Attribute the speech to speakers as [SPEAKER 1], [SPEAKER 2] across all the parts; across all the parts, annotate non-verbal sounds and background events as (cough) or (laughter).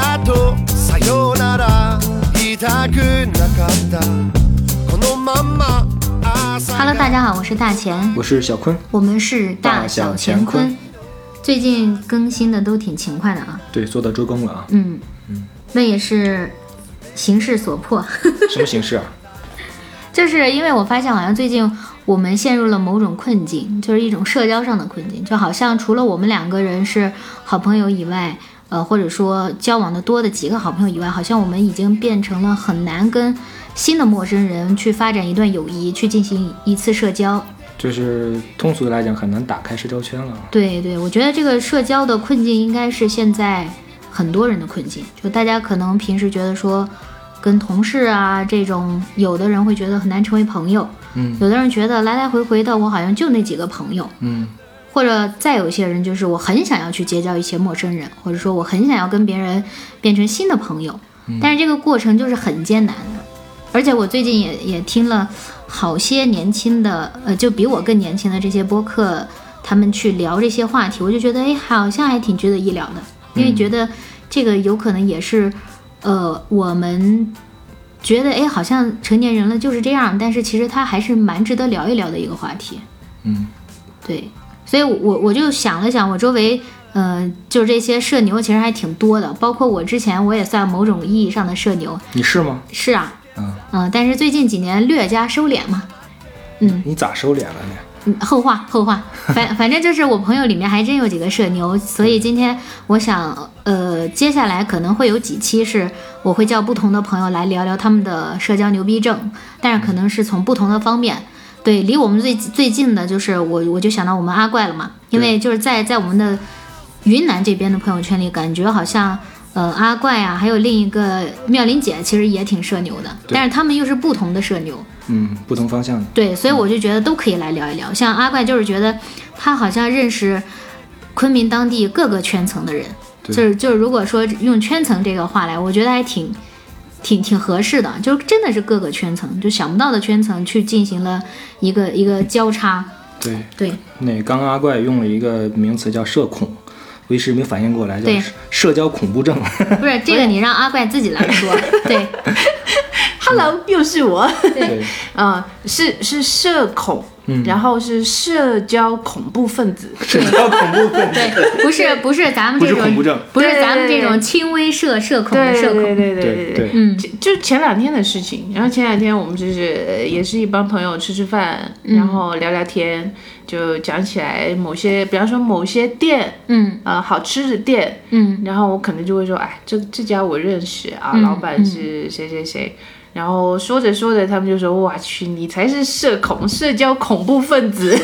[SPEAKER 1] あとさよなら言いたくなかったこのまんま朝が
[SPEAKER 2] Hello，大家好，我是大钱，
[SPEAKER 3] 我是小坤。
[SPEAKER 2] 我们是
[SPEAKER 3] 大
[SPEAKER 2] 小
[SPEAKER 3] 小
[SPEAKER 2] 乾
[SPEAKER 3] 乾坤
[SPEAKER 2] 坤。最近更新的都挺勤快的啊，。
[SPEAKER 3] 对，做到周更了 (laughs) 啊
[SPEAKER 2] 嗯，那也是形势所迫， (laughs)
[SPEAKER 3] 什么形式啊？
[SPEAKER 2] 就是因为我发现好像最近我们陷入了某种困境，就是一种社交上的困境，就好像除了我们两个人是好朋友以外，呃，或者说交往的多的几个好朋友以外，好像我们已经变成了很难跟新的陌生人去发展一段友谊，去进行一次社交。
[SPEAKER 3] 就是通俗的来讲，很难打开社交圈了啊。
[SPEAKER 2] 对对，我觉得这个社交的困境应该是现在很多人的困境。就大家可能平时觉得说，跟同事啊这种，有的人会觉得很难成为朋友，
[SPEAKER 3] 嗯，
[SPEAKER 2] 有的人觉得来来回回的，我好像就那几个朋友，
[SPEAKER 3] 嗯，
[SPEAKER 2] 或者再有一些人就是我很想要去结交一些陌生人，或者说我很想要跟别人变成新的朋友，
[SPEAKER 3] 嗯
[SPEAKER 2] 但是这个过程就是很艰难的。而且我最近也也听了好些年轻的，呃，就比我更年轻的这些播客，他们去聊这些话题，我就觉得，哎，好像还挺值得一聊的，因为觉得这个有可能也是，呃，我们觉得，哎，好像成年人了就是这样，但是其实它还是蛮值得聊一聊的一个话题。
[SPEAKER 3] 嗯，
[SPEAKER 2] 对，所以我我我就想了想，我周围。呃，就这些社牛其实还挺多的，包括我之前我也算某种意义上的社牛，
[SPEAKER 3] 你是吗？
[SPEAKER 2] 是啊，
[SPEAKER 3] 嗯
[SPEAKER 2] 嗯，但是最近几年略加收敛嘛。
[SPEAKER 3] 你咋收敛了呢？
[SPEAKER 2] 嗯，后话后话，反 (laughs) 反正就是我朋友里面还真有几个社牛，所以今天我想，呃，接下来可能会有几期是我会叫不同的朋友来聊聊他们的社交牛逼症，但是可能是从不同的方面。对，离我们最最近的就是我，我就想到我们阿怪了嘛，因为就是在在我们的云南这边的朋友圈里，感觉好像呃阿怪啊，还有另一个妙玲姐，其实也挺社牛的，
[SPEAKER 3] 对
[SPEAKER 2] 但是他们又是不同的社牛。
[SPEAKER 3] 嗯，不同方向的。
[SPEAKER 2] 对，
[SPEAKER 4] 嗯
[SPEAKER 2] 所以我就觉得都可以来聊一聊。像阿怪就是觉得他好像认识昆明当地各个圈层的人，就
[SPEAKER 3] 对
[SPEAKER 2] 是就是如果说用圈层这个话来，我觉得还挺挺挺合适的，就是真的是各个圈层，就想不到的圈层去进行了一个一个交叉。
[SPEAKER 3] 对，
[SPEAKER 2] 对
[SPEAKER 3] 那刚刚阿怪用了一个名词叫社恐，我一时没反应过来，叫
[SPEAKER 2] 对
[SPEAKER 3] 社社交恐怖症。
[SPEAKER 2] 不是这个，你让阿怪自己来
[SPEAKER 4] (laughs)
[SPEAKER 2] 说。对
[SPEAKER 4] Hello，又是我。 (laughs)
[SPEAKER 3] 对，
[SPEAKER 4] 嗯，是是社恐，然后是社交恐怖分子。
[SPEAKER 3] 社交恐怖分子。
[SPEAKER 2] 对，不是不是咱们这
[SPEAKER 3] 不是恐怖
[SPEAKER 2] 种
[SPEAKER 3] 症，
[SPEAKER 2] 不是咱们这
[SPEAKER 4] 对对对
[SPEAKER 2] 种轻微社社恐的社
[SPEAKER 4] 对
[SPEAKER 2] 恐。
[SPEAKER 4] 对
[SPEAKER 3] 对
[SPEAKER 4] 对对。
[SPEAKER 2] 嗯
[SPEAKER 3] 对，
[SPEAKER 4] 就就前两天的事情，然后前两天我们就是呃也是一帮朋友吃吃饭，然后聊聊天，就讲起来某些，比方说某些店，
[SPEAKER 2] 嗯
[SPEAKER 4] 呃，好吃的店，
[SPEAKER 2] 嗯，
[SPEAKER 4] 然后我可能就会说，哎，这这家我认识啊，老板是谁谁谁。然后说着说着，他们就说：“哇去，你才是社恐、社交恐怖分子。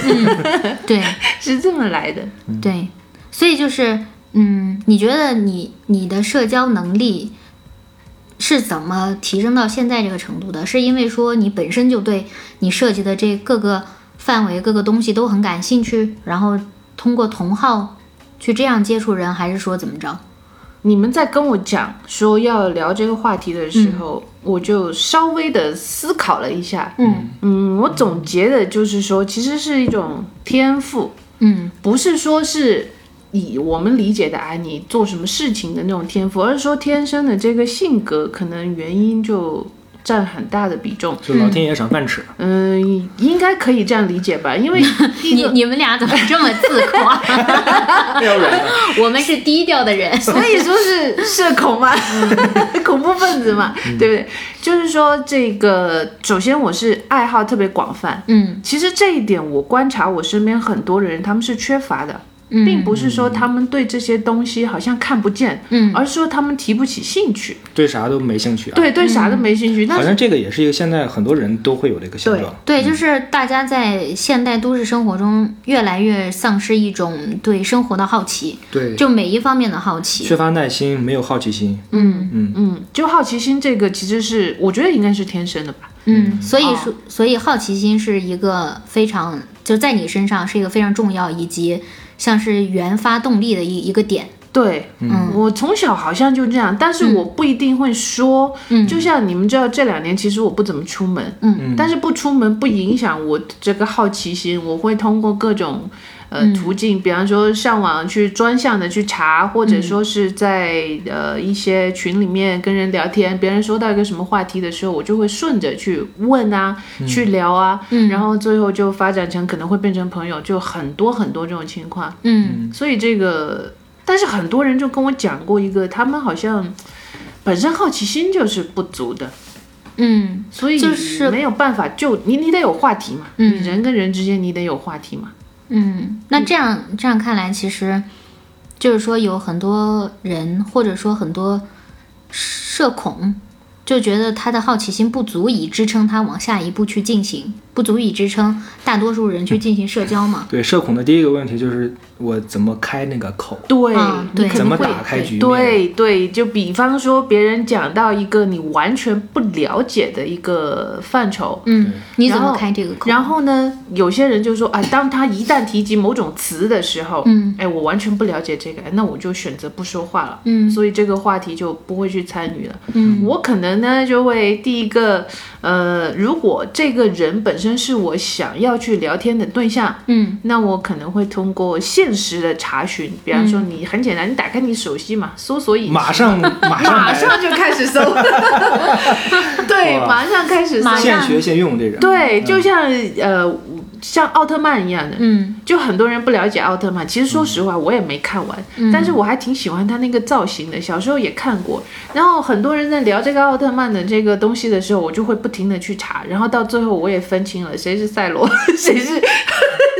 [SPEAKER 2] 对。
[SPEAKER 4] 是这么来的。
[SPEAKER 2] 对，所以就是，嗯，你觉得你你的社交能力是怎么提升到现在这个程度的？是因为说你本身就对你涉及的这各个范围、各个东西都很感兴趣，然后通过同好去这样接触人，还是说怎么着？
[SPEAKER 4] 你们在跟我讲说要聊这个话题的时候，我就稍微的思考了一下。
[SPEAKER 2] 嗯
[SPEAKER 4] 嗯，我总结的就是说，其实是一种天赋，
[SPEAKER 2] 嗯
[SPEAKER 4] 不是说是以我们理解的啊，你做什么事情的那种天赋，而是说天生的这个性格，可能原因就占很大的比重。
[SPEAKER 3] 就老天爷赏饭吃。啊
[SPEAKER 4] 嗯，应该可以这样理解吧？因为第一
[SPEAKER 2] 你
[SPEAKER 4] 个
[SPEAKER 2] 你们俩怎么这么自夸？ (laughs) 我们是低调的人。
[SPEAKER 4] (laughs) 所以说是社恐嘛， (laughs) 恐怖分子嘛，
[SPEAKER 3] 嗯
[SPEAKER 4] 对不对？就是说这个，首先我是爱好特别广泛。
[SPEAKER 2] 嗯
[SPEAKER 4] 其实这一点，我观察我身边很多人，他们是缺乏的，并不是说他们对这些东西好像看不见，
[SPEAKER 2] 嗯
[SPEAKER 4] 而是说他们提不起兴趣，
[SPEAKER 3] 对啥都没兴趣啊。
[SPEAKER 4] 对，对啥
[SPEAKER 2] 嗯
[SPEAKER 4] 都没兴趣。但
[SPEAKER 3] 好
[SPEAKER 4] 是
[SPEAKER 3] 像这个也是一个现在很多人都会有的一个现状。
[SPEAKER 2] 对，就是大家在现代都市生活中越来越丧失一种对生活的好奇，
[SPEAKER 3] 对
[SPEAKER 2] 就每一方面的好奇。
[SPEAKER 3] 缺乏耐心，没有好奇心。
[SPEAKER 4] 嗯，就好奇心这个其实是我觉得应该是天生的吧。
[SPEAKER 2] 嗯，所
[SPEAKER 4] 哦
[SPEAKER 2] 以说，所以好奇心是一个非常就在你身上是一个非常重要以及像是原发动力的一一个点。
[SPEAKER 4] 对，嗯，我从小好像就这样，但是我不一定会说。嗯，就像你们知道，这两年其实我不怎么出门。嗯，但是不出门不影响我这个好奇心，我会通过各种呃途径，比方说上网去专项的去查，或者说是在呃一些群里面跟人聊天，别人说到一个什么话题的时候，我就会顺着去问啊，去聊啊，然后最后就发展成可能会变成朋友，就很多很多这种情况。
[SPEAKER 2] 嗯
[SPEAKER 4] 所以这个，但是很多人就跟我讲过一个，他们好像本身好奇心就是不足的，
[SPEAKER 2] 嗯
[SPEAKER 4] 所以
[SPEAKER 2] 就是
[SPEAKER 4] 没有办法就你你得有话题嘛，
[SPEAKER 2] 嗯
[SPEAKER 4] 你人跟人之间你得有话题嘛，
[SPEAKER 2] 嗯，那这样这样看来，其实就是说有很多人或者说很多社恐，就觉得他的好奇心不足以支撑他往下一步去进行，不足以支撑大多数人去进行社交嘛。
[SPEAKER 3] 对，社恐的第一个问题就是我怎么开那个口，
[SPEAKER 4] 对
[SPEAKER 2] 啊
[SPEAKER 4] 嗯你
[SPEAKER 2] 对
[SPEAKER 4] 可
[SPEAKER 3] 怎么
[SPEAKER 4] 能会
[SPEAKER 3] 打开局面，
[SPEAKER 4] 对对，就比方说别人讲到一个你完全不了解的一个范畴，
[SPEAKER 2] 嗯，你怎
[SPEAKER 4] 然
[SPEAKER 2] 么
[SPEAKER 4] 后
[SPEAKER 2] 开这个口？
[SPEAKER 4] 然后呢，有些人就说啊，当他一旦提及某种词的时候，
[SPEAKER 2] 嗯，
[SPEAKER 4] 哎，我完全不了解这个，哎那我就选择不说话了，
[SPEAKER 2] 嗯
[SPEAKER 4] 所以这个话题就不会去参与了。
[SPEAKER 2] 嗯，
[SPEAKER 4] 我可能呢就会第一个，呃，如果这个人本身是我想要去聊天的对象，
[SPEAKER 2] 嗯
[SPEAKER 4] 那我可能会通过现实的查询，比方说你很简单，你打开你手机嘛，搜索引擎
[SPEAKER 3] 马上马上
[SPEAKER 4] 马
[SPEAKER 3] 来
[SPEAKER 4] 上就开始搜， (laughs) 对，
[SPEAKER 3] 哇
[SPEAKER 4] 马上开始搜
[SPEAKER 2] 马，上
[SPEAKER 3] 现学现用这个。
[SPEAKER 4] 对，就像呃，像奥特曼一样的，
[SPEAKER 2] 嗯
[SPEAKER 4] 就很多人不了解奥特曼。其实说实话，我也没看完，但是我还挺喜欢他那个造型的，小时候也看过。然后很多人在聊这个奥特曼的这个东西的时候，我就会不停的去查，然后到最后我也分清了谁是赛 (laughs) 罗，谁是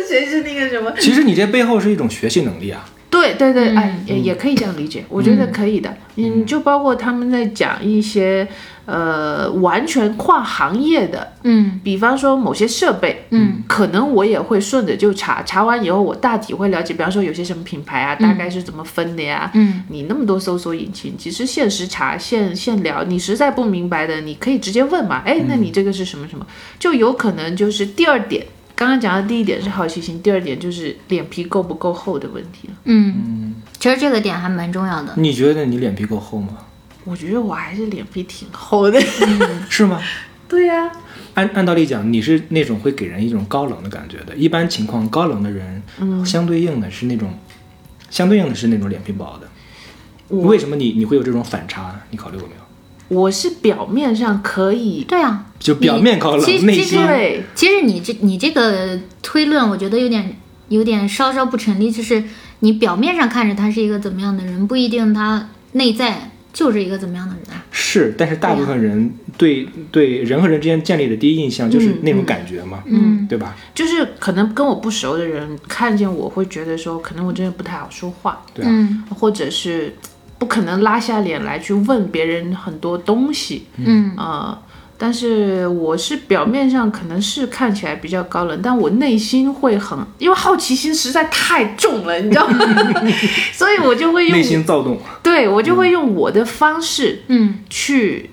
[SPEAKER 4] 谁是那个什么。
[SPEAKER 3] 其实你这背后是一种学习能力啊，
[SPEAKER 4] 对对对，哎，也也可以这样理解，我觉得可以的。嗯，就包括他们在讲一些呃完全跨行业的
[SPEAKER 2] 嗯
[SPEAKER 4] 比方说某些设备，嗯，可能我也会顺着就查，查完以后我大体会了解，比方说有些什么品牌啊，大概是怎么分的呀。
[SPEAKER 2] 嗯
[SPEAKER 4] 你那么多搜索引擎，其实现实查、现现聊，你实在不明白的，你可以直接问嘛。哎，那你这个是什么什么？就有可能就是第二点，刚刚讲的第一点是好奇心，第二点就是脸皮够不够厚的问题了。
[SPEAKER 2] 嗯，其实这个点还蛮重要的。
[SPEAKER 3] 你觉得你脸皮够厚吗？
[SPEAKER 4] 我觉得我还是脸皮挺厚的。
[SPEAKER 3] 是吗？
[SPEAKER 4] (laughs) 对呀、
[SPEAKER 3] 按按道理讲，你是那种会给人一种高冷的感觉的。一般情况，高冷的人，相对应的是那种，相对应的是那种脸皮薄的。为什么你你会有这种反差呢？你考虑过没有？
[SPEAKER 4] 我是表面上可以，
[SPEAKER 2] 对啊，
[SPEAKER 3] 就表面高
[SPEAKER 2] 其
[SPEAKER 3] 冷，
[SPEAKER 2] 实
[SPEAKER 3] 内
[SPEAKER 2] 其实
[SPEAKER 3] 心
[SPEAKER 4] 对，
[SPEAKER 2] 其实你这你这个推论，我觉得有点有点稍稍不成立。就是你表面上看着他是一个怎么样的人，不一定他内在就是一个怎么样的人。啊
[SPEAKER 3] 是，但是大部分人对对人和人之间建立的第一印象就是那种感觉嘛，
[SPEAKER 2] 嗯
[SPEAKER 3] 对吧？
[SPEAKER 4] 就是可能跟我不熟的人看见我会觉得说，可能我真的不太好说话，
[SPEAKER 3] 对啊，
[SPEAKER 2] 嗯
[SPEAKER 4] 或者是不可能拉下脸来去问别人很多东西，
[SPEAKER 2] 嗯
[SPEAKER 4] 呃，但是我是表面上可能是看起来比较高冷，但我内心会很，因为好奇心实在太重了，你知道吗？ (laughs) 所以我就会
[SPEAKER 3] 内
[SPEAKER 4] 用，
[SPEAKER 3] 心嗯躁动，
[SPEAKER 4] 对我就会用我的方式
[SPEAKER 2] 嗯
[SPEAKER 4] 去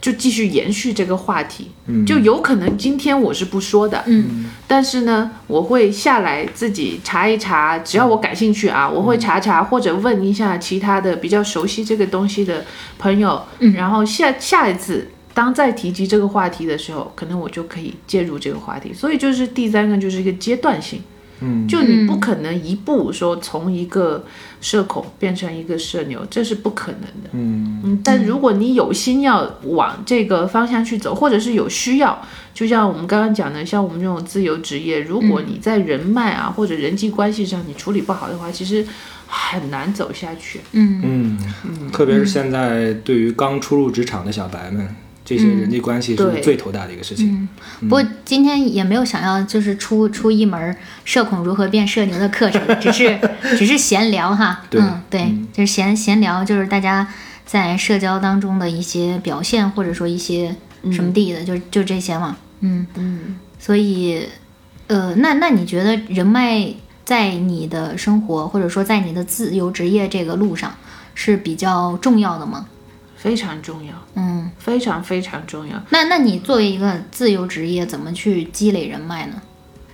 [SPEAKER 4] 就继续延续这个话题，就有可能今天我是不说的，
[SPEAKER 2] 嗯，
[SPEAKER 4] 但是呢，我会下来自己查一查，只要我感兴趣啊，我会查查或者问一下其他的比较熟悉这个东西的朋友，然后下下一次。当再提及这个话题的时候，可能我就可以介入这个话题，所以就是第三个就是一个阶段性，
[SPEAKER 3] 嗯，
[SPEAKER 4] 就你不
[SPEAKER 2] 嗯
[SPEAKER 4] 可能一步说从一个社恐变成一个社牛，这是不可能的。
[SPEAKER 3] 嗯，
[SPEAKER 4] 嗯，但如果你有心要往这个方向去走，或者是有需要，就像我们刚刚讲的，像我们这种自由职业，如果你在人脉啊、或者人际关系上你处理不好的话，其实很难走下去。
[SPEAKER 2] 嗯
[SPEAKER 3] 嗯，特别是现在对于刚初入职场的小白们，这些人际关系
[SPEAKER 4] 对
[SPEAKER 3] 是最头大的一个事情。
[SPEAKER 2] 不过今天也没有想要就是出出一门社恐如何变社牛的课程，只是只是闲聊哈。
[SPEAKER 3] 对
[SPEAKER 2] 嗯，对，就是闲闲聊，就是大家在社交当中的一些表现，或者说一些什么地的，就就这些嘛。嗯
[SPEAKER 4] 嗯，
[SPEAKER 2] 所以，呃，那那你觉得人脉在你的生活，或者说在你的自由职业这个路上是比较重要的吗？
[SPEAKER 4] 非常重要，
[SPEAKER 2] 嗯，
[SPEAKER 4] 非常非常重要。
[SPEAKER 2] 那那你作为一个自由职业，怎么去积累人脉呢？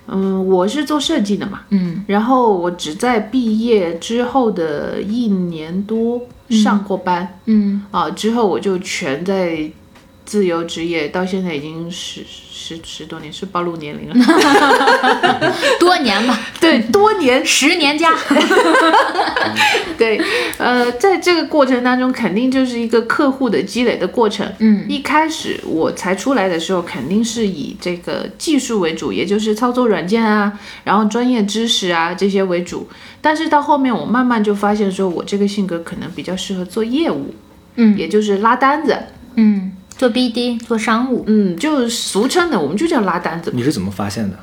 [SPEAKER 4] 嗯，我是做设计的嘛，
[SPEAKER 2] 嗯
[SPEAKER 4] 然后我只在毕业之后的一年多上过班，
[SPEAKER 2] 嗯
[SPEAKER 4] 啊，之后我就全在自由职业到现在已经十十十多年，是暴露年龄 (laughs) 了。
[SPEAKER 2] 多年吧，
[SPEAKER 4] 对，多年
[SPEAKER 2] 十年加，
[SPEAKER 4] 对，呃，在这个过程当中，肯定就是一个客户的积累的过程。嗯，一开始我才出来的时候，肯定是以这个技术为主，也就是操作软件啊，然后专业知识啊这些为主。但是到后面，我慢慢就发现，说我这个性格可能比较适合做业务，嗯，也就是拉单子，
[SPEAKER 2] 嗯， (laughs) 做 BD 做商务，
[SPEAKER 4] 嗯，就是俗称的，我们就叫拉单子。
[SPEAKER 3] 你是怎么发现的？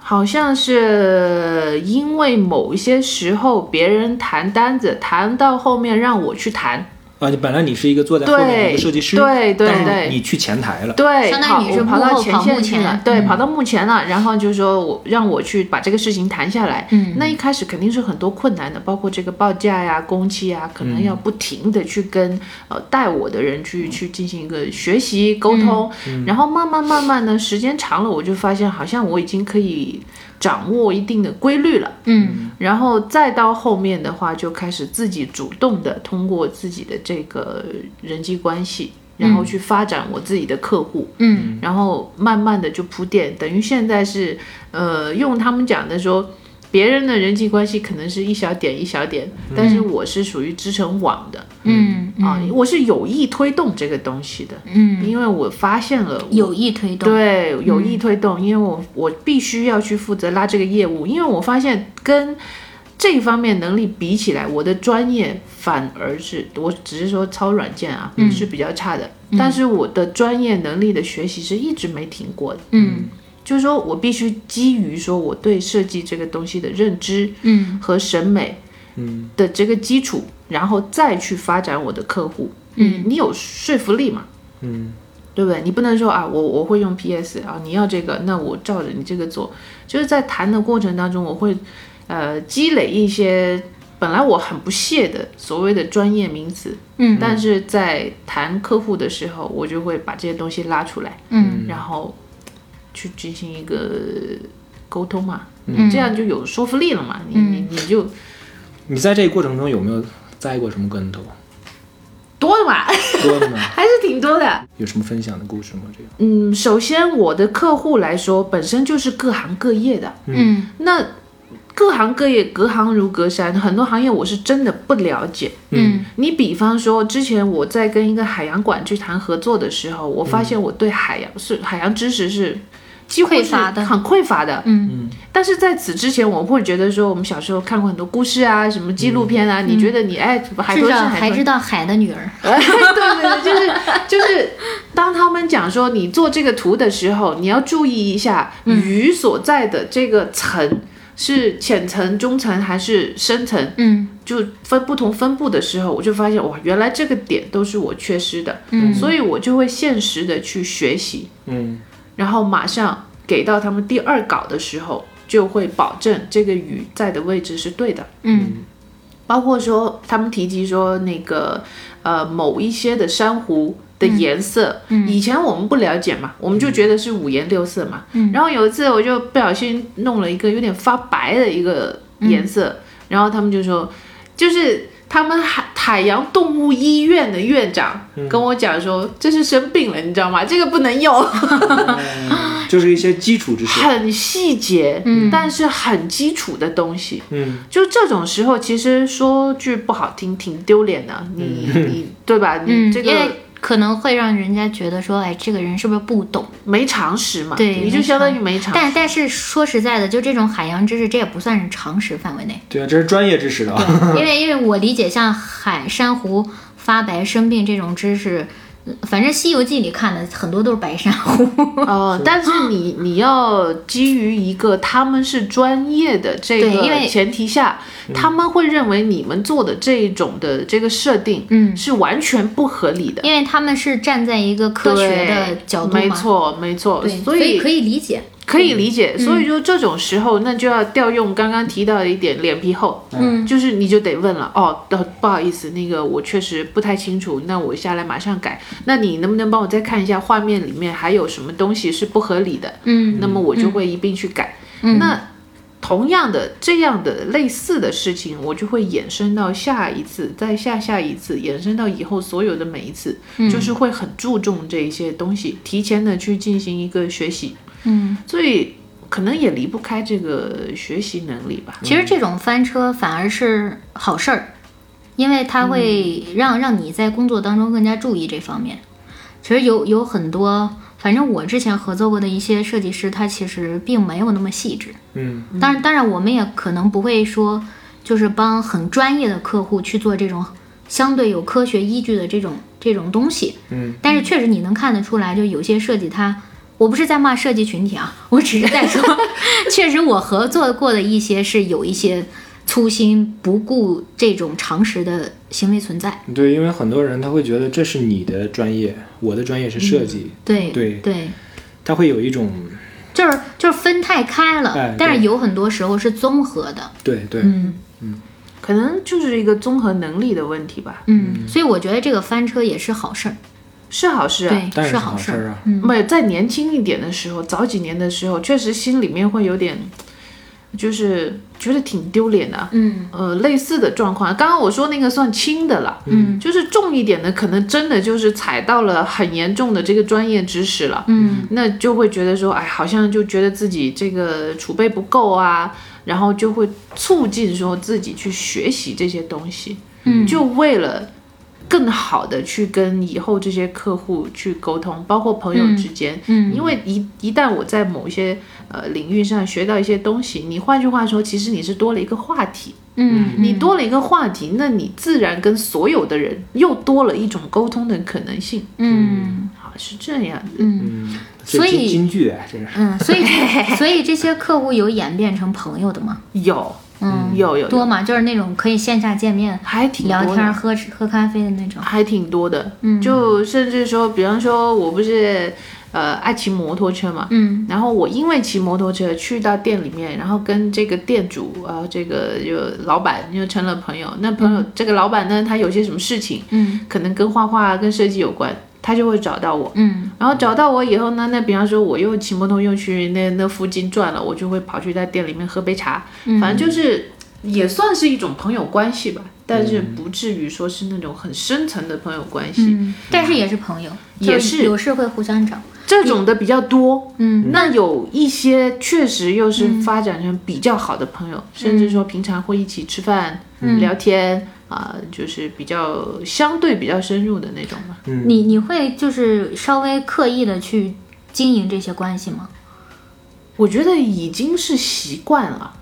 [SPEAKER 4] 好像是因为某一些时候别人谈单子，谈到后面让我去谈，
[SPEAKER 3] 啊，你本来你是一个坐在后面的一个设计师，
[SPEAKER 4] 对对
[SPEAKER 3] 但是
[SPEAKER 4] 对
[SPEAKER 3] 你你去前台了，
[SPEAKER 4] 对，
[SPEAKER 2] 相当于
[SPEAKER 4] 跑
[SPEAKER 2] 你是
[SPEAKER 4] 我跑
[SPEAKER 2] 幕
[SPEAKER 4] 到
[SPEAKER 2] 后
[SPEAKER 4] 前
[SPEAKER 2] 跑
[SPEAKER 4] 线
[SPEAKER 2] 幕
[SPEAKER 4] 去
[SPEAKER 2] 前嗯
[SPEAKER 4] 了，对，跑到幕前了，然后就说我让我去把这个事情谈下来。嗯，那一开始肯定是很多困难的，包括这个报价呀、工期呀，可能要不停的去跟呃带我的人
[SPEAKER 3] 嗯
[SPEAKER 4] 去去进行一个学习沟通，然后慢慢慢慢的时间长了，我就发现好像我已经可以掌握一定的规律了。
[SPEAKER 2] 嗯
[SPEAKER 4] 然后再到后面的话，就开始自己主动的通过自己的这个人际关系，然后去发展我自己的客户，
[SPEAKER 2] 嗯
[SPEAKER 4] 然后慢慢的就铺垫，等于现在是，呃，用他们讲的说，别人的人际关系可能是一小点一小点，但是我是属于织成网的、
[SPEAKER 2] 嗯
[SPEAKER 4] 啊，我是有意推动这个东西的，
[SPEAKER 2] 嗯，
[SPEAKER 4] 因为我发现了我
[SPEAKER 2] 有意推动，嗯
[SPEAKER 4] 对，有意推动，因为我我必须要去负责拉这个业务，因为我发现跟这一方面能力比起来，我的专业反而是我只是说操软件啊、
[SPEAKER 2] 嗯
[SPEAKER 4] 是比较差的，但是我的专业能力的学习是一直没停过的，
[SPEAKER 2] 嗯
[SPEAKER 4] 就是说我必须基于说我对设计这个东西的认知
[SPEAKER 2] 嗯
[SPEAKER 4] 和审美
[SPEAKER 3] 嗯
[SPEAKER 4] 的这个基础，然后再去发展我的客户，嗯，你有说服力嘛？
[SPEAKER 3] 嗯，
[SPEAKER 4] 对不对？你不能说啊，我我会用 PS 啊，你要这个，那我照着你这个做。就是在谈的过程当中，我会呃积累一些本来我很不屑的所谓的专业名词，
[SPEAKER 2] 嗯，
[SPEAKER 4] 但是在谈客户的时候，我就会把这些东西拉出来，
[SPEAKER 2] 嗯，
[SPEAKER 4] 然后去进行一个沟通嘛，
[SPEAKER 2] 嗯
[SPEAKER 4] 这样就有说服力了嘛，你你你就
[SPEAKER 3] 你在这个过程中有没有栽过什么跟头？
[SPEAKER 4] 多嘛， (laughs)
[SPEAKER 3] 多的吗？
[SPEAKER 4] 还是挺多的。
[SPEAKER 3] 有什么分享的故事吗？这个
[SPEAKER 4] 嗯，首先我的客户来说，本身就是各行各业的，
[SPEAKER 2] 嗯
[SPEAKER 4] 那各行各业，隔行如隔山，很多行业我是真的不了解。
[SPEAKER 2] 嗯
[SPEAKER 4] 你比方说，之前我在跟一个海洋馆去谈合作的时候，我发现我对海洋是海洋知识是几乎
[SPEAKER 2] 匮
[SPEAKER 4] 是
[SPEAKER 2] 乏的
[SPEAKER 4] 很匮乏的。
[SPEAKER 2] 嗯
[SPEAKER 4] 但是在此之前，我会觉得说，我们小时候看过很多故事啊，什么纪录片
[SPEAKER 2] 嗯
[SPEAKER 4] 啊，你觉得你哎，海
[SPEAKER 2] 至
[SPEAKER 4] 豚是
[SPEAKER 2] 少
[SPEAKER 4] 海
[SPEAKER 2] 还
[SPEAKER 4] 豚
[SPEAKER 2] 知，道海的女儿， (laughs)
[SPEAKER 4] 对对对，就是就是，当他们讲说你做这个图的时候，你要注意一下鱼所在的这个层是浅层、中层还是深层，
[SPEAKER 2] 嗯
[SPEAKER 4] 就分不同分布的时候，我就发现哇，原来这个点都是我缺失的，
[SPEAKER 2] 嗯
[SPEAKER 4] 所以我就会现实的去学习，
[SPEAKER 3] 嗯
[SPEAKER 4] 然后马上给到他们第二稿的时候，就会保证这个鱼在的位置是对的。
[SPEAKER 2] 嗯
[SPEAKER 4] 包括说他们提及说那个呃某一些的珊瑚的颜色，以前我们不了解嘛，我们就觉得是五颜六色嘛。然后有一次我就不小心弄了一个有点发白的一个颜色，然后他们就说，就是他们海海洋动物医院的院长跟我讲说，这是生病了，你知道吗？这个不能用。
[SPEAKER 3] 嗯就是一些基础知识。
[SPEAKER 4] 很细节，
[SPEAKER 2] 嗯
[SPEAKER 4] 但是很基础的东西，
[SPEAKER 3] 嗯，
[SPEAKER 4] 就这种时候，其实说句不好听，挺丢脸的，你、你对吧？你
[SPEAKER 2] 嗯，
[SPEAKER 4] 这
[SPEAKER 2] 因
[SPEAKER 4] 个
[SPEAKER 2] 为可能会让人家觉得说，哎，这个人是不是不懂？
[SPEAKER 4] 没常识嘛，
[SPEAKER 2] 对
[SPEAKER 4] 你就相当于没常识。
[SPEAKER 2] 但但是说实在的，就这种海洋知识，这也不算是常识范围内，
[SPEAKER 3] 对啊，这是专业知识的啊。
[SPEAKER 4] 嗯
[SPEAKER 2] 因为因为我理解像海珊瑚发白生病这种知识。呃反正《西游记》里看的很多都是白珊
[SPEAKER 4] (laughs)
[SPEAKER 2] 瑚，
[SPEAKER 4] 呃，但是你你要基于一个他们是专业的这
[SPEAKER 2] 对因
[SPEAKER 4] 个
[SPEAKER 2] 为
[SPEAKER 4] 前提下，他们会认为你们做的这一种的这个设定，
[SPEAKER 2] 嗯
[SPEAKER 4] 是完全不合理的。
[SPEAKER 2] 因为他们是站在一个科学的
[SPEAKER 4] 对
[SPEAKER 2] 角度嘛，
[SPEAKER 4] 没错，没错，
[SPEAKER 2] 对，
[SPEAKER 4] 所
[SPEAKER 2] 所
[SPEAKER 4] 以
[SPEAKER 2] 可以理解，
[SPEAKER 4] 可以理解，所以就这种时候，那就要调用刚刚提到的一点脸皮厚，嗯，就是你就得问了，哦，呃不好意思，那个我确实不太清楚，那我下来马上改，那你能不能帮我再看一下画面里面还有什么东西是不合理的？
[SPEAKER 2] 嗯，
[SPEAKER 4] 那么我就会一并去改。那同样的这样的类似的事情，我就会衍生到下一次，再下下一次，衍生到以后所有的每一次，
[SPEAKER 2] 嗯
[SPEAKER 4] 就是会很注重这一些东西，提前的去进行一个学习，
[SPEAKER 2] 嗯，
[SPEAKER 4] 所以可能也离不开这个学习能力吧。
[SPEAKER 2] 其实这种翻车反而是好事儿，因为它会让让你在工作当中更加注意这方面。其实有有很多，反正我之前合作过的一些设计师，他其实并没有那么细致。
[SPEAKER 3] 嗯，
[SPEAKER 2] 当然，当然，我们也可能不会说，就是帮很专业的客户去做这种相对有科学依据的这种这种东西。
[SPEAKER 3] 嗯，
[SPEAKER 2] 但是确实你能看得出来，就有些设计它，我不是在骂设计群体啊，我只是在
[SPEAKER 3] (laughs)
[SPEAKER 2] 说，确实我合作过的一些是有一些粗心不顾这种常识的行为存在。
[SPEAKER 3] 对，因为很多人他会觉得这是你的专业，我的专业是设计，
[SPEAKER 2] 对
[SPEAKER 3] 对
[SPEAKER 2] 对，
[SPEAKER 3] 他会有一种
[SPEAKER 2] 就是就是分太开了，
[SPEAKER 3] 哎
[SPEAKER 2] 但是
[SPEAKER 3] 对
[SPEAKER 2] 有很多时候是综合的。
[SPEAKER 3] 对对，
[SPEAKER 2] 嗯。
[SPEAKER 4] 可能就是一个综合能力的问题吧，
[SPEAKER 2] 嗯，所以我觉得这个翻车也是好事儿，
[SPEAKER 4] 是好事啊。
[SPEAKER 2] 对，
[SPEAKER 3] 当然是
[SPEAKER 2] 好
[SPEAKER 3] 好事
[SPEAKER 2] 儿
[SPEAKER 3] 儿啊。
[SPEAKER 2] 嗯，
[SPEAKER 4] 没有在年轻一点的时候，早几年的时候，确实心里面会有点，就是觉得挺丢脸的啊。
[SPEAKER 2] 嗯
[SPEAKER 4] 呃，类似的状况，刚刚我说那个算轻的了，嗯，就是重一点的，可能真的就是踩到了很严重的这个专业知识了，
[SPEAKER 2] 嗯，
[SPEAKER 4] 那就会觉得说，哎，好像就觉得自己这个储备不够啊，然后就会促进说自己去学习这些东西，嗯，就为了更好的去跟以后这些客户去沟通，包括朋友之间，嗯，因为一一旦我在某一些呃领域上学到一些东西，你换句话说，其实你是多了一个话题，
[SPEAKER 2] 嗯，
[SPEAKER 4] 你多了一个话题，那你自然跟所有的人又多了一种沟通的可能性。
[SPEAKER 2] 嗯
[SPEAKER 4] 好，是这样的。
[SPEAKER 3] 这
[SPEAKER 2] 所
[SPEAKER 3] 是
[SPEAKER 2] 以
[SPEAKER 3] 京京剧啊，这是。
[SPEAKER 2] 嗯，所以所以这些客户有演变成朋友的吗？
[SPEAKER 4] 有，
[SPEAKER 2] 嗯，
[SPEAKER 4] 有有
[SPEAKER 2] 多
[SPEAKER 4] 有，
[SPEAKER 2] 吗？就是那种可以线下见面
[SPEAKER 4] 还挺
[SPEAKER 2] 聊
[SPEAKER 4] 多
[SPEAKER 2] 天、
[SPEAKER 4] 的，
[SPEAKER 2] 喝喝咖啡的那种。
[SPEAKER 4] 还挺多的。嗯，就甚至说，比方说，我不是呃爱骑摩托车嘛，
[SPEAKER 2] 嗯
[SPEAKER 4] 然后我因为骑摩托车去到店里面，然后跟这个店主啊、呃这个就老板就成了朋友。那朋友、这个老板呢，他有些什么事情，
[SPEAKER 2] 嗯
[SPEAKER 4] 可能跟画画、跟设计有关，他就会找到我。
[SPEAKER 2] 嗯
[SPEAKER 4] 然后找到我以后呢，那比方说我又骑摩托又去那那附近转了，我就会跑去他店里面喝杯茶，
[SPEAKER 2] 嗯
[SPEAKER 4] 反正就是也算是一种朋友关系吧，但是不至于说是那种很深层的朋友关系，
[SPEAKER 2] 嗯，但是也是朋友，
[SPEAKER 4] 也
[SPEAKER 2] 就是有事会互相找。
[SPEAKER 4] 这种的比较多。
[SPEAKER 2] 嗯，
[SPEAKER 4] 那有一些确实又是发展成比较好的朋友，
[SPEAKER 2] 嗯
[SPEAKER 4] 甚至说平常会一起吃饭、聊天啊、就是比较相对比较深入的那种嘛。
[SPEAKER 2] 你你会就是稍微刻意的去经营这些关系吗？
[SPEAKER 4] 我觉得已经是习惯了。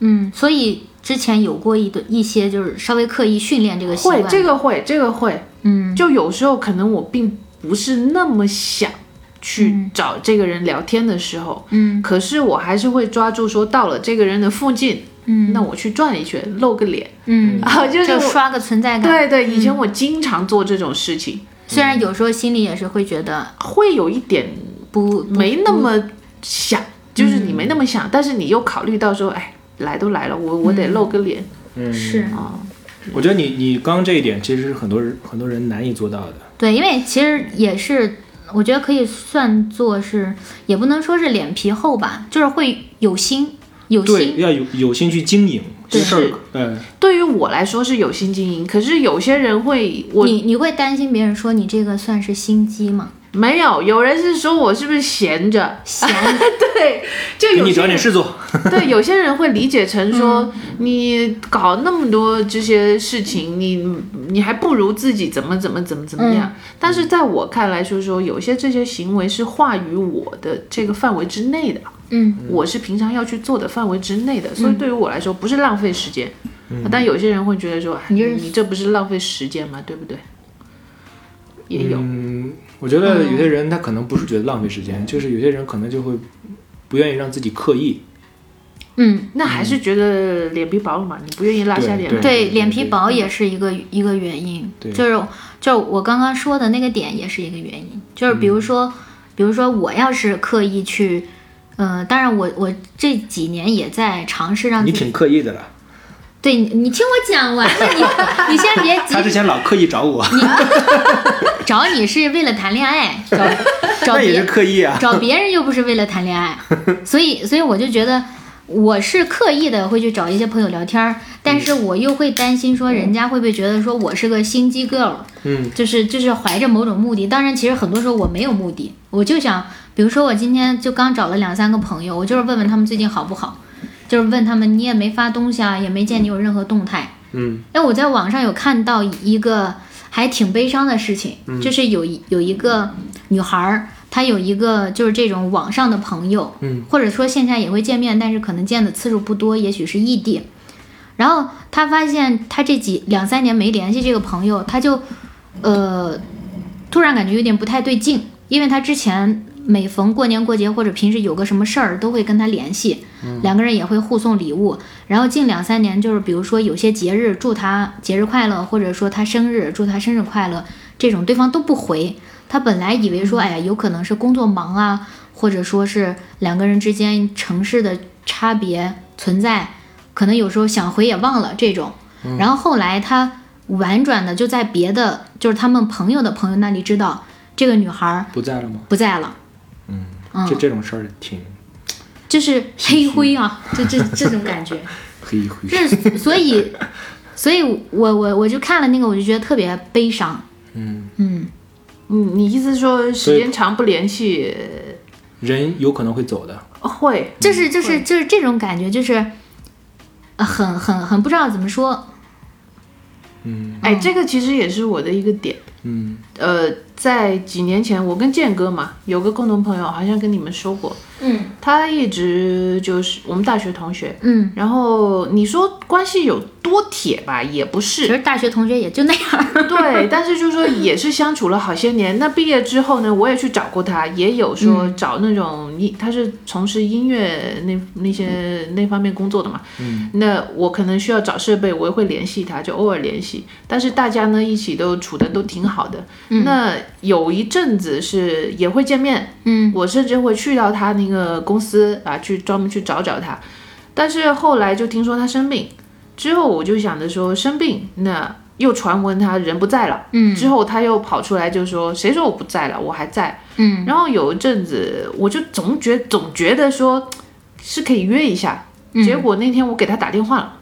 [SPEAKER 2] 嗯，所以之前有过一的一些就是稍微刻意训练这个习
[SPEAKER 4] 会
[SPEAKER 2] 惯，，
[SPEAKER 4] 这个会，这个会，
[SPEAKER 2] 嗯，
[SPEAKER 4] 就有时候可能我并不是那么想去找这个人聊天的时候，
[SPEAKER 2] 嗯
[SPEAKER 4] 可是我还是会抓住说到了这个人的附近，
[SPEAKER 2] 嗯
[SPEAKER 4] 那我去转一圈，露个脸，
[SPEAKER 2] 嗯，
[SPEAKER 4] 啊，就是
[SPEAKER 2] 就
[SPEAKER 4] 我
[SPEAKER 2] 刷个存在感。
[SPEAKER 4] 对对，以前
[SPEAKER 2] 嗯
[SPEAKER 4] 我经常做这种事情，
[SPEAKER 2] 虽然有时候心里也是会觉得
[SPEAKER 4] 会有一点
[SPEAKER 2] 不
[SPEAKER 4] 没那么想，就是你没那么
[SPEAKER 2] 嗯
[SPEAKER 4] 想，但是你又考虑到说，哎，来都来了，我我得露个脸，
[SPEAKER 2] 嗯是
[SPEAKER 3] 我觉得你你刚这一点其实是很多人很多人难以做到的。
[SPEAKER 2] 对，因为其实也是，我觉得可以算作是，也不能说是脸皮厚吧，就是会有心，有
[SPEAKER 3] 对，
[SPEAKER 2] 心，
[SPEAKER 3] 要有有心去经营这事儿。嗯，
[SPEAKER 4] 对于我来说是有心经营，可是有些人会，我
[SPEAKER 2] 你你会担心别人说你这个算是心机吗？
[SPEAKER 4] 没有，有人是说我是不是闲着？
[SPEAKER 3] (laughs)
[SPEAKER 2] 闲
[SPEAKER 4] 对，就
[SPEAKER 3] 给
[SPEAKER 4] 有
[SPEAKER 3] 你
[SPEAKER 4] 些
[SPEAKER 3] 找点
[SPEAKER 4] 人
[SPEAKER 3] 事做。
[SPEAKER 2] 嗯
[SPEAKER 4] 对有些人会理解成说，你搞那么多这些事情，你你还不如自己怎么怎么怎么怎么样。但是在我看来说说，有些这些行为是划于我的这个范围之内的，
[SPEAKER 2] 嗯，
[SPEAKER 4] 我是平常要去做的范围之内的，所以对于我来说不是浪费时间。但有些人会觉得说，哎
[SPEAKER 2] 你就是
[SPEAKER 4] 你这不是浪费时间吗？对不对？也有，
[SPEAKER 3] 嗯，我觉得有些人他可能不是觉得浪费时间，就是有些人可能就会不愿意让自己刻意。
[SPEAKER 2] 嗯，
[SPEAKER 4] 那还是觉得脸皮薄了嘛，你不愿意拉下脸来。
[SPEAKER 3] 对
[SPEAKER 2] 对，
[SPEAKER 3] 对
[SPEAKER 2] 脸
[SPEAKER 3] 对
[SPEAKER 2] 皮
[SPEAKER 3] 对
[SPEAKER 2] 薄也是一个一个原因，
[SPEAKER 3] 对
[SPEAKER 2] 就是就是我刚刚说的那个点也是一个原因，就是比
[SPEAKER 3] 嗯
[SPEAKER 2] 如说，比如说我要是刻意去。嗯、当然我，我这几年也在尝试让
[SPEAKER 3] 你
[SPEAKER 2] 自己
[SPEAKER 3] 挺刻意的了。
[SPEAKER 2] 对你，你听我讲完，那你你先别急
[SPEAKER 3] (laughs) 他之前老刻意找我，
[SPEAKER 2] 找你是为了谈恋
[SPEAKER 3] (laughs)
[SPEAKER 2] 爱，找找
[SPEAKER 3] 那也
[SPEAKER 2] 别 (laughs)
[SPEAKER 3] 是刻意啊。 (laughs)
[SPEAKER 2] 找别人又不是为了谈恋爱，所以所以我就觉得，我是刻意的会去找一些朋友聊天儿，但
[SPEAKER 3] 嗯
[SPEAKER 2] 是我又会担心说人家会不会觉得说我是个心机 girl，
[SPEAKER 3] 嗯，
[SPEAKER 2] 就是就是怀着某种目的。当然，其实很多时候我没有目的，我就想，比如说我今天就刚找了两三个朋友，我就是问问他们最近好不好，就是问他们你也没发东西啊，也没见你有任何动态。
[SPEAKER 3] 嗯，
[SPEAKER 2] 哎，我在网上有看到一个还挺悲伤的事情，
[SPEAKER 3] 嗯
[SPEAKER 2] 就是有一有一个女孩儿，她有一个就是这种网上的朋友，
[SPEAKER 3] 嗯，
[SPEAKER 2] 或者说线下也会见面，但是可能见的次数不多，也许是异地。然后她发现她这几两三年没联系这个朋友，她就呃突然感觉有点不太对劲，因为她之前。每逢过年过节或者平时有个什么事儿，都会跟她联系，
[SPEAKER 3] 嗯
[SPEAKER 2] 两个人也会互送礼物。然后近两三年，就是比如说有些节日祝他节日快乐，或者说他生日祝他生日快乐，这种对方都不回。他本来以为说，哎呀，有可能是工作忙啊，或者说是两个人之间城市的差别存在，可能有时候想回也忘了这种。然后后来他婉转的就在别的，就是他们朋友的朋友那里知道这个女孩儿
[SPEAKER 3] 不在了吗？
[SPEAKER 2] 不在了，
[SPEAKER 3] 嗯，
[SPEAKER 2] 嗯
[SPEAKER 3] 这这种事儿挺
[SPEAKER 2] 就是黑灰啊，就这这种感觉。
[SPEAKER 3] 黑灰。
[SPEAKER 2] 这是所 (laughs) 以，所以我我我就看了那个，我就觉得特别悲伤。
[SPEAKER 3] 嗯，
[SPEAKER 2] 嗯，
[SPEAKER 4] 嗯，你意思说时间长不联系
[SPEAKER 3] 人有可能会走的，
[SPEAKER 4] 呃会
[SPEAKER 2] 就是就是就是这种感觉，就是呃很很很不知道怎么说。
[SPEAKER 3] 嗯
[SPEAKER 4] 哎，这个其实也是我的一个点。
[SPEAKER 3] 嗯
[SPEAKER 4] 呃，在几年前，我跟建哥嘛有个共同朋友，好像跟你们说过，
[SPEAKER 2] 嗯
[SPEAKER 4] 他一直就是我们大学同学。
[SPEAKER 2] 嗯，
[SPEAKER 4] 然后你说关系有多铁吧，也不
[SPEAKER 2] 其
[SPEAKER 4] 是
[SPEAKER 2] 实，大学同学也就那样。
[SPEAKER 4] 对，但是就说也是相处了好些年。那毕业之后呢，我也去找过他，也有说找那种音，他是从事音乐那那些那方面工作的嘛，
[SPEAKER 3] 嗯，
[SPEAKER 4] 那我可能需要找设备，我也会联系他，就偶尔联系。但是大家呢一起都处的都挺好的。那有一阵子是也会见面，
[SPEAKER 2] 嗯
[SPEAKER 4] 我甚至会去到他那个公司啊，去专门去找找他。但是后来就听说他生病，之后我就想着说生病，那又传闻他人不在了，
[SPEAKER 2] 嗯
[SPEAKER 4] 之后他又跑出来就说谁说我不在了，我还在。
[SPEAKER 2] 嗯
[SPEAKER 4] 然后有一阵子我就总觉总觉得说是可以约一下，
[SPEAKER 2] 嗯
[SPEAKER 4] 结果那天我给他打电话了，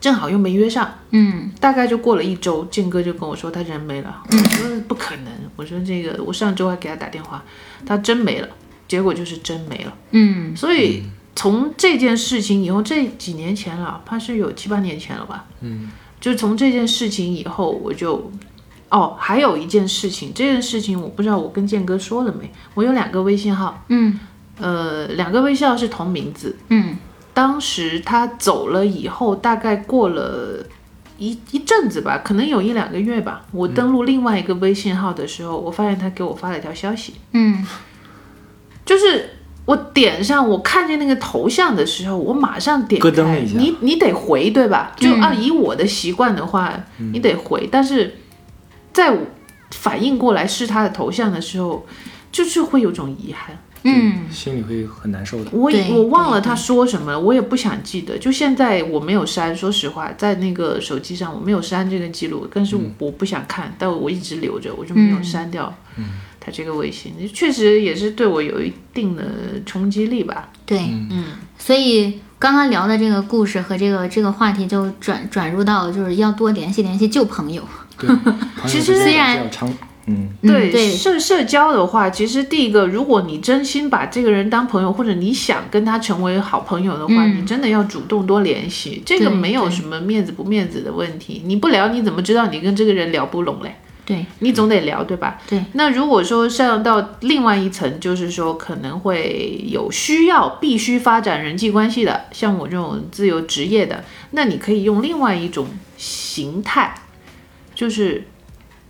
[SPEAKER 4] 正好又没约上，
[SPEAKER 2] 嗯
[SPEAKER 4] 大概就过了一周，建哥就跟我说他人没了，我说不可能，我说这个我上周还给他打电话，他真没了，结果就是真没了，
[SPEAKER 2] (laughs) 嗯
[SPEAKER 4] 所以。从这件事情以后，这几年前了，怕是有七八年前了吧。
[SPEAKER 3] 嗯，
[SPEAKER 4] 就从这件事情以后，我就，哦，还有一件事情，这件事情我不知道我跟建哥说了没。我有两个微信号，
[SPEAKER 2] 嗯
[SPEAKER 4] 呃，两个微信号是同名字，
[SPEAKER 2] 嗯
[SPEAKER 4] 当时他走了以后，大概过了一一阵子吧，可能有一两个月吧。我登录另外一个微信号的时候，我发现他给我发了一条消息，
[SPEAKER 2] 嗯
[SPEAKER 4] 就是我点上我看见那个头像的时候，我马上点
[SPEAKER 3] 咯噔
[SPEAKER 4] 开
[SPEAKER 3] 了一下
[SPEAKER 4] 你你得回对吧？
[SPEAKER 2] 嗯
[SPEAKER 4] 就按以我的习惯的话，你得回，但是在我反应过来是他的头像的时候，就是会有种遗憾。
[SPEAKER 2] 嗯，
[SPEAKER 3] 心里会很难受的。
[SPEAKER 4] 我
[SPEAKER 2] 对
[SPEAKER 4] 也我忘
[SPEAKER 2] 对
[SPEAKER 4] 了
[SPEAKER 2] 对
[SPEAKER 4] 他说什么了，我也不想记得。就现在我没有删，说实话，在那个手机上我没有删这个记录，但是我我不想看，但我一直留着，我就没
[SPEAKER 2] 嗯
[SPEAKER 4] 有删掉他这个微信。确实也是对我有一定的冲击力吧。
[SPEAKER 2] 对，嗯，所以。刚刚聊的这个故事和这个这个话题，就转转入到就是要多联系联系旧朋友。
[SPEAKER 3] 对，
[SPEAKER 2] (laughs)
[SPEAKER 3] 朋友之间
[SPEAKER 2] 虽
[SPEAKER 3] 还
[SPEAKER 2] 然
[SPEAKER 3] 是要长，嗯，
[SPEAKER 2] 嗯
[SPEAKER 4] 对
[SPEAKER 2] 对
[SPEAKER 4] 社社交的话，其实第一个，如果你真心把这个人当朋友，或者你想跟他成为好朋友的话，
[SPEAKER 2] 嗯
[SPEAKER 4] 你真的要主动多联系。这个
[SPEAKER 2] 对
[SPEAKER 4] 没有
[SPEAKER 2] 对
[SPEAKER 4] 什么面子不面子的问题，你不聊你怎么知道你跟这个人聊不拢嘞？
[SPEAKER 2] 对，
[SPEAKER 4] 你总得聊对吧？
[SPEAKER 2] 对。
[SPEAKER 4] 那如果说上到另外一层，就是说可能会有需要必须发展人际关系的，像我这种自由职业的，那你可以用另外一种形态，就是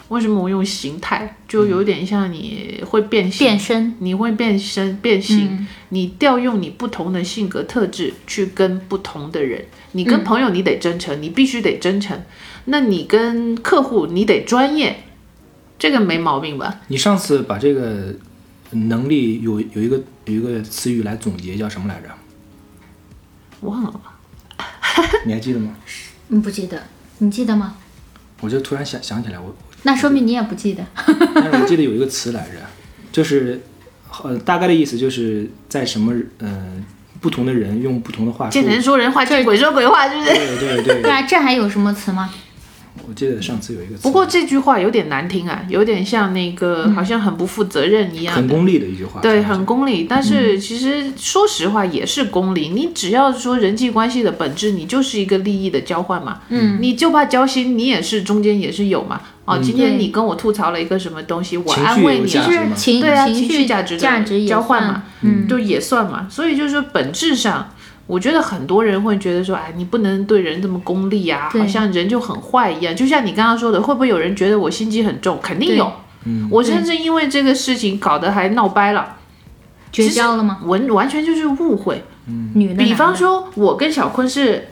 [SPEAKER 4] 为什么我用形态，就有点像你会变形，
[SPEAKER 2] 变身。
[SPEAKER 4] 你会变身变形，你调用你不同的性格特质去跟不同的人。你跟朋友你得真诚，你必须得真诚。那你跟客户你得专业，这个没毛病吧？
[SPEAKER 3] 你上次把这个能力有有一个有一个词语来总结，叫什么
[SPEAKER 4] (laughs)
[SPEAKER 3] 来着？
[SPEAKER 4] 忘了吧？
[SPEAKER 3] 你还记得吗？
[SPEAKER 2] 嗯，不记得，你记得吗？
[SPEAKER 3] 我就突然想想起来，我
[SPEAKER 2] 那说明你也不记得。
[SPEAKER 3] 但是我记得有一个词来着，就是呃大概的意思就是在什么嗯、呃不同的人用不同的话术。
[SPEAKER 4] 见人说人话，见鬼说鬼话，是不是？
[SPEAKER 3] 对对对
[SPEAKER 2] 对啊，这还有什么词吗？
[SPEAKER 3] 我记得上次有一个词，
[SPEAKER 4] 不过这句话有点难听啊，有点像那个好像很不负责任一样
[SPEAKER 3] 很
[SPEAKER 4] 的。
[SPEAKER 3] 功利啊的一句话。
[SPEAKER 4] 对，
[SPEAKER 3] 是吧
[SPEAKER 4] 很功利，但是其实说实话也是功利。你只要说人际关系的本质，你就是一个利益的交换嘛。嗯，你就怕交心，你也是中间也是有嘛。哦，今天你跟我吐槽了一个什么东西，我
[SPEAKER 3] 嗯情绪
[SPEAKER 4] 安慰你
[SPEAKER 3] 有价
[SPEAKER 4] 啊，
[SPEAKER 3] 值
[SPEAKER 2] 是
[SPEAKER 3] 吗
[SPEAKER 2] 情
[SPEAKER 4] 对啊，
[SPEAKER 2] 情
[SPEAKER 4] 情
[SPEAKER 2] 绪
[SPEAKER 4] 绪价值的
[SPEAKER 2] 价值也
[SPEAKER 4] 交换
[SPEAKER 2] 算
[SPEAKER 4] 嘛，嗯，就也算嘛。所以就是说本质上，我觉得很多人会觉得说，哎，你不能对人这么功利啊，
[SPEAKER 2] 对
[SPEAKER 4] 好像人就很坏一样。就像你刚刚说的，会不会有人觉得我心机很重？肯定有。
[SPEAKER 3] 嗯
[SPEAKER 4] 我甚至因为这个事情搞得还闹掰了，
[SPEAKER 2] 绝交了吗？
[SPEAKER 4] 完完全就是误会。
[SPEAKER 2] 女的，
[SPEAKER 4] 嗯比
[SPEAKER 2] 男
[SPEAKER 4] 方
[SPEAKER 2] 的
[SPEAKER 4] 说，我跟小坤是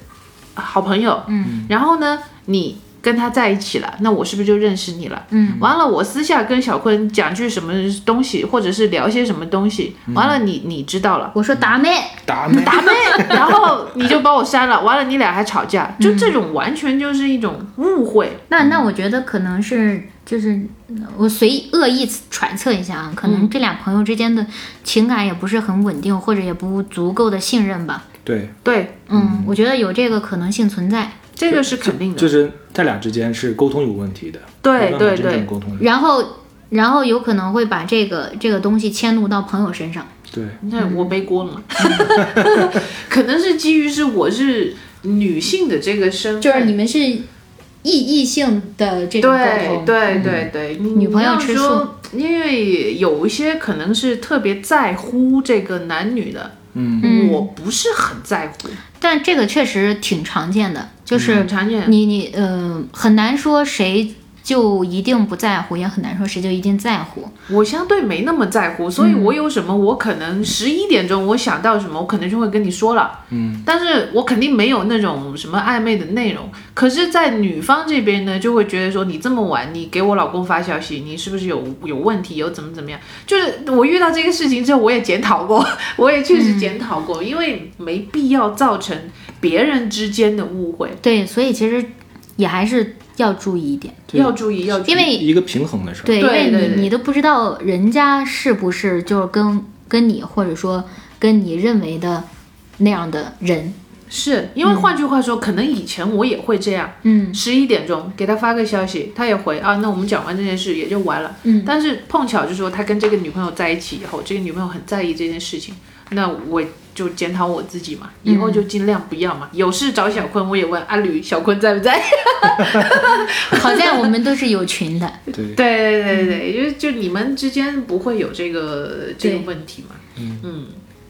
[SPEAKER 4] 好朋友，嗯，然后呢，你跟他在一起了，那我是不是就认识你了？嗯，完了，我私下跟小坤讲句什么东西，或者是聊些什么东西，
[SPEAKER 3] 嗯
[SPEAKER 4] 完了你你知道了。
[SPEAKER 2] 我说达妹，
[SPEAKER 3] 打
[SPEAKER 4] (laughs)
[SPEAKER 3] 妹
[SPEAKER 4] 打妹，然后你就把我删了，完了你俩还吵架，就这种完全就是一种误会。
[SPEAKER 2] 那那我觉得可能是就是嗯我随意恶意揣测一下啊，可
[SPEAKER 4] 嗯
[SPEAKER 2] 能这俩朋友之间的情感也不是很稳定，或者也不足够的信任吧。
[SPEAKER 3] 对，
[SPEAKER 4] 对，
[SPEAKER 2] 嗯，我觉得有这个可能性存在。
[SPEAKER 4] 这个是肯定的。
[SPEAKER 3] 就是他俩之间是沟通有问题的，没
[SPEAKER 4] 嗯对
[SPEAKER 3] 办法
[SPEAKER 4] 对
[SPEAKER 3] 真正
[SPEAKER 4] 对，
[SPEAKER 3] 沟通的，
[SPEAKER 2] 然后，然后有可能会把这个这个东西迁怒到朋友身上。
[SPEAKER 3] 对，
[SPEAKER 4] 那我背锅了嘛， (laughs) 可能是基于是我是女性的这个身份，
[SPEAKER 2] 就是你们是异异性的这种沟
[SPEAKER 4] 对
[SPEAKER 2] 通，
[SPEAKER 4] 对对对，你
[SPEAKER 2] 嗯女朋友吃
[SPEAKER 4] 你要
[SPEAKER 2] 素
[SPEAKER 4] 说，因为有一些可能是特别在乎这个男女的，
[SPEAKER 3] 嗯，
[SPEAKER 2] 嗯
[SPEAKER 4] 我不是很在乎，
[SPEAKER 2] 但这个确实挺常见的，就是
[SPEAKER 4] 很常见。
[SPEAKER 2] 你你呃很难说谁就一定不在乎，也很难说谁就一定在乎。
[SPEAKER 4] 我相对没那么在乎，所以我有什么，我可能十一点钟我想到什么，我可能就会跟你说了。嗯，但是我肯定没有那种什么暧昧的内容。可是，在女方这边呢，就会觉得说你这么晚，你给我老公发消息，你是不是有有问题，有怎么怎么样？就是我遇到这个事情之后，我也检讨过， (laughs) 我也确实检讨过，因为没必要造成别人之间的误会，
[SPEAKER 2] 对，所以其实也还是要注意一点，
[SPEAKER 3] 对
[SPEAKER 4] 要注意，要注意
[SPEAKER 2] 因为
[SPEAKER 3] 一个平衡的事儿，
[SPEAKER 2] 对，因
[SPEAKER 4] 对
[SPEAKER 2] 为
[SPEAKER 4] 对对
[SPEAKER 2] 你你都不知道人家是不是就是跟跟你或者说跟你认为的那样的人，
[SPEAKER 4] 是因为换句话说，可能以前我也会这样，
[SPEAKER 2] 嗯，
[SPEAKER 4] 十一点钟给他发个消息，他也回啊，那我们讲完这件事也就完了，嗯。但是碰巧就说他跟这个女朋友在一起以后，这个女朋友很在意这件事情，那我就检讨我自己嘛，以后就尽量不要嘛。有事找小坤，我也问阿吕，小坤在不在？
[SPEAKER 2] 好在我们都是有群的，
[SPEAKER 3] 对，
[SPEAKER 4] (laughs) 对对对对，就是就你们之间不会有这个这个问题嘛，嗯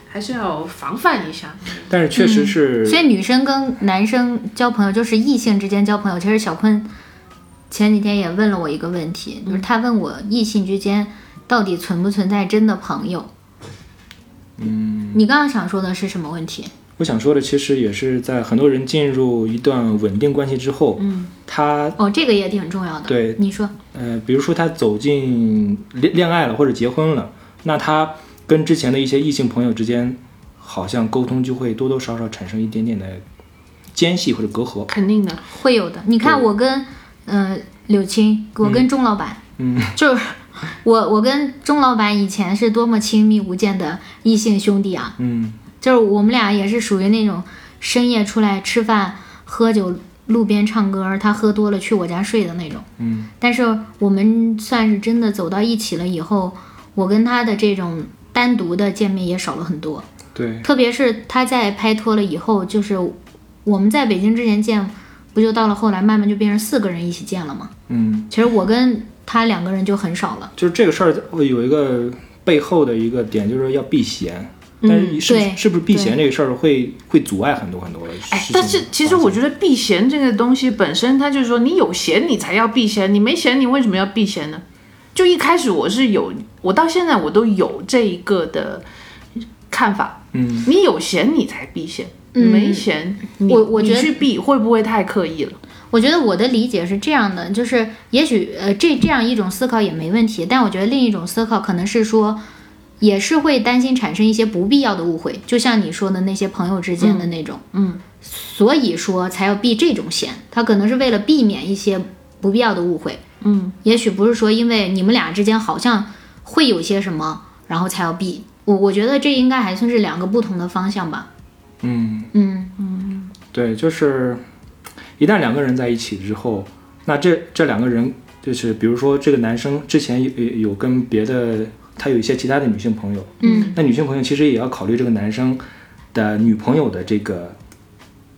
[SPEAKER 4] 还是要防范一下。
[SPEAKER 3] 但是确
[SPEAKER 4] 嗯
[SPEAKER 3] 实是
[SPEAKER 2] 所以女生跟男生交朋友，就是异性之间交朋友。其实小坤前几天也问了我一个问题，就是他问我异性之间到底存不存在真的朋友？嗯，你刚刚想说的是什么问题？
[SPEAKER 3] 我想说的，其实也是在很多人进入一段稳定关系之后，嗯，他
[SPEAKER 2] 哦，这个也挺重要的。
[SPEAKER 3] 对
[SPEAKER 2] 你说，
[SPEAKER 3] 呃，比如说他走进恋恋爱了或者结婚了，那他跟之前的一些异性朋友之间，好像沟通就会多多少少产生一点点的间隙或者隔阂。
[SPEAKER 4] 肯定的，
[SPEAKER 2] 会有的。你看我跟嗯、呃柳青，我跟钟老板，
[SPEAKER 3] 嗯，
[SPEAKER 2] 就是我我跟钟老板以前是多么亲密无间的异性兄弟啊，
[SPEAKER 3] 嗯，
[SPEAKER 2] 就是我们俩也是属于那种深夜出来吃饭、喝酒、路边唱歌，他喝多了去我家睡的那种。
[SPEAKER 3] 嗯，
[SPEAKER 2] 但是我们算是真的走到一起了以后，我跟他的这种单独的见面也少了很多。
[SPEAKER 3] 对，
[SPEAKER 2] 特别是他在拍拖了以后，就是我们在北京之前见，不就到了后来慢慢就变成四个人一起见了吗？
[SPEAKER 3] 嗯，
[SPEAKER 2] 其实我跟他两个人就很少了。
[SPEAKER 3] 就是这个事儿呃有一个背后的一个点，就是要避嫌。
[SPEAKER 4] 嗯
[SPEAKER 3] 但是是不是、
[SPEAKER 2] 对
[SPEAKER 3] 是不是避嫌这个事儿会会阻碍很多很多的事情发
[SPEAKER 4] 哎
[SPEAKER 3] 生？，
[SPEAKER 4] 但是其实我觉得避嫌这个东西本身，它就是说你有嫌你才要避嫌，你没嫌你为什么要避嫌呢？就一开始我是有，我到现在我都有这一个的看法。
[SPEAKER 3] 嗯，
[SPEAKER 4] 你有嫌你才避嫌，
[SPEAKER 2] 嗯
[SPEAKER 4] 没嫌你
[SPEAKER 2] 我我觉得
[SPEAKER 4] 你去避会不会太刻意了？
[SPEAKER 2] 我觉得我的理解是这样的，就是也许呃这这样一种思考也没问题，但我觉得另一种思考可能是说，也是会担心产生一些不必要的误会，就像你说的那些朋友之间的那种，嗯，所以说才要避这种嫌，他可能是为了避免一些不必要的误会，嗯，也许不是说因为你们俩之间好像会有些什么，然后才要避，我我觉得这应该还算是两个不同的方向吧。
[SPEAKER 3] 嗯，
[SPEAKER 2] 嗯，
[SPEAKER 3] 对，就是一旦两个人在一起之后，那这这两个人就是，比如说这个男生之前有有有跟别的，他有一些其他的女性朋友，
[SPEAKER 2] 嗯，
[SPEAKER 3] 那女性朋友其实也要考虑这个男生的女朋友的这个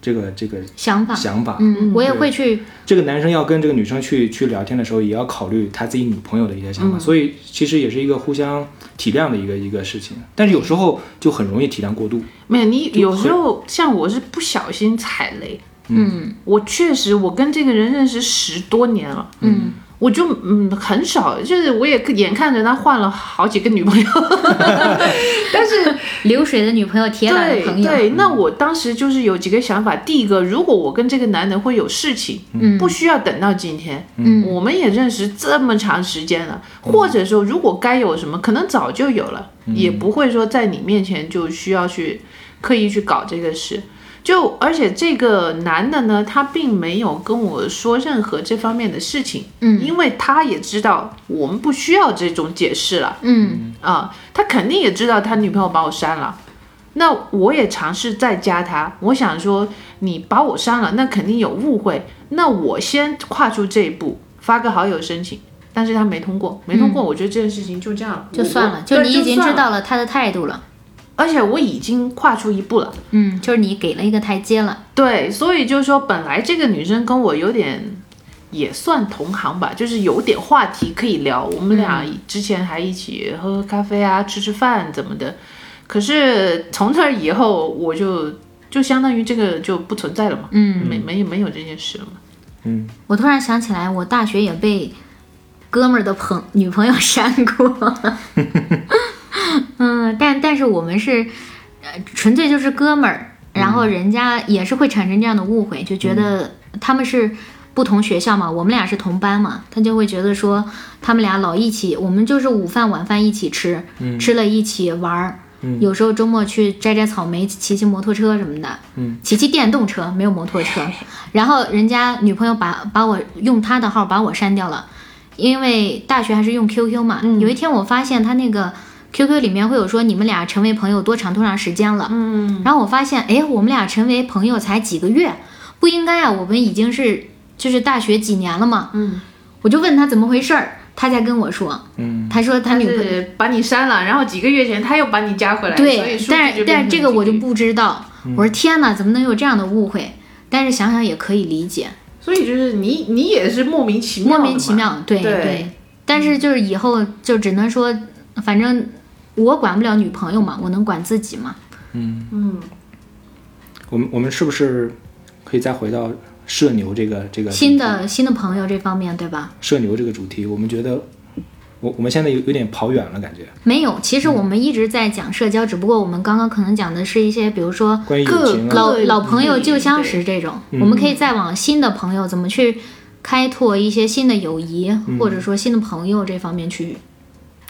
[SPEAKER 3] 这个这个
[SPEAKER 2] 想法，
[SPEAKER 3] 想法，
[SPEAKER 2] 嗯，我也
[SPEAKER 3] 对
[SPEAKER 2] 会去，
[SPEAKER 3] 这个男生要跟这个女生去去聊天的时候，也要考虑他自己女朋友的一些想法，所以其实也是一个互相体谅的一个一个事情。但是有时候就很容易体谅过度，
[SPEAKER 4] 没有，你有时
[SPEAKER 3] 会
[SPEAKER 4] 候像我是不小心踩雷，
[SPEAKER 2] 嗯
[SPEAKER 4] 我确实我跟这个人认识十多年了，
[SPEAKER 2] 嗯，
[SPEAKER 4] 我就嗯很少，就是我也眼看着他换了好几个女朋友，但是
[SPEAKER 2] 流水的女朋友，铁板的朋友，嗯
[SPEAKER 4] 对对，那我当时就是有几个想法。第一个，如果我跟这个男人会有事情，
[SPEAKER 2] 嗯
[SPEAKER 4] 不需要等到今天，
[SPEAKER 2] 嗯
[SPEAKER 4] 我们也认识这么长时间了，或者说如果该有什么，可能早就有了，
[SPEAKER 2] 嗯
[SPEAKER 4] 也不会说在你面前就需要去刻意去搞这个事。就而且这个男的呢，他并没有跟我说任何这方面的事情，
[SPEAKER 2] 嗯
[SPEAKER 4] 因为他也知道我们不需要这种解释了，
[SPEAKER 2] 嗯
[SPEAKER 4] 啊、他肯定也知道他女朋友把我删了。那我也尝试再加他，我想说你把我删了，那肯定有误会，那我先跨出这一步，发个好友申请。但是他没通过，没通过，我觉得这件事情就这样了，
[SPEAKER 2] 嗯就
[SPEAKER 4] 我
[SPEAKER 2] 算了，
[SPEAKER 4] 对
[SPEAKER 2] 你已经
[SPEAKER 4] 算
[SPEAKER 2] 知
[SPEAKER 4] 了
[SPEAKER 2] 道了他的态度了，
[SPEAKER 4] 而且我已经跨出一步了，
[SPEAKER 2] 嗯，就是你给了一个台阶了，
[SPEAKER 4] 对，所以就是说，本来这个女生跟我有点也算同行吧，就是有点话题可以聊。我们俩之前还一起喝喝咖啡啊，吃吃饭怎么的。可是从那以后，我就就相当于这个就不存在了嘛，
[SPEAKER 2] 嗯，
[SPEAKER 4] 没没没有这件事了嘛。
[SPEAKER 3] 嗯，
[SPEAKER 2] 我突然想起来，我大学也被哥们儿的朋女朋友删过，嗯，但但是我们是呃纯粹就是哥们儿，然后人家也是会产生这样的误会，就觉得他们是。不同学校嘛，我们俩是同班嘛，他就会觉得说他们俩老一起，我们就是午饭晚饭一起吃，吃了一起玩儿，有时候周末去摘摘草莓、骑骑摩托车什么的，
[SPEAKER 3] 嗯
[SPEAKER 2] 骑骑电动车，没有摩托车。然后人家女朋友把把我用她的号把我删掉了，因为大学还是用 QQ 嘛。有一天我发现他那个 QQ 里面会有说你们俩成为朋友多长多长时间了，嗯，然后我发现哎，我们俩成为朋友才几个月，不应该啊，我们已经是就是大学几年了嘛，
[SPEAKER 4] 嗯，
[SPEAKER 2] 我就问他怎么回事儿，他才跟我说，
[SPEAKER 3] 嗯，
[SPEAKER 2] 他说他
[SPEAKER 4] 他
[SPEAKER 2] 女朋友。
[SPEAKER 4] 是把你删了，然后几个月前他又把你加回来，所以
[SPEAKER 2] 对，
[SPEAKER 4] 数据
[SPEAKER 2] 但
[SPEAKER 4] 就变
[SPEAKER 2] 但
[SPEAKER 4] 成
[SPEAKER 2] 这个我就
[SPEAKER 4] 几个月，
[SPEAKER 2] 不知道。我说天哪，怎么能有这样的误会？但是想想也可以理解，
[SPEAKER 4] 所以就是你你也是莫名其妙
[SPEAKER 2] 莫
[SPEAKER 4] 的
[SPEAKER 2] 名其
[SPEAKER 4] 嘛，
[SPEAKER 2] 妙。对
[SPEAKER 4] 对
[SPEAKER 2] 但是就是以后就只能说，反正我管不了女朋友嘛，我能管自己嘛。
[SPEAKER 4] 嗯，
[SPEAKER 3] 我们我们是不是可以再回到社牛这个这个
[SPEAKER 2] 新
[SPEAKER 3] 主
[SPEAKER 2] 的新的朋友这方面，对吧？
[SPEAKER 3] 题社牛这个主题？我们觉得我我们现在有有点跑远了，感觉
[SPEAKER 2] 没有，其实我
[SPEAKER 3] 嗯
[SPEAKER 2] 们一直在讲社交，只不过我们刚刚可能讲的是一些，比如说
[SPEAKER 3] 关于友
[SPEAKER 4] 各
[SPEAKER 3] 情啊，
[SPEAKER 2] 老
[SPEAKER 4] 对
[SPEAKER 2] 老朋友
[SPEAKER 4] 对
[SPEAKER 2] 旧相
[SPEAKER 4] 对
[SPEAKER 2] 识这种，我们可以再往新的朋友怎么去开拓一些新的友谊，
[SPEAKER 3] 嗯
[SPEAKER 2] 或者说新的朋友这方面去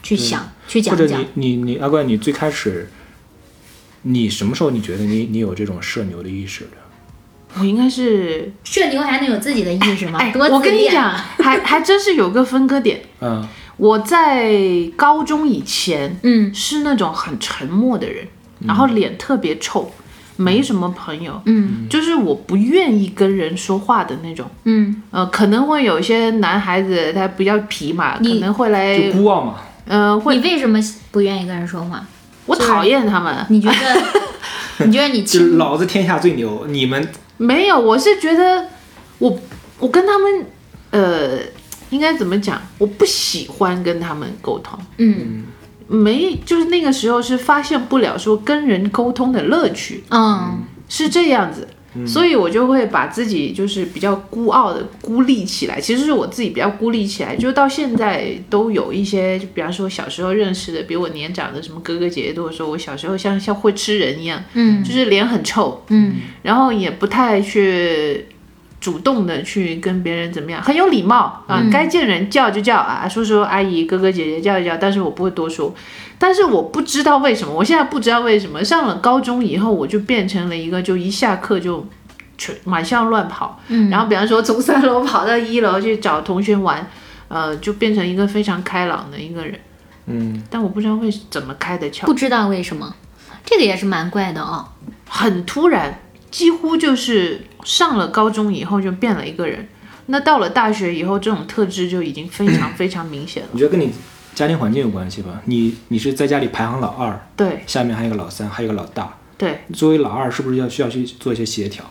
[SPEAKER 2] 去想、去
[SPEAKER 3] 或
[SPEAKER 2] 讲
[SPEAKER 3] 者
[SPEAKER 2] 讲
[SPEAKER 3] 你。你你阿怪，你最开始你什么时候你觉得你你有这种社牛的意识的？
[SPEAKER 4] 我应该是
[SPEAKER 2] 社牛还能有自己的意识吗？
[SPEAKER 4] 哎，
[SPEAKER 2] 多自
[SPEAKER 4] 我跟你
[SPEAKER 2] 啊恋
[SPEAKER 4] 讲，，还 (laughs) 还真是有个分割点。
[SPEAKER 3] 嗯
[SPEAKER 4] 我在高中以前
[SPEAKER 2] 嗯
[SPEAKER 4] 是那种很沉默的人，然后脸特别臭，没什么朋友，
[SPEAKER 2] 嗯
[SPEAKER 4] 就是我不愿意跟人说话的那种。
[SPEAKER 2] 嗯，
[SPEAKER 4] 呃，可能会有一些男孩子他比较皮嘛，可
[SPEAKER 2] 你
[SPEAKER 4] 能会来，
[SPEAKER 2] 哎
[SPEAKER 3] 就孤傲嘛。
[SPEAKER 4] 呃，
[SPEAKER 2] 你
[SPEAKER 4] 会
[SPEAKER 2] 为什么不愿意跟人说话？
[SPEAKER 4] 我讨厌他们。
[SPEAKER 2] 你觉得？ (laughs) 你觉得你
[SPEAKER 3] 就
[SPEAKER 2] 亲？
[SPEAKER 3] 老子天下最牛，你们
[SPEAKER 4] 没有，我是觉得我我跟他们，呃，应该怎么讲？我不喜欢跟他们沟通。
[SPEAKER 2] 嗯
[SPEAKER 4] 没，就是那个时候是发现不了说跟人沟通的乐趣
[SPEAKER 2] 嗯
[SPEAKER 4] 是这样子，所以我就会把自己就是比较孤傲的孤立起来。其实是我自己比较孤立起来，就到现在都有一些，就比方说小时候认识的比我年长的什么哥哥姐姐，都会说我小时候像像会吃人一样，
[SPEAKER 2] 嗯
[SPEAKER 4] 就是脸很臭，
[SPEAKER 2] 嗯
[SPEAKER 4] 然后也不太去主动的去跟别人怎么样，很有礼貌啊，该见人叫就叫啊，叔叔阿姨哥哥姐姐叫一叫，但是我不会多说。但是我不知道为什么，我现在不知道为什么，上了高中以后，我就变成了一个就一下课就全满校乱跑，
[SPEAKER 2] 嗯
[SPEAKER 4] 然后比方说从三楼跑到一楼去找同学玩，呃，就变成一个非常开朗的一个人。
[SPEAKER 3] 嗯，
[SPEAKER 4] 但我不知道会怎么开的窍
[SPEAKER 2] 不，知道为什么，这个也是蛮怪的哦。
[SPEAKER 4] 很突然，几乎就是上了高中以后就变了一个人。那到了大学以后，这种特质就已经非
[SPEAKER 2] (clears throat)
[SPEAKER 4] 常非常明显了。
[SPEAKER 3] 我觉得跟你家庭环境有关系吧。你你是在家里排行老二，
[SPEAKER 4] 对
[SPEAKER 3] 下面还有个老三，还有个老大。
[SPEAKER 4] 对，
[SPEAKER 3] 作为老二，是不是要需要去做一些协调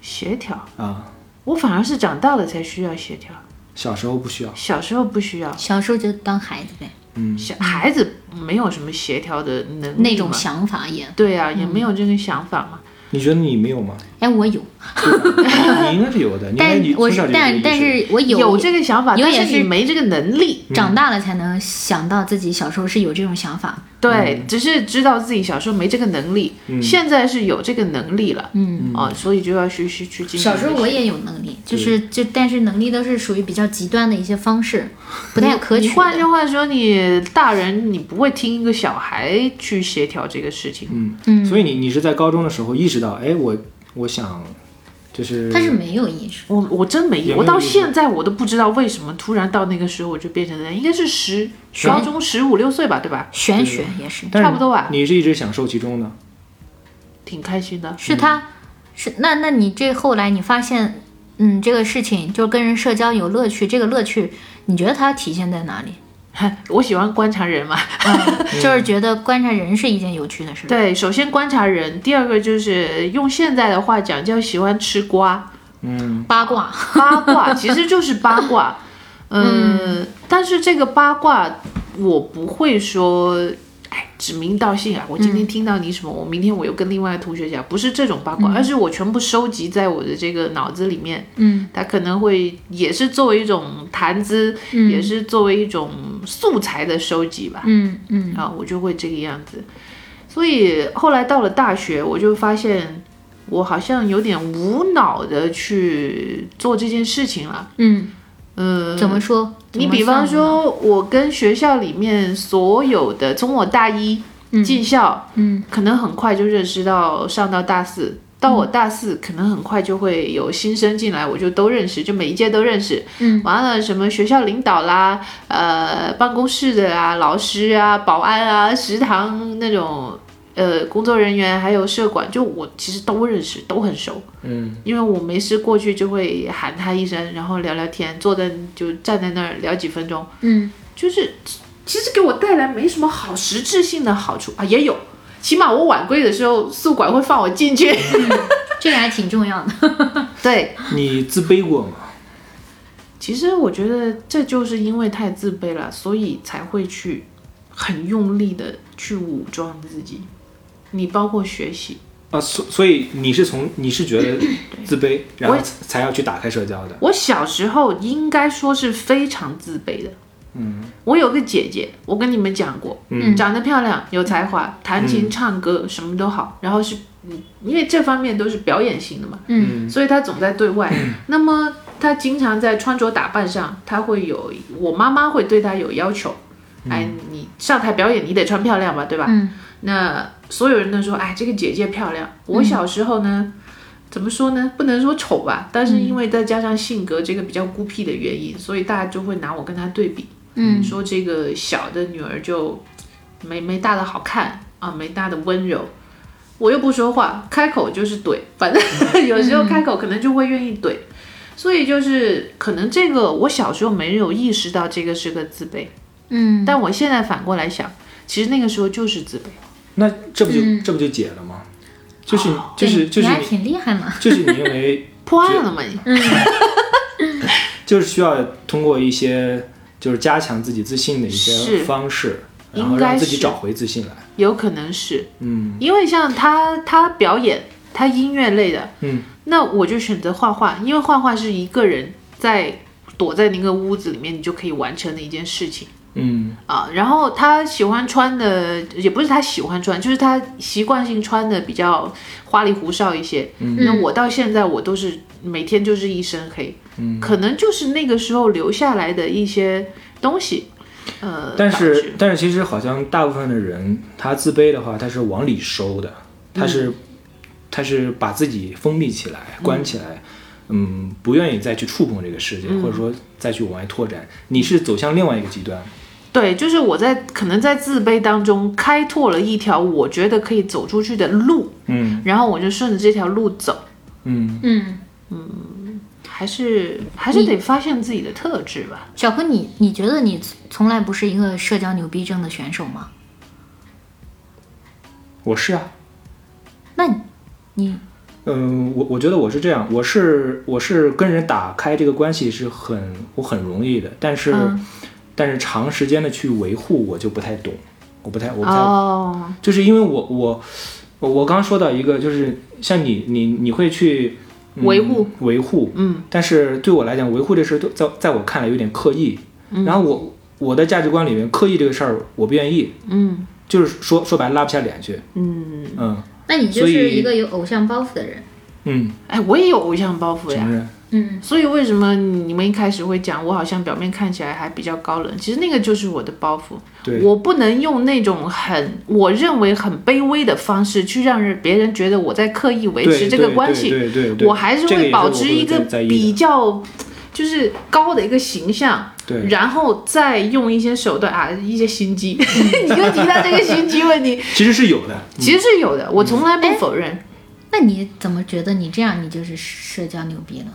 [SPEAKER 4] 协调，
[SPEAKER 3] 啊？
[SPEAKER 4] 我反而是长大了才需要协调，
[SPEAKER 3] 小时候不需要，
[SPEAKER 4] 小时候不需要。
[SPEAKER 2] 小时候就当孩子呗，
[SPEAKER 4] 小孩子没有什么协调的能力
[SPEAKER 2] 嗯那种
[SPEAKER 4] 嘛
[SPEAKER 2] 想法嗯也，
[SPEAKER 4] 对啊，也没有这个想法嘛。
[SPEAKER 3] 你觉得你没有吗？
[SPEAKER 2] 哎，我有，
[SPEAKER 3] 你应该是有的，你应该
[SPEAKER 2] 但
[SPEAKER 3] 你
[SPEAKER 2] 我
[SPEAKER 3] 从小
[SPEAKER 2] 是
[SPEAKER 3] 就有这
[SPEAKER 2] 但
[SPEAKER 3] 个
[SPEAKER 2] 但
[SPEAKER 3] 意识
[SPEAKER 2] 是我有
[SPEAKER 4] 有这个想法，
[SPEAKER 2] 有
[SPEAKER 4] 但
[SPEAKER 2] 也
[SPEAKER 4] 是你
[SPEAKER 2] 是
[SPEAKER 4] 没这个能力。
[SPEAKER 2] 长大了才能想到自己小时候是有这种想法，嗯
[SPEAKER 4] 对，只是知道自己小时候没这个能力，现在是有这个能力了。嗯啊，所以就要去去去进行。
[SPEAKER 2] 小时候我也有能力，就是就但是能力都是属于比较极端的一些方式，不太可取
[SPEAKER 4] 你
[SPEAKER 2] 的。
[SPEAKER 4] 换句话说，你大人你不会听一个小孩去协调这个事情，
[SPEAKER 3] 嗯嗯，所以你你是在高中的时候意识到，哎，我我想就是
[SPEAKER 2] 他是没有意识，
[SPEAKER 4] 我我真没
[SPEAKER 3] 也没
[SPEAKER 4] 有，
[SPEAKER 3] 有
[SPEAKER 4] 我到
[SPEAKER 3] 意识
[SPEAKER 4] 现在我都不知道为什么突然到那个时候我就变成那样，应该是十
[SPEAKER 3] 嗯
[SPEAKER 4] 高中十五六岁吧，对吧？
[SPEAKER 2] 玄学也是，
[SPEAKER 3] 但是
[SPEAKER 4] 差不多吧
[SPEAKER 3] 你是一直享受其中的，
[SPEAKER 4] 挺开心的，
[SPEAKER 2] 是他是那那你这后来你发现，嗯，这个事情就是跟人社交有乐趣，这个乐趣你觉得它体现在哪里？
[SPEAKER 4] 我喜欢观察人嘛。
[SPEAKER 2] 就是觉得观察人是一件有趣
[SPEAKER 3] 嗯
[SPEAKER 2] 的事。，
[SPEAKER 4] 嗯对，首先观察人，第二个就是用现在的话讲叫喜欢吃瓜，
[SPEAKER 3] 嗯，
[SPEAKER 2] 八卦，
[SPEAKER 4] 八
[SPEAKER 2] (laughs)
[SPEAKER 4] 卦其实就是八卦。嗯，但是这个八卦我不会说，哎，指名道姓啊。我今天听到你
[SPEAKER 2] 嗯
[SPEAKER 4] 什么，我明天我又跟另外的同学讲，不是这种八卦，而是我全部收集在我的这个脑子里面。
[SPEAKER 2] 嗯，
[SPEAKER 4] 它可能会也是作为一种谈资，也是作为一种素材的收集吧。
[SPEAKER 2] 嗯嗯
[SPEAKER 4] 啊，我就会这个样子。所以后来到了大学，我就发现我好像有点无脑的去做这件事情了。
[SPEAKER 2] 嗯，
[SPEAKER 4] 嗯，
[SPEAKER 2] 怎么说？
[SPEAKER 4] 你
[SPEAKER 2] 怎么
[SPEAKER 4] 比方
[SPEAKER 2] 算呢，
[SPEAKER 4] 说，我跟学校里面所有的，从我大一进校，
[SPEAKER 2] 嗯，
[SPEAKER 4] 可能很快就认识到上到大四。到我大四，可能很快就会有新生进来，我就都认识，就每一届都认识。
[SPEAKER 2] 嗯，
[SPEAKER 4] 完了什么学校领导啦，呃，办公室的啊，老师啊，保安啊，食堂那种呃工作人员，还有社管，就我其实都认识，都很熟。因为我没事过去就会喊他一声，然后聊聊天，坐在就站在那儿聊几分钟，
[SPEAKER 2] 嗯，
[SPEAKER 4] 就是其实给我带来没什么好实质性的好处啊，也有，起码我晚归的时候宿管会放我进去。
[SPEAKER 2] 这个还挺重要的。
[SPEAKER 4] 对，
[SPEAKER 3] 你自卑过吗？
[SPEAKER 4] 其实我觉得这就是因为太自卑了，所以才会去很用力的去武装自己。你包括学习，
[SPEAKER 3] 啊，所所以你是从你是觉得自卑，然后
[SPEAKER 4] 我
[SPEAKER 3] 才要去打开社交的，
[SPEAKER 4] 我小时候应该说是非常自卑的。嗯，我有个姐姐，我跟你们讲过，嗯，长得漂亮，有才华，弹琴、唱歌什么都好，然后是，嗯，因为这方面都是表演型的嘛，嗯，所以她总在对 (clears throat) 外。那么她经常在穿着打扮上，她会有，我妈妈会对她有要求，哎，你上台表演你得穿漂亮吧，对吧？
[SPEAKER 2] 嗯，
[SPEAKER 4] 那所有人都说，哎，这个姐姐漂亮。我小时候呢。怎么说呢？不能说丑吧，但是因为再加上性格这个比较孤僻的原因，所以大家就会拿我跟他对比，
[SPEAKER 2] 嗯，
[SPEAKER 4] 说这个小的女儿就没没大的好看啊，没大的温柔。我又不说话，开口就是怼，反正 (laughs) 有时候开口可能就会愿意怼，所以就是可能这个我小时候没有意识到这个是个自卑，
[SPEAKER 2] 嗯，
[SPEAKER 4] 但我现在反过来想，其实那个时候就是自卑。
[SPEAKER 3] 那这不就、这不就解了吗？就是、就是
[SPEAKER 2] 嗯哦对
[SPEAKER 3] 就是
[SPEAKER 2] 你还
[SPEAKER 3] 你
[SPEAKER 2] 挺厉害嘛。
[SPEAKER 3] 就是你因为
[SPEAKER 4] 破案了嘛你？
[SPEAKER 3] 就是需要通过一些就是加强自己自信的一些
[SPEAKER 4] 是
[SPEAKER 3] 方式，
[SPEAKER 4] 应
[SPEAKER 3] 然后
[SPEAKER 4] 该
[SPEAKER 3] 让自己
[SPEAKER 4] 是
[SPEAKER 3] 找回自信来。
[SPEAKER 4] 有可能是，
[SPEAKER 3] 嗯，
[SPEAKER 4] 因为像他他表演，他音乐类的，
[SPEAKER 3] 嗯，
[SPEAKER 4] 那我就选择画画，因为画画是一个人在躲在那个屋子里面，你就可以完成的一件事情
[SPEAKER 3] 嗯
[SPEAKER 4] 啊。然后他喜欢穿的，也不是他喜欢穿，就是他习惯性穿的比较花里胡哨一些。嗯、那我到现在我都是每天就是一身黑，嗯，可能就是那个时候留下来的一些东西，呃，
[SPEAKER 3] 但
[SPEAKER 4] 导
[SPEAKER 3] 是
[SPEAKER 4] 致
[SPEAKER 3] 但是其实好像大部分的人，他自卑的话，他是往里收的，他
[SPEAKER 4] 嗯
[SPEAKER 3] 是、他是把自己封闭起来、关起来，嗯，
[SPEAKER 4] 嗯
[SPEAKER 3] 不愿意再去触碰这个世界，或者说再去往外拓展。你是走向另外一个极端，
[SPEAKER 4] 对，就是我在可能在自卑当中开拓了一条我觉得可以走出去的路，
[SPEAKER 3] 嗯
[SPEAKER 4] 然后我就顺着这条路走，
[SPEAKER 3] 嗯，
[SPEAKER 2] 嗯，
[SPEAKER 4] 还是还是得发现自己的特质吧。
[SPEAKER 2] 小柯，你你觉得你从来不是一个社交牛逼症的选手吗？
[SPEAKER 3] 我是啊，
[SPEAKER 2] 那你
[SPEAKER 3] 嗯，我我觉得我是这样，我是我是跟人打开这个关系是很我很容易的，但是、
[SPEAKER 4] 嗯
[SPEAKER 3] 但是长时间的去维护我就不太懂，我不太我不太、
[SPEAKER 4] 哦，
[SPEAKER 3] 就是因为我我我刚说到一个就是像你你你会去、嗯
[SPEAKER 4] 维护
[SPEAKER 3] 维护，
[SPEAKER 4] 嗯，
[SPEAKER 3] 但是对我来讲维护这事儿都在在我看来有点刻意，
[SPEAKER 4] 嗯
[SPEAKER 3] 然后我我的价值观里面刻意这个事儿我不愿意，
[SPEAKER 4] 嗯
[SPEAKER 3] 就是说说白了拉不下脸去，
[SPEAKER 4] 嗯，
[SPEAKER 3] 嗯
[SPEAKER 2] 那你就
[SPEAKER 3] 所
[SPEAKER 2] 是
[SPEAKER 3] 以
[SPEAKER 2] 一个有偶像包袱的人。
[SPEAKER 3] 嗯，
[SPEAKER 4] 哎，我也有偶像包袱呀
[SPEAKER 3] 承。认，
[SPEAKER 2] 嗯，
[SPEAKER 4] 所以为什么你们一开始会讲我好像表面看起来还比较高冷，其实那个就是我的包袱。
[SPEAKER 3] 对
[SPEAKER 4] 我不能用那种很我认为很卑微的方式去让人别人觉得我在刻意维
[SPEAKER 3] 对
[SPEAKER 4] 持这
[SPEAKER 3] 对
[SPEAKER 4] 个关
[SPEAKER 3] 对
[SPEAKER 4] 系，
[SPEAKER 3] 对对对
[SPEAKER 4] 我还是
[SPEAKER 3] 这个也
[SPEAKER 4] 会
[SPEAKER 3] 是
[SPEAKER 4] 保
[SPEAKER 3] 我
[SPEAKER 4] 持
[SPEAKER 3] 会
[SPEAKER 4] 一个
[SPEAKER 3] 在在意的
[SPEAKER 4] 比较就是高的一个形象，
[SPEAKER 3] 对
[SPEAKER 4] 然后再用一些手段啊，一些心机。
[SPEAKER 3] (laughs)
[SPEAKER 4] 你又提到这个心机问题，
[SPEAKER 3] 其实是有的，
[SPEAKER 4] 其实是有的，我从来不
[SPEAKER 2] 哎
[SPEAKER 4] 否认。
[SPEAKER 2] 那你怎么觉得你这样你就是社交牛逼呢？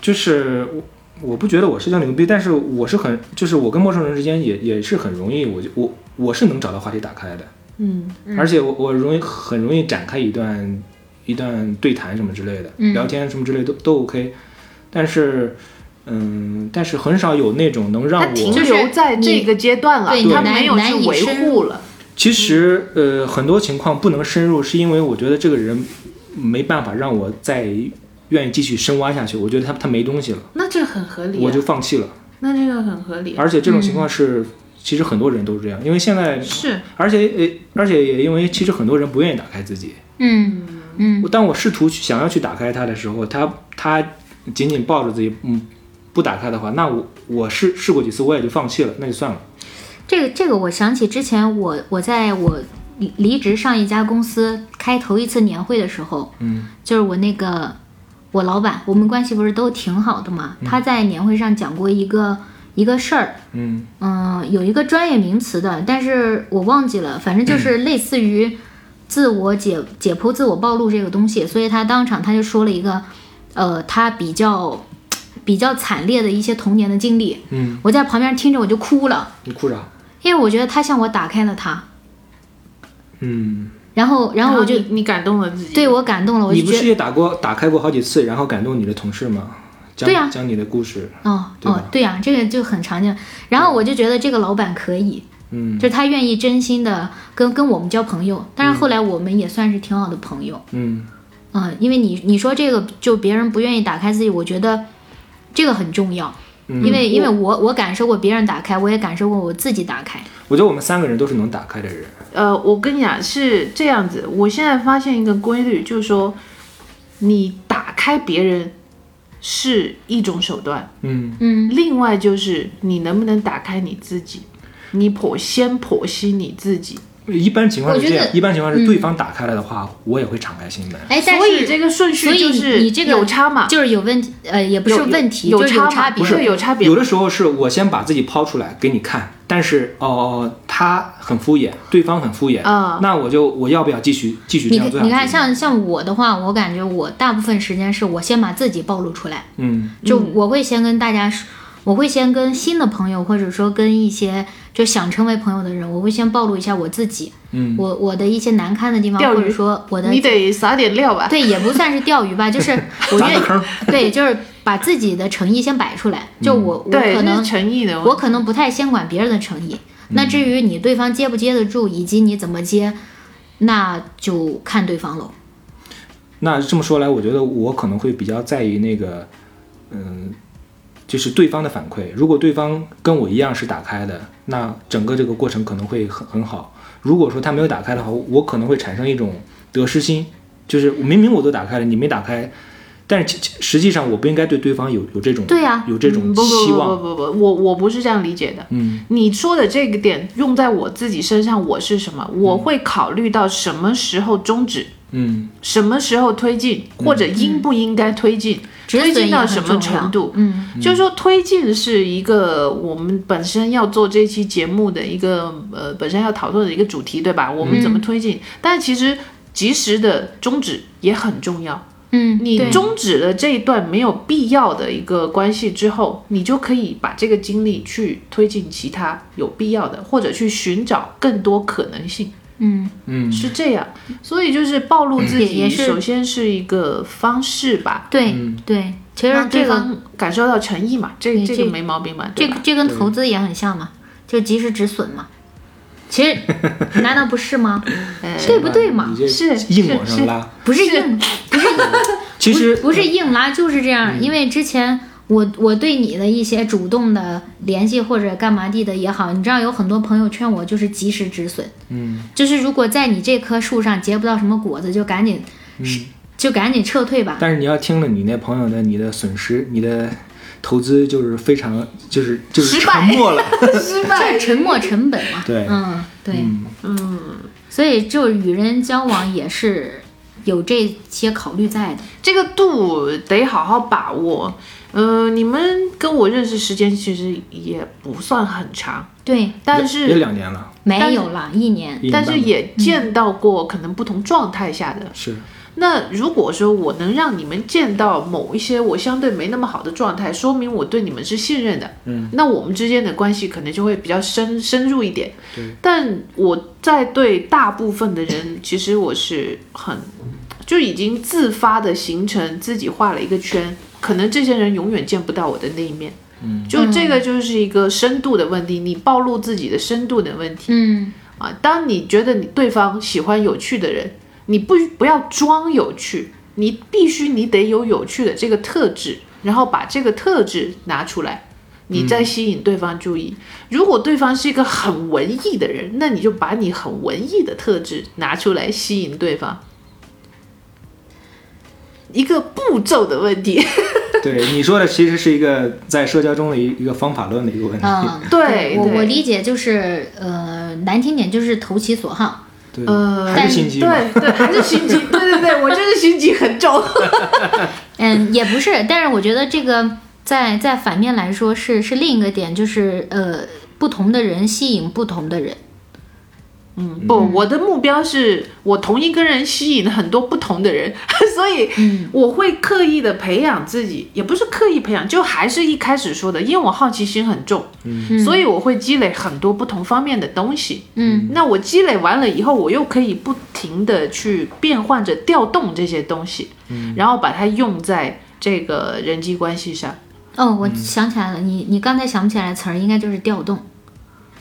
[SPEAKER 3] 就是我我不觉得我社交牛逼，但是我是很就是我跟陌生人之间也也是很容易，我就我我是能找到话题打开的，
[SPEAKER 4] 嗯
[SPEAKER 3] 而且我我容易很容易展开一段一段对谈什么之类的，
[SPEAKER 2] 嗯
[SPEAKER 3] 聊天什么之类都都 OK，但是嗯，但是很少有那种能让
[SPEAKER 2] 他停
[SPEAKER 3] 我
[SPEAKER 2] 就
[SPEAKER 4] 就是留在这
[SPEAKER 2] 你
[SPEAKER 4] 个阶段了，
[SPEAKER 2] 对
[SPEAKER 4] 他
[SPEAKER 2] 你难
[SPEAKER 4] 没有
[SPEAKER 2] 难以
[SPEAKER 4] 去维
[SPEAKER 2] 深入
[SPEAKER 4] 护了。
[SPEAKER 3] 其实呃很多情况不能深入，是因为我觉得这个人没办法让我再愿意继续深挖下去，我觉得他他没东西了，
[SPEAKER 4] 那这很合理、啊，
[SPEAKER 3] 我就放弃了。
[SPEAKER 4] 那这个很合理、啊，
[SPEAKER 3] 而且这种
[SPEAKER 2] 嗯
[SPEAKER 3] 情况是，其实很多人都是这样，因为现在，
[SPEAKER 4] 是
[SPEAKER 3] 而且呃，而且也因为其实很多人不愿意打开自己。
[SPEAKER 2] 嗯嗯
[SPEAKER 3] 我当我试图去想要去打开它的时候，它它紧紧抱着自己，嗯，不打开的话，那我我试试过几次，我也就放弃了，那就算了。
[SPEAKER 2] 这个这个，我想起之前我我在我离离职上一家公司开头一次年会的时候，
[SPEAKER 3] 嗯，
[SPEAKER 2] 就是我那个我老板，我们关系不是都挺好的嘛，他在年会上讲过一个一个事儿，
[SPEAKER 3] 嗯
[SPEAKER 2] 嗯，有一个专业名词的，但是我忘记了，反正就是类似于自我解解剖、自我暴露这个东西，所以他当场他就说了一个，呃，他比较比较惨烈的一些童年的经历，
[SPEAKER 3] 嗯，
[SPEAKER 2] 我在旁边听着我就哭了。
[SPEAKER 3] 你哭啥？
[SPEAKER 2] 因为我觉得他向我打开了他，
[SPEAKER 3] 嗯，
[SPEAKER 2] 然后然后我就
[SPEAKER 4] 你你感动了自己，
[SPEAKER 2] 对我感动了，我
[SPEAKER 3] 你
[SPEAKER 2] 就
[SPEAKER 3] 不
[SPEAKER 2] 觉
[SPEAKER 3] 是
[SPEAKER 2] 得
[SPEAKER 3] 也打过打开过好几次，然后感动你的同事吗？讲
[SPEAKER 2] 对啊
[SPEAKER 3] 讲你的故事，
[SPEAKER 2] 哦
[SPEAKER 3] 对吧
[SPEAKER 2] 哦对呀、这个就很常见。然后我就觉得这个老板可以，
[SPEAKER 3] 嗯
[SPEAKER 2] 就是他愿意真心的跟跟我们交朋友，但是后来我们也算是挺好的朋友，
[SPEAKER 3] 嗯
[SPEAKER 2] 嗯，因为你你说这个就别人不愿意打开自己，我觉得这个很重要，
[SPEAKER 3] 嗯，
[SPEAKER 2] 因为因为我我感受过别人打开，我也感受过我自己打开，
[SPEAKER 3] 我觉得我们三个人都是能打开的人。
[SPEAKER 4] 呃，我跟你讲是这样子，我现在发现一个规律，就是说，你打开别人是一种手段，
[SPEAKER 3] 嗯
[SPEAKER 2] 嗯
[SPEAKER 4] 另外就是你能不能打开你自己，你剖先剖析你自己，
[SPEAKER 3] 一般情况是
[SPEAKER 2] 我觉
[SPEAKER 3] 这
[SPEAKER 2] 得嗯
[SPEAKER 3] 样，一般情况是对方打开了的话，我也会敞开心门。
[SPEAKER 2] 哎，但
[SPEAKER 4] 所以
[SPEAKER 2] 是
[SPEAKER 4] 这个顺序
[SPEAKER 2] 所以
[SPEAKER 4] 就
[SPEAKER 2] 你
[SPEAKER 4] 是
[SPEAKER 2] 你这个
[SPEAKER 4] 有差嘛，
[SPEAKER 2] 就是有问题，呃，也不是
[SPEAKER 4] 有有
[SPEAKER 2] 问题，
[SPEAKER 4] 有
[SPEAKER 2] 就是有
[SPEAKER 4] 差嘛
[SPEAKER 2] 差别，
[SPEAKER 4] 不是有差别
[SPEAKER 3] 有的时候是我先把自己抛出来给你看，但是哦、哦，他很敷衍，对方很敷衍，
[SPEAKER 4] 啊
[SPEAKER 3] 那我就我要不要继续继续
[SPEAKER 2] 嗯
[SPEAKER 3] 这
[SPEAKER 2] 你
[SPEAKER 3] 样做
[SPEAKER 2] 看，你
[SPEAKER 3] 下
[SPEAKER 2] 看，
[SPEAKER 3] 去？
[SPEAKER 2] 像像我的话，我感觉我大部分时间是我先把自己暴露出来，
[SPEAKER 3] 嗯
[SPEAKER 2] 就我会先跟大家说，我会先跟新的朋友，或者说跟一些就想成为朋友的人，我会先暴露一下我自己，
[SPEAKER 3] 嗯
[SPEAKER 2] 我我的一些难堪的地方，
[SPEAKER 4] 钓鱼
[SPEAKER 2] 或者说我的
[SPEAKER 4] 你得撒点料吧，
[SPEAKER 2] 对，也不算是钓鱼吧，
[SPEAKER 3] (laughs)
[SPEAKER 2] 就是我
[SPEAKER 3] 砸
[SPEAKER 2] 愿
[SPEAKER 3] 个
[SPEAKER 2] 意
[SPEAKER 3] 坑儿，嗯
[SPEAKER 2] 对，就是把自己的诚意先摆出来，就我、我
[SPEAKER 4] 对，
[SPEAKER 2] 可
[SPEAKER 4] 这
[SPEAKER 2] 能
[SPEAKER 4] 是诚意的问题，
[SPEAKER 2] 我可能不太先管别人的诚意。
[SPEAKER 3] 嗯
[SPEAKER 2] 那至于你对方接不接得住，以及你怎么接，那就看对方喽。
[SPEAKER 3] 那这么说来，我觉得我可能会比较在意那个，嗯，就是对方的反馈。如果对方跟我一样是打开的，那整个这个过程可能会很很好。如果说他没有打开的话，我可能会产生一种得失心，就是明明我都打开了，你没打开，但是其其实际上我不应该对对方有有这种
[SPEAKER 2] 对呀
[SPEAKER 3] 有这
[SPEAKER 4] 嗯
[SPEAKER 3] 种
[SPEAKER 4] 不不
[SPEAKER 3] 期望。
[SPEAKER 4] 不不不不，我我不是这样理解的。
[SPEAKER 3] 嗯，
[SPEAKER 4] 你说的这个点用在我自己身上，我是什么？我会考虑到什么时候终止，
[SPEAKER 3] 嗯
[SPEAKER 4] 什么时候推进，或者应不应该推进。
[SPEAKER 2] 止损
[SPEAKER 4] 推进
[SPEAKER 2] 也
[SPEAKER 4] 到
[SPEAKER 2] 很
[SPEAKER 4] 什
[SPEAKER 2] 重
[SPEAKER 4] 么
[SPEAKER 2] 要
[SPEAKER 4] 程度？
[SPEAKER 2] 嗯，
[SPEAKER 4] 就是说，推进是一个我们本身要做这期节目的一个呃，本身要讨论的一个主题，对吧？我们怎
[SPEAKER 2] 嗯
[SPEAKER 4] 么推进？但其实及时的终止也很重要。
[SPEAKER 2] 嗯，
[SPEAKER 4] 你
[SPEAKER 2] 对
[SPEAKER 4] 终止了这一段没有必要的一个关系之后，你就可以把这个精力去推进其他有必要的，或者去寻找更多可能性。
[SPEAKER 2] 嗯
[SPEAKER 3] 嗯，
[SPEAKER 4] 是这样，所以就是暴露自
[SPEAKER 2] 也
[SPEAKER 4] 己，
[SPEAKER 2] 也是
[SPEAKER 4] 首先是一个方式吧，
[SPEAKER 2] 对
[SPEAKER 3] 嗯
[SPEAKER 2] 对，其实
[SPEAKER 4] 让对
[SPEAKER 2] 这个
[SPEAKER 4] 方感受到诚意嘛，这
[SPEAKER 2] 对
[SPEAKER 4] 这个
[SPEAKER 2] 这
[SPEAKER 4] 没毛病嘛，
[SPEAKER 2] 这
[SPEAKER 4] 对吧？
[SPEAKER 2] 这跟投资也很像嘛，就及时止损嘛。其
[SPEAKER 3] (laughs)
[SPEAKER 2] 实难道不是吗？对不对嘛
[SPEAKER 3] 你？这
[SPEAKER 4] 是
[SPEAKER 3] 硬往
[SPEAKER 4] 是
[SPEAKER 3] 上拉，
[SPEAKER 2] 不是硬，
[SPEAKER 3] 其实
[SPEAKER 2] 不是硬拉，就是这
[SPEAKER 3] 嗯
[SPEAKER 2] 样。因为之前我我对你的一些主动的联系或者干嘛地的也好，你知道有很多朋友劝我就是及时止损，
[SPEAKER 3] 嗯
[SPEAKER 2] 就是如果在你这棵树上结不到什么果子，就赶紧
[SPEAKER 3] 嗯，
[SPEAKER 2] 就赶紧撤退吧。
[SPEAKER 3] 但是你要听了你那朋友的，你的损失，你的投资就是非常就是就是
[SPEAKER 4] 失败
[SPEAKER 3] 沉
[SPEAKER 4] (laughs)
[SPEAKER 3] 没了，
[SPEAKER 4] 失
[SPEAKER 2] 这沉没成本嘛。
[SPEAKER 3] 对
[SPEAKER 2] 嗯，对，
[SPEAKER 3] 嗯
[SPEAKER 2] 所以就是与人交往也是有这些考虑在的。
[SPEAKER 4] 这个度得好好把握。呃，你们跟我认识时间其实也不算很长，
[SPEAKER 2] 对，
[SPEAKER 4] 但
[SPEAKER 3] 也
[SPEAKER 4] 是
[SPEAKER 3] 两年了，
[SPEAKER 2] 没有了，一年。
[SPEAKER 3] 一年
[SPEAKER 4] 但
[SPEAKER 3] 半
[SPEAKER 4] 是
[SPEAKER 3] 吧
[SPEAKER 4] 也见到过可能不同状态下的。
[SPEAKER 3] 是
[SPEAKER 4] 那如果说我能让你们见到某一些我相对没那么好的状态，说明我对你们是信任的。嗯，那我们之间的关系可能就会比较深深入一点。
[SPEAKER 3] 对，
[SPEAKER 4] 但我在对大部分的人，其实我是很就已经自发的形成自己画了一个圈，可能这些人永远见不到我的那一面。嗯，就这个就是一个深度的问题，你暴露自己的深度的问题。
[SPEAKER 2] 嗯，
[SPEAKER 4] 啊，当你觉得你对方喜欢有趣的人，你不不要装有趣，你必须你得有有趣的这个特质，然后把这个特质拿出来，你再吸引对方注意。如果对方是一个很文艺的人，那你就把你很文艺的特质拿出来吸引对方。一个步骤的问题，
[SPEAKER 3] 对你说的其实是一个在社交中的一一个方法论的一个问题，
[SPEAKER 2] 嗯，
[SPEAKER 4] 对
[SPEAKER 2] 我
[SPEAKER 4] 对
[SPEAKER 2] 我理解就是，呃，难听点就是投其所好，
[SPEAKER 3] 对，
[SPEAKER 4] 呃
[SPEAKER 3] 还是心机嘛，
[SPEAKER 4] (laughs) 对对，还是心机，对对对，我就是心机很重。
[SPEAKER 2] 嗯，也不是，但是我觉得这个在在反面来说是是另一个点，就是呃，不同的人吸引不同的人，
[SPEAKER 3] 嗯
[SPEAKER 4] 不，哦我的目标是我同一个人吸引很多不同的人， (laughs) 所以
[SPEAKER 3] 嗯
[SPEAKER 4] 我会刻意的培养自己，也不是刻意培养，就还是一开始说的，因为我好奇心很重，
[SPEAKER 3] 嗯
[SPEAKER 4] 所以我会积累很多不同方面的东西。
[SPEAKER 2] 嗯，
[SPEAKER 4] 那我积累完了以后，我又可以不停的去变换着调动这些东西，
[SPEAKER 3] 嗯
[SPEAKER 4] 然后把它用在这个人际关系上。
[SPEAKER 2] 哦，我想起来了，你你刚才想不起来词儿，应该就是调动，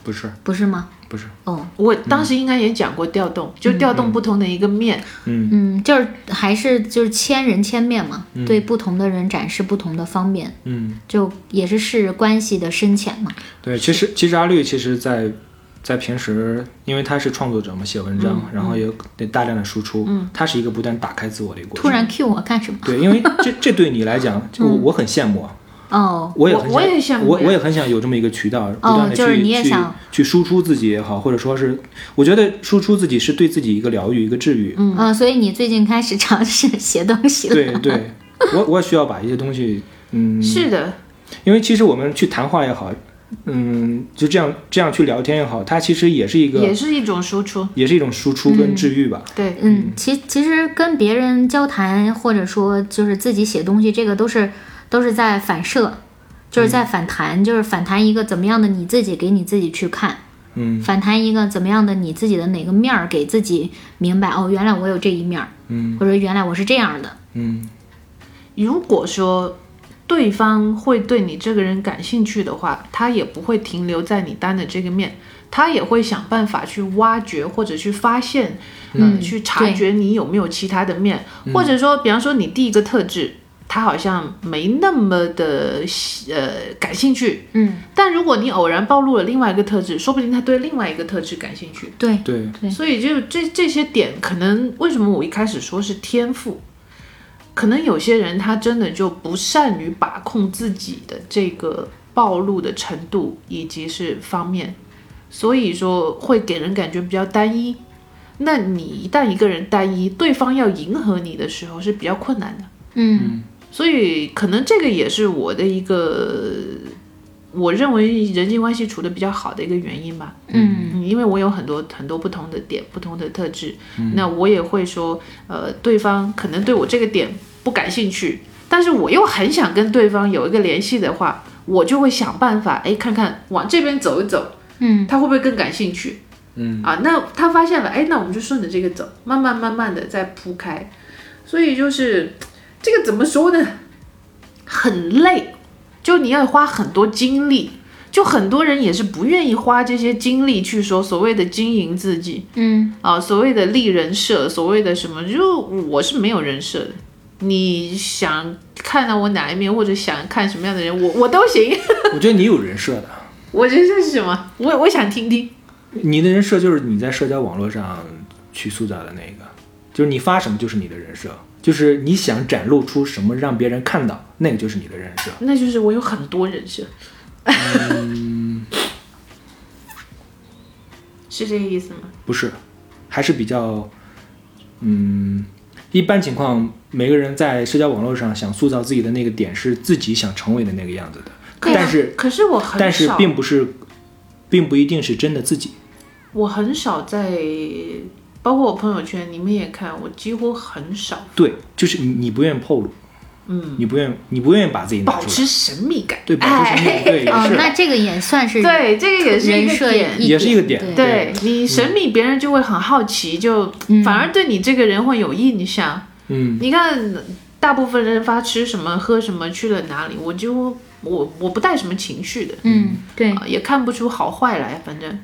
[SPEAKER 3] 不是
[SPEAKER 2] 不是吗？
[SPEAKER 3] 不是，
[SPEAKER 2] 哦，
[SPEAKER 4] 我当时应该也讲过调
[SPEAKER 3] 嗯
[SPEAKER 4] 动，就调动不同的一个面。
[SPEAKER 2] 嗯，就是还是就是千人千面嘛，对不同的人展示不同的方面，
[SPEAKER 3] 嗯，
[SPEAKER 2] 就也是视关系的深浅嘛，
[SPEAKER 3] 对，其实其实阿绿其实在，在平时，因为他是创作者嘛，写文
[SPEAKER 4] 嗯
[SPEAKER 3] 章，然后也得大量的输出，他是一个不断打开自我的一个过程。
[SPEAKER 2] 突然 cue 我干什么？
[SPEAKER 3] 对，因为这这对你来讲，
[SPEAKER 4] 嗯
[SPEAKER 3] 就我我很羡慕啊，
[SPEAKER 2] 哦，
[SPEAKER 3] 我也
[SPEAKER 4] 我
[SPEAKER 3] 很
[SPEAKER 4] 我也
[SPEAKER 3] 想
[SPEAKER 4] 羡慕
[SPEAKER 3] 我
[SPEAKER 4] 呀
[SPEAKER 3] 我也很想有这么一个渠道，不断的去、
[SPEAKER 2] 就是你也想
[SPEAKER 3] 去去输出自己也好，或者说是，我觉得输出自己是对自己一个疗愈，一个治愈。
[SPEAKER 2] 嗯、所以你最近开始尝试写东西了，
[SPEAKER 3] (laughs) 对对，我我也需要把一些东西，嗯，
[SPEAKER 4] 是的，
[SPEAKER 3] 因为其实我们去谈话也好，嗯，就这样这样去聊天也好，它其实也是一个
[SPEAKER 4] 也是一种输出。
[SPEAKER 3] 也是一种输出跟治愈吧。
[SPEAKER 4] 对，
[SPEAKER 2] 嗯，其其实跟别人交谈，或者说就是自己写东西，这个都是都是在反射，就是
[SPEAKER 3] 嗯
[SPEAKER 2] 在反弹，就是反弹一个怎么样的你自己给你自己去看，
[SPEAKER 3] 嗯，
[SPEAKER 2] 反弹一个怎么样的你自己的哪个面儿给自己明白，哦，原来我有这一面儿，
[SPEAKER 3] 嗯，
[SPEAKER 2] 或者原来我是这样的，
[SPEAKER 3] 嗯
[SPEAKER 4] 如果说对方会对你这个人感兴趣的话，他也不会停留在你单的这个面，他也会想办法去挖掘或者去发现，嗯，去察觉你有没有其他的面，或者说，比方说你第一个特质，他好像没那么的喜呃感兴趣，
[SPEAKER 2] 嗯，
[SPEAKER 4] 但如果你偶然暴露了另外一个特质，说不定他对另外一个特质感兴趣。
[SPEAKER 2] 对，
[SPEAKER 3] 对，
[SPEAKER 4] 所以就这这些点，可能为什么我一开始说是天赋，可能有些人他真的就不善于把控自己的这个暴露的程度以及是方面，所以说会给人感觉比较单一。那你一旦一个人单一，对方要迎合你的时候是比较困难的。
[SPEAKER 2] 嗯，
[SPEAKER 4] 所以可能这个也是我的一个，我认为人际关系处的比较好的一个原因吧。
[SPEAKER 2] 嗯
[SPEAKER 4] 嗯，因为我有很多很多不同的点、不同的特质，
[SPEAKER 2] 嗯
[SPEAKER 4] 那我也会说，呃，对方可能对我这个点不感兴趣，但是我又很想跟对方有一个联系的话，我就会想办法，哎，看看往这边走一走，
[SPEAKER 2] 嗯
[SPEAKER 4] 他会不会更感兴趣？嗯啊，那他发现了，哎，那我们就顺着这个走，慢慢慢慢的再铺开。所以就是这个怎么说呢？很累，就你要花很多精力。就很多人也是不愿意花这些精力去说所谓的经营自己
[SPEAKER 2] 嗯
[SPEAKER 4] 啊，所谓的立人设，所谓的什么，就我是没有人设的。你想看到我哪一面，或者想看什么样的人，我我都行。 (laughs)
[SPEAKER 3] 我觉得你有人设的，
[SPEAKER 4] 我觉得这是什么？我我想听听。
[SPEAKER 3] 你的人设就是你在社交网络上去塑造的那个，就是你发什么就是你的人设，就是你想展露出什么让别人看到，那个就是你的人设。
[SPEAKER 4] 那就是我有很多人设，嗯 (laughs) 是这个意思吗？
[SPEAKER 3] 不是，还是比较，嗯，一般情况，每个人在社交网络上想塑造自己的那个点是自己想成为的那个样子的，
[SPEAKER 4] 对啊
[SPEAKER 3] 但是
[SPEAKER 4] 可是我很少，
[SPEAKER 3] 但是并不是，并不一定是真的自己。
[SPEAKER 4] 我很少在，包括我朋友圈，你们也看，我几乎很少
[SPEAKER 3] 对，就是你你不愿意透露，嗯，你不愿你不愿意把自己拿
[SPEAKER 4] 保
[SPEAKER 3] 出来，
[SPEAKER 4] 持神秘感，
[SPEAKER 3] 对，保持神秘感，
[SPEAKER 4] 哎
[SPEAKER 3] 对，也
[SPEAKER 2] 哦，
[SPEAKER 3] 是、
[SPEAKER 2] 那这个也算
[SPEAKER 3] (laughs)
[SPEAKER 2] 是
[SPEAKER 4] 对，这个也是一
[SPEAKER 2] 人
[SPEAKER 4] 个
[SPEAKER 2] 设
[SPEAKER 4] 点。
[SPEAKER 3] 也是一个点
[SPEAKER 2] 对
[SPEAKER 4] 对
[SPEAKER 3] 嗯
[SPEAKER 4] 嗯你神秘，别人就会很好奇，就反而对你这个人会有印象。
[SPEAKER 3] 嗯，
[SPEAKER 4] 你看，大部分人发吃什么、喝什么、去了哪里，我就我我不带什么情绪的，
[SPEAKER 2] 嗯对，
[SPEAKER 4] 啊也看不出好坏来，反正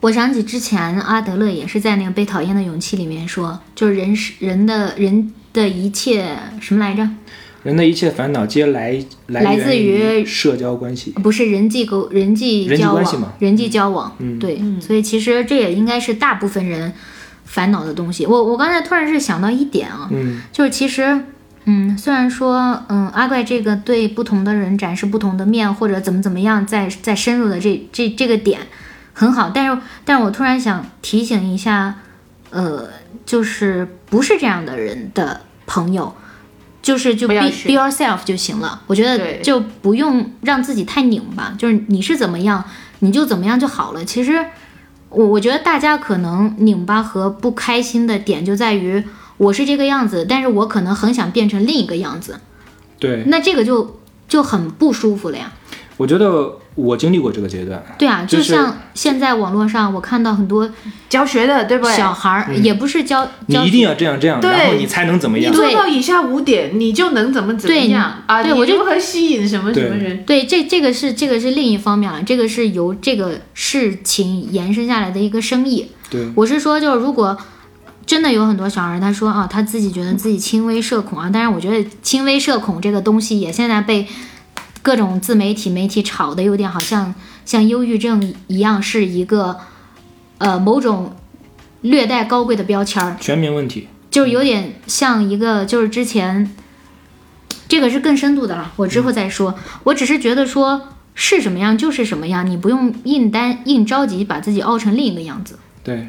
[SPEAKER 2] 我想起之前阿德勒也是在那个《被讨厌的勇气》里面说，就是人是人的人的一切什么来着？
[SPEAKER 3] 人的一切烦恼皆来来
[SPEAKER 2] 来
[SPEAKER 3] 源
[SPEAKER 2] 自于
[SPEAKER 3] 社交关系，
[SPEAKER 2] 不是人际沟人际
[SPEAKER 3] 人际
[SPEAKER 2] 交
[SPEAKER 3] 关系
[SPEAKER 2] 往
[SPEAKER 3] 嘛，嗯
[SPEAKER 2] 人际交往，对，所以其实这也应该是大部分人烦恼的东西。我我刚才突然是想到一点啊，
[SPEAKER 3] 嗯
[SPEAKER 2] 就是其实，嗯，虽然说，嗯，阿怪这个对不同的人展示不同的面，或者怎么怎么样再，再深入的这这这个点很好，但是，但是我突然想提醒一下，呃，就是不是这样的人的朋友。就是就
[SPEAKER 4] 不
[SPEAKER 2] be
[SPEAKER 4] 要
[SPEAKER 2] be
[SPEAKER 4] 学
[SPEAKER 2] yourself 就行了，我觉得
[SPEAKER 4] 对
[SPEAKER 2] 就不用让自己太拧巴，就是你是怎么样你就怎么样就好了。其实我我觉得大家可能拧巴和不开心的点就在于我是这个样子，但是我可能很想变成另一个样子，
[SPEAKER 3] 对，
[SPEAKER 2] 那这个就就很不舒服了呀。
[SPEAKER 3] 我觉得我经历过这个阶段，
[SPEAKER 2] 对啊，
[SPEAKER 3] 就
[SPEAKER 2] 就是像现在网络上我看到很多
[SPEAKER 4] 教学的，对不对？
[SPEAKER 2] 小孩儿，也不是教
[SPEAKER 3] 你
[SPEAKER 2] 教
[SPEAKER 3] 一定要这样这样，
[SPEAKER 4] 对
[SPEAKER 3] 然后你才能怎么
[SPEAKER 4] 你
[SPEAKER 3] 样。
[SPEAKER 4] 做到以下五点，你就能怎么怎么
[SPEAKER 2] 对
[SPEAKER 4] 样啊？
[SPEAKER 2] 对
[SPEAKER 4] 你
[SPEAKER 2] 我就
[SPEAKER 4] 如何吸引什么什么人？
[SPEAKER 2] 对，这这个是这个是另一方面啊，这个是由这个事情延伸下来的一个生意。
[SPEAKER 3] 对，
[SPEAKER 2] 我是说，就是如果真的有很多小孩，他说啊，他自己觉得自己轻微社恐啊，但是我觉得轻微社恐这个东西也现在被各种自媒体媒体炒的有点好像像忧郁症一样，是一个呃某种略带高贵的标签儿，
[SPEAKER 3] 全民问题，
[SPEAKER 2] 就是有点像一个就是之前这个是更深度的了，我之后再说。我只是觉得说是什么样就是什么样，你不用硬单硬着急把自己凹成另一个样子。
[SPEAKER 3] 对，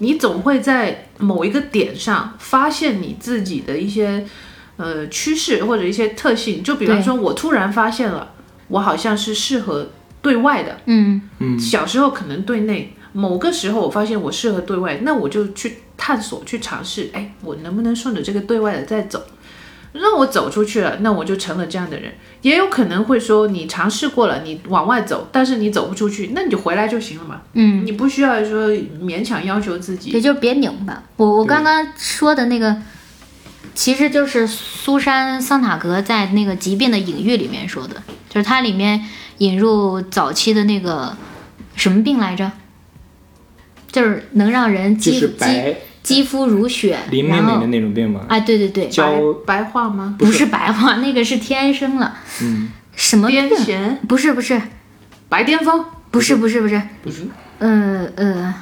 [SPEAKER 4] 你总会在某一个点上发现你自己的一些呃趋势或者一些特性。就比方
[SPEAKER 2] 对
[SPEAKER 4] 说，我突然发现了，我好像是适合对外的，
[SPEAKER 2] 嗯
[SPEAKER 4] 小时候可能对内，某个时候我发现我适合对外，那我就去探索、去尝试，哎，我能不能顺着这个对外的再走？让我走出去了，那我就成了这样的人。也有可能会说，你尝试过了，你往外走，但是你走不出去，那你就回来就行了嘛。
[SPEAKER 2] 嗯。
[SPEAKER 4] 你不需要说勉强要求自己
[SPEAKER 2] 也。就是别拧巴。我我刚刚说的那个，其实就是苏珊桑塔格在那个《疾病的隐喻》里面说的，就是它里面引入早期的那个什么病来着，就是能让人
[SPEAKER 3] 就
[SPEAKER 2] 肌
[SPEAKER 3] 是
[SPEAKER 2] 肌
[SPEAKER 3] 白
[SPEAKER 2] 肌肤如雪，
[SPEAKER 3] 林妹
[SPEAKER 2] 然
[SPEAKER 3] 妹
[SPEAKER 2] 后
[SPEAKER 3] 的那种病嘛，
[SPEAKER 2] 啊，对对对，
[SPEAKER 3] 焦
[SPEAKER 4] 白白话吗？
[SPEAKER 2] 不是白化，那个是天生了，
[SPEAKER 3] 嗯，
[SPEAKER 2] 什么病
[SPEAKER 4] 癫？痫、
[SPEAKER 2] 不是不是
[SPEAKER 4] 白癜风，
[SPEAKER 2] 不是不是不是，呃呃，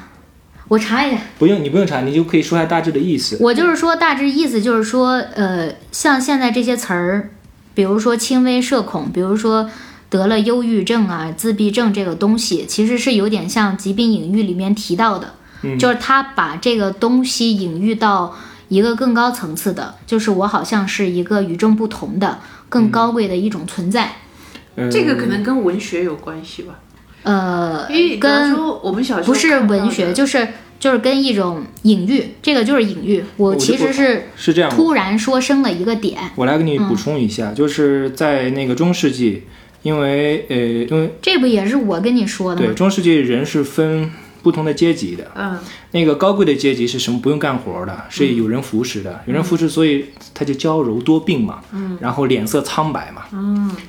[SPEAKER 2] 我查一下。
[SPEAKER 3] 不用你不用查，你就可以说下大致的意思。
[SPEAKER 2] 我就是说，大致意思就是说，呃，像现在这些词儿，比如说轻微社恐，比如说得了忧郁症啊、自闭症这个东西，其实是有
[SPEAKER 3] 嗯
[SPEAKER 2] 点像《疾病隐喻》里面提到的，就是他把这个东西隐喻到一个更高层次的，就是我好像是一个与众不同的、更高贵的一种存在。
[SPEAKER 3] 呃
[SPEAKER 4] 这个可能跟文学有关系吧，
[SPEAKER 2] 嗯呃
[SPEAKER 4] 因为，比方
[SPEAKER 2] 跟
[SPEAKER 4] 说我们小时候
[SPEAKER 2] 不是
[SPEAKER 4] 看到的
[SPEAKER 2] 文学，就是就是跟一种隐喻，这个就是隐喻。我
[SPEAKER 3] 我就
[SPEAKER 2] 其实是
[SPEAKER 3] 是这样的。
[SPEAKER 2] 突嗯然说生了一个点，
[SPEAKER 3] 我来给你补充一下，就是在那个中世纪，因为呃，因为
[SPEAKER 2] 这不也是我跟你说的
[SPEAKER 3] 对
[SPEAKER 2] 吗？
[SPEAKER 3] 中世纪人是分不同的阶级的，
[SPEAKER 4] 嗯，
[SPEAKER 3] 那个高贵的阶级是什么？不用干活的，
[SPEAKER 2] 嗯
[SPEAKER 3] 是有人扶持的，有人扶持，所以他就娇柔多病嘛，然后脸色苍白嘛，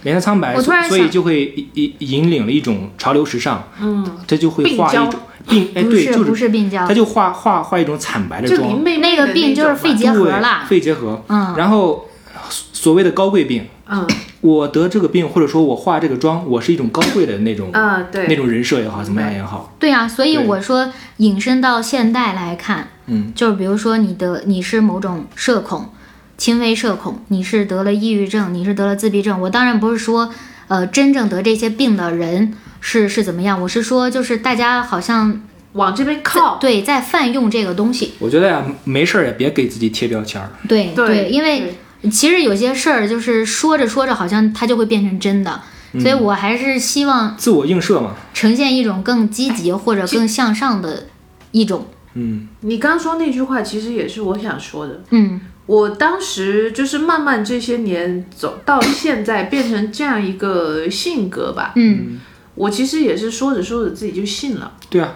[SPEAKER 3] 脸色苍
[SPEAKER 2] 嗯
[SPEAKER 3] 白，
[SPEAKER 2] 我突然
[SPEAKER 3] 所以
[SPEAKER 2] 想
[SPEAKER 3] 就会引引引领了一种潮流时尚，嗯，他就会
[SPEAKER 4] 病
[SPEAKER 3] 画
[SPEAKER 4] 娇
[SPEAKER 3] 一种病，哎，
[SPEAKER 2] 不
[SPEAKER 3] 对，
[SPEAKER 2] 是
[SPEAKER 3] 就
[SPEAKER 2] 不是啊病娇
[SPEAKER 3] 他，就画画画一种惨白的
[SPEAKER 4] 就林
[SPEAKER 3] 妆，
[SPEAKER 4] 妹妹
[SPEAKER 2] 那
[SPEAKER 4] 的
[SPEAKER 2] 个病就是肺
[SPEAKER 4] 种吧
[SPEAKER 2] 结核
[SPEAKER 3] 对
[SPEAKER 2] 啦。
[SPEAKER 3] 肺结核，
[SPEAKER 2] 嗯
[SPEAKER 3] 然后所所谓的高贵病，
[SPEAKER 4] 嗯
[SPEAKER 3] 我得这个病，或者说我化这个妆，我是一种高贵的那
[SPEAKER 2] 嗯
[SPEAKER 3] 种、
[SPEAKER 4] 啊，对，
[SPEAKER 3] 那种人设也好，怎么样也好，
[SPEAKER 2] 对啊，所以
[SPEAKER 3] 对
[SPEAKER 2] 我说引申到现代来看，
[SPEAKER 3] 嗯，
[SPEAKER 2] 就是比如说你得你是某种社恐，轻微社恐，你是得了抑郁症，你是得了自闭症。我当然不是说，呃，真正得这些病的人是是怎么样，我是说就是大家好像
[SPEAKER 4] 往这边靠，
[SPEAKER 2] 对在泛用这个东西，
[SPEAKER 3] 我觉得呀、没事儿也别给自己贴标签儿，
[SPEAKER 2] 对
[SPEAKER 4] 对，
[SPEAKER 2] 因为其实有些事儿就是说着说着好像它就会变成真的，
[SPEAKER 3] 嗯
[SPEAKER 2] 所以我还是希望
[SPEAKER 3] 自我映射嘛，
[SPEAKER 2] 呈现一种更积极或者更向上的一种，
[SPEAKER 3] 嗯，
[SPEAKER 4] 你刚说那句话，其实也是我想说的。
[SPEAKER 2] 嗯
[SPEAKER 4] 我当时就是慢慢这些年走到现在，变成这样一个性格吧。
[SPEAKER 2] 嗯。
[SPEAKER 4] 我其实也是说着说着自己就信了，
[SPEAKER 3] 对啊，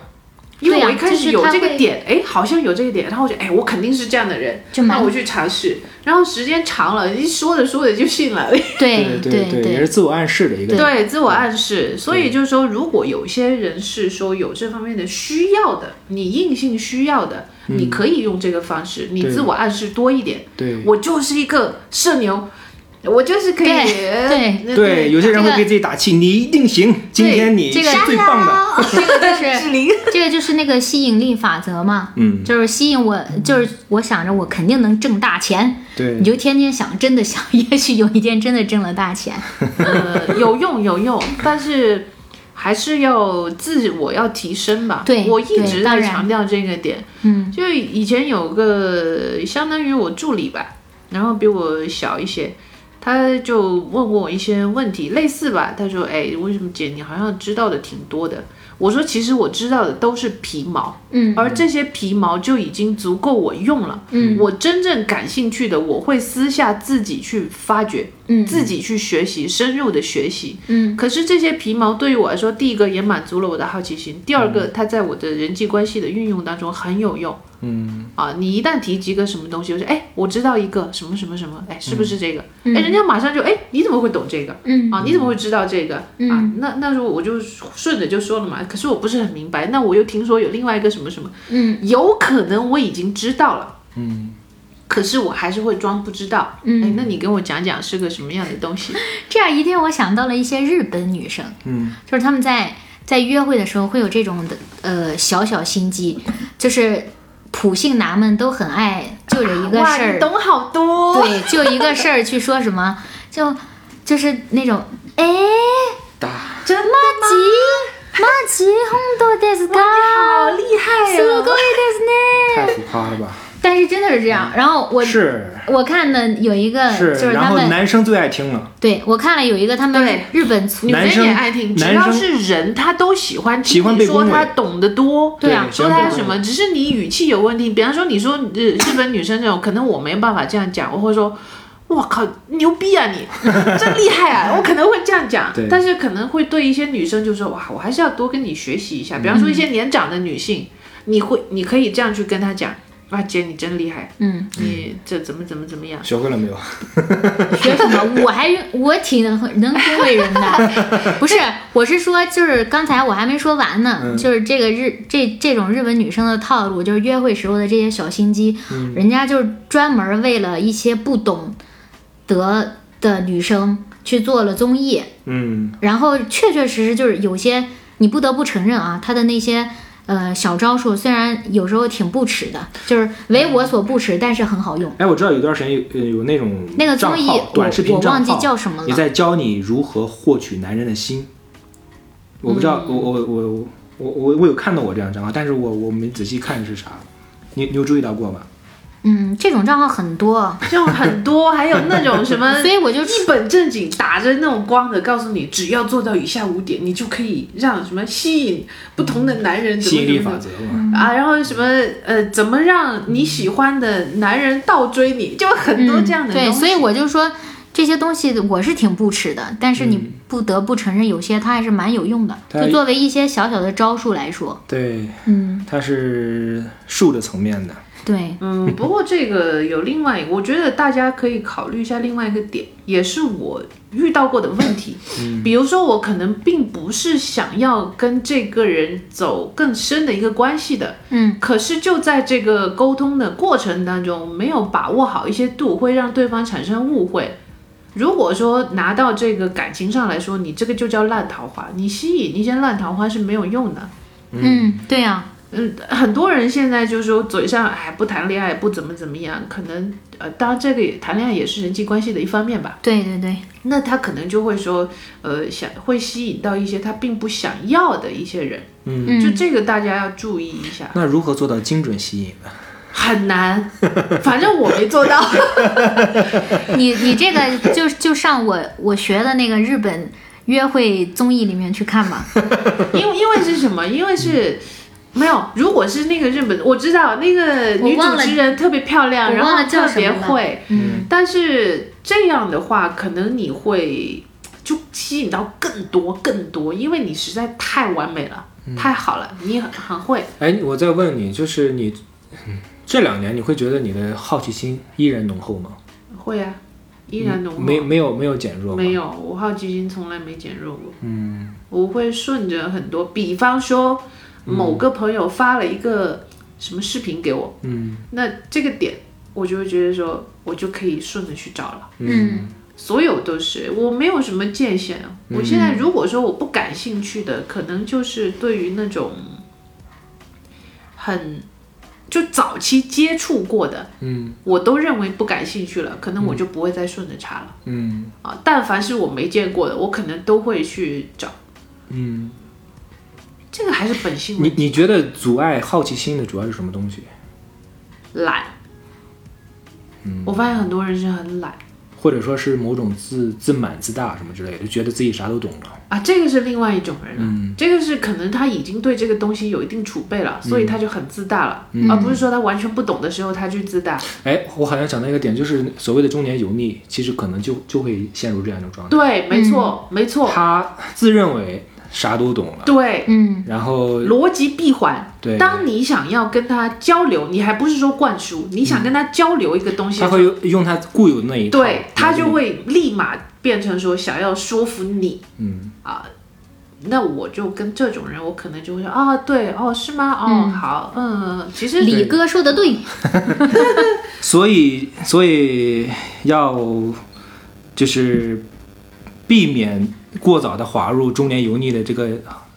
[SPEAKER 4] 因为
[SPEAKER 2] 对啊
[SPEAKER 4] 我一开
[SPEAKER 2] 就是
[SPEAKER 4] 始有
[SPEAKER 2] 他
[SPEAKER 4] 这
[SPEAKER 2] 会
[SPEAKER 4] 个点，哎，好像有这个点，然后我就哎，我肯定是这样的人，
[SPEAKER 2] 就蛮
[SPEAKER 4] 那我去尝试。然后时间长了，一说着说着就信
[SPEAKER 2] (laughs)
[SPEAKER 4] 了，
[SPEAKER 2] 对
[SPEAKER 3] 对
[SPEAKER 2] 哎对
[SPEAKER 3] 也是自我暗示的一个，
[SPEAKER 4] 对，自我暗
[SPEAKER 2] 嗯
[SPEAKER 4] 示。所以就是说，如果有些人是说有这方面的需要的，你硬性需要的，
[SPEAKER 2] 嗯
[SPEAKER 4] 你可以用这个方式，你
[SPEAKER 3] 对
[SPEAKER 4] 自我暗示多一点。
[SPEAKER 3] 对
[SPEAKER 4] 我就是一个社牛，我就是可以呃
[SPEAKER 2] 对对
[SPEAKER 4] 对
[SPEAKER 3] 对，有些人会给自己打气，你一定行，今天你是
[SPEAKER 2] 这个
[SPEAKER 3] 最棒的，
[SPEAKER 2] 这个就是 (laughs)
[SPEAKER 4] 志玲，
[SPEAKER 2] 这个就是那个吸引力法则嘛，
[SPEAKER 3] 嗯，
[SPEAKER 2] 就是吸引我，就是我想着我肯定能挣大钱，
[SPEAKER 3] 对
[SPEAKER 2] 你，就天天想，真的想，也许有一天真的挣了大钱。 (laughs)
[SPEAKER 4] 呃，有用有用，但是还是要自我要提升吧。
[SPEAKER 2] 对
[SPEAKER 4] 我一
[SPEAKER 2] 对
[SPEAKER 4] 直
[SPEAKER 2] 当
[SPEAKER 4] 在
[SPEAKER 2] 然
[SPEAKER 4] 强调这个点。
[SPEAKER 2] 嗯，
[SPEAKER 4] 就以前有个相当于我助理吧，然后比我小一些，他就问过我一些问题，类似吧。他说：“哎，为什么姐你好像知道的挺多的？”我说：“其实我知道的都是皮毛，
[SPEAKER 2] 嗯
[SPEAKER 4] 而这些皮毛就已经足够我用了。
[SPEAKER 2] 嗯
[SPEAKER 4] 我真正感兴趣的，我会私下自己去发掘，
[SPEAKER 2] 嗯
[SPEAKER 4] 自己去学习，深入的学习。
[SPEAKER 2] 嗯
[SPEAKER 4] 可是这些皮毛对于我来说，第一个也满足了我的好奇心，第二
[SPEAKER 2] 嗯
[SPEAKER 4] 个它在我的人际关系的运用当中很有用。
[SPEAKER 3] 嗯，
[SPEAKER 4] 啊，你一旦提及个什么东西，我说哎，我知道一个什么什么什么，哎，是不是这个？哎、
[SPEAKER 2] 嗯
[SPEAKER 4] 人家马上就哎，你怎么会懂这个？
[SPEAKER 2] 嗯
[SPEAKER 4] 啊，你怎么会知道这个？啊
[SPEAKER 2] 嗯，
[SPEAKER 4] 那那时候我就顺着就说了嘛，可是我不是很明白。那我又听说有另外一个什么什么，
[SPEAKER 2] 嗯
[SPEAKER 4] 有可能我已经知道了，嗯，可是我还是会装不知道。
[SPEAKER 2] 嗯
[SPEAKER 4] 哎，那你给我讲讲是个什么样的东西？
[SPEAKER 2] 这样一天我想到了一些日本女生，
[SPEAKER 3] 嗯，
[SPEAKER 2] 就是她们在在约会的时候会有这种的呃小小心机，就是普信男们都很爱就着一个
[SPEAKER 4] 哇，
[SPEAKER 2] 事儿
[SPEAKER 4] 你懂好多。
[SPEAKER 2] 对，就一个事儿去说什么，就就是那种，哎，
[SPEAKER 3] 打，
[SPEAKER 2] 真的吗？マジ本当ですか？
[SPEAKER 4] 好厉害
[SPEAKER 2] すごい
[SPEAKER 4] 哦！
[SPEAKER 2] ですね。
[SPEAKER 3] 太浮夸了吧？
[SPEAKER 2] 但是真的是这样。然后我
[SPEAKER 3] 是
[SPEAKER 2] 我看的有一个，
[SPEAKER 3] 是，
[SPEAKER 2] 就是
[SPEAKER 3] 然
[SPEAKER 2] 他
[SPEAKER 3] 后
[SPEAKER 2] 们
[SPEAKER 3] 男生最爱听了，
[SPEAKER 2] 对我看了有一个他们
[SPEAKER 4] 对
[SPEAKER 2] 日本族
[SPEAKER 4] 女
[SPEAKER 3] 男
[SPEAKER 4] 生也
[SPEAKER 3] 生
[SPEAKER 4] 爱听，只
[SPEAKER 3] 男
[SPEAKER 4] 要
[SPEAKER 3] 生
[SPEAKER 4] 是人，他都喜欢听
[SPEAKER 3] 喜欢被
[SPEAKER 4] 你说
[SPEAKER 3] 恭维
[SPEAKER 4] 他懂得多，
[SPEAKER 2] 对啊
[SPEAKER 3] 喜
[SPEAKER 4] 说
[SPEAKER 3] 欢
[SPEAKER 4] 他
[SPEAKER 3] 被
[SPEAKER 4] 什
[SPEAKER 3] 攻
[SPEAKER 4] 么，
[SPEAKER 3] 击
[SPEAKER 4] 只是你语气有问题。比方说，你说
[SPEAKER 3] (laughs)
[SPEAKER 4] 日日本女生这种，可能我没办法这样讲，我会说。我靠，牛逼啊
[SPEAKER 3] (laughs)
[SPEAKER 4] 你，真厉害啊！我可能会这样讲
[SPEAKER 3] 对，
[SPEAKER 4] 但是可能会对一些女生就说哇，我还是要多跟你学习
[SPEAKER 3] 嗯
[SPEAKER 4] 一下。比方说一些年长的女性，你会你可以这样去跟她讲，哇姐你真厉害，
[SPEAKER 2] 嗯，
[SPEAKER 4] 你这怎么怎么怎么样？
[SPEAKER 3] 学会了没有？
[SPEAKER 2] 学什么？我还我挺能恭维人的，不是，我是说，就是刚才我还没说完呢，
[SPEAKER 3] 嗯
[SPEAKER 2] 就是这个日这这种日本女生的套路，就是约会时候的这些小心机，
[SPEAKER 3] 嗯
[SPEAKER 2] 人家就是专门为了一些不懂得的女生去做了综艺，
[SPEAKER 3] 嗯，
[SPEAKER 2] 然后确确实实就是有些你不得不承认啊，他的那些。呃，小招数虽然有时候挺不耻的，就是为我所不耻，但是很好用。
[SPEAKER 3] 哎，我知道有段时间有呃有那种
[SPEAKER 2] 那个
[SPEAKER 3] 账
[SPEAKER 2] 综艺
[SPEAKER 3] 号，
[SPEAKER 2] 我
[SPEAKER 3] 短视
[SPEAKER 2] 我
[SPEAKER 3] 频账
[SPEAKER 2] 忘记
[SPEAKER 3] 号，
[SPEAKER 2] 叫什么了。
[SPEAKER 3] 你在教你如何获取男人的心。我不知
[SPEAKER 4] 嗯
[SPEAKER 3] 道，我我我我我我有看到过这样的账号，但是我我没仔细看是啥。你你有注意到过吗？
[SPEAKER 2] 嗯，这种账号很多，
[SPEAKER 4] 这种很多，还有那种什么，
[SPEAKER 2] (laughs) 所以我就
[SPEAKER 4] 一本正经打着那种光的告诉你，只要做到以下五点，你就可以让什么吸引不同的男人，
[SPEAKER 3] 吸引力
[SPEAKER 4] 怎
[SPEAKER 3] 法
[SPEAKER 4] 么怎
[SPEAKER 3] 则
[SPEAKER 4] 么
[SPEAKER 3] 嘛。
[SPEAKER 4] 啊，然后什么呃，怎么让你喜欢的男人倒追你，就很多这样的东西。
[SPEAKER 2] 嗯对，所以我就说这些东西我是挺不耻的，但是你不得不承认，有些嗯它还是蛮有用的。
[SPEAKER 3] 它
[SPEAKER 2] 就作为一些小小的招数来说，
[SPEAKER 3] 对，
[SPEAKER 2] 嗯，
[SPEAKER 3] 它是术的层面的。
[SPEAKER 2] 对，
[SPEAKER 4] 嗯，不过这个有另外一个，我觉得大家可以考虑一下另外一个点，也是我遇到过的问题。比如说，我可能并不是想要跟这个人走更深的一个关系的，
[SPEAKER 2] 嗯，
[SPEAKER 4] 可是就在这个沟通的过程当中，没有把握好一些度，会让对方产生误会。如果说拿到这个感情上来说，你这个就叫烂桃花，你吸引一些烂桃花是没有用的。
[SPEAKER 2] 嗯，对呀、
[SPEAKER 4] 嗯，很多人现在就说嘴上哎不谈恋爱不怎么怎么样，可能呃，当然这个也谈恋爱也是人际关系的一方面吧。
[SPEAKER 2] 对对 (laughs) 对，
[SPEAKER 4] 那他可能就会说，呃，想会吸引到一些他并不想要的一些人，
[SPEAKER 2] 嗯，
[SPEAKER 4] 就这个大家要注意一下，
[SPEAKER 3] 那如何做到精准吸引呢？
[SPEAKER 4] 很难。反正我没做到。
[SPEAKER 2] 你你这个就就上我我学的那个日本约会综艺里面去看吧。
[SPEAKER 4] 因为因为是什么？因为是。没有，如果是那个日本，我知道那个
[SPEAKER 2] 我
[SPEAKER 4] 女
[SPEAKER 2] 忘
[SPEAKER 4] 主
[SPEAKER 2] 了
[SPEAKER 4] 持人特别漂亮，
[SPEAKER 2] 我
[SPEAKER 4] 然
[SPEAKER 2] 忘
[SPEAKER 4] 后
[SPEAKER 2] 了叫
[SPEAKER 4] 特
[SPEAKER 2] 什
[SPEAKER 4] 别
[SPEAKER 2] 么了
[SPEAKER 4] 会，
[SPEAKER 2] 嗯
[SPEAKER 4] 但是这样的话，可能你会就吸引到更多更多，因为你实在太完美了，太好了，你很很会。
[SPEAKER 3] 哎，我再问你，就是你、嗯这两年，你会觉得你的好奇心依然浓厚吗？
[SPEAKER 4] 会啊，依然浓厚。
[SPEAKER 3] 嗯没没有没有减弱吗？
[SPEAKER 4] 没有，我好奇心从来没减弱过。嗯，我会顺着很多，比方说某个朋友发了一个什么视频给我，
[SPEAKER 3] 嗯
[SPEAKER 4] 那这个点我就会觉得说，我就可以顺着去找了。
[SPEAKER 2] 嗯
[SPEAKER 4] 所有都是，我没有什么界限。啊
[SPEAKER 3] 嗯
[SPEAKER 4] 我现在如果说我不感兴趣的，可能就是对于那种很就早期接触过的，
[SPEAKER 3] 嗯
[SPEAKER 4] 我都认为不感兴趣了，可能我就不会再顺着查了、
[SPEAKER 3] 嗯
[SPEAKER 4] 啊。但凡是我没见过的，我可能都会去找。
[SPEAKER 3] 嗯。
[SPEAKER 4] 这个还是本性
[SPEAKER 3] 你
[SPEAKER 4] 问
[SPEAKER 3] 你觉得阻碍好奇心的主要是什么东西？
[SPEAKER 4] 懒。
[SPEAKER 3] 嗯
[SPEAKER 4] 我发现很多人是很懒
[SPEAKER 3] 或者说是某种自自满、自大什么之类的，就觉得自己啥都懂了。
[SPEAKER 4] 啊，这个是另外一种人了。
[SPEAKER 3] 嗯
[SPEAKER 4] 这个是可能他已经对这个东西有一定储备了，
[SPEAKER 3] 嗯
[SPEAKER 4] 所以他就很自大了，而不是说他完全不懂的时候他去自大。
[SPEAKER 3] 哎，我好像想到一个点，就是所谓的中年油腻，其实可能就就会陷入这样一种状态。
[SPEAKER 4] 对，没错，
[SPEAKER 3] 嗯
[SPEAKER 4] 没错，
[SPEAKER 3] 他自认为啥都懂了，
[SPEAKER 4] 对，
[SPEAKER 2] 嗯，
[SPEAKER 3] 然后
[SPEAKER 4] 逻辑闭环。
[SPEAKER 3] 对
[SPEAKER 4] 当你想要跟他交流，你还不是说灌输，你想跟他交流一个东西
[SPEAKER 3] 嗯他
[SPEAKER 4] 的时候，
[SPEAKER 3] 会用他固有的那一套，
[SPEAKER 4] 对他就会立马变成说想要说服你，
[SPEAKER 3] 嗯
[SPEAKER 4] 啊。那我就跟这种人，我可能就会说啊，对，哦，是吗？哦，
[SPEAKER 2] 嗯
[SPEAKER 4] 好，嗯，其实
[SPEAKER 2] 李哥说的对，
[SPEAKER 3] 所以，所以要就是避免过早的滑入中年油腻的这个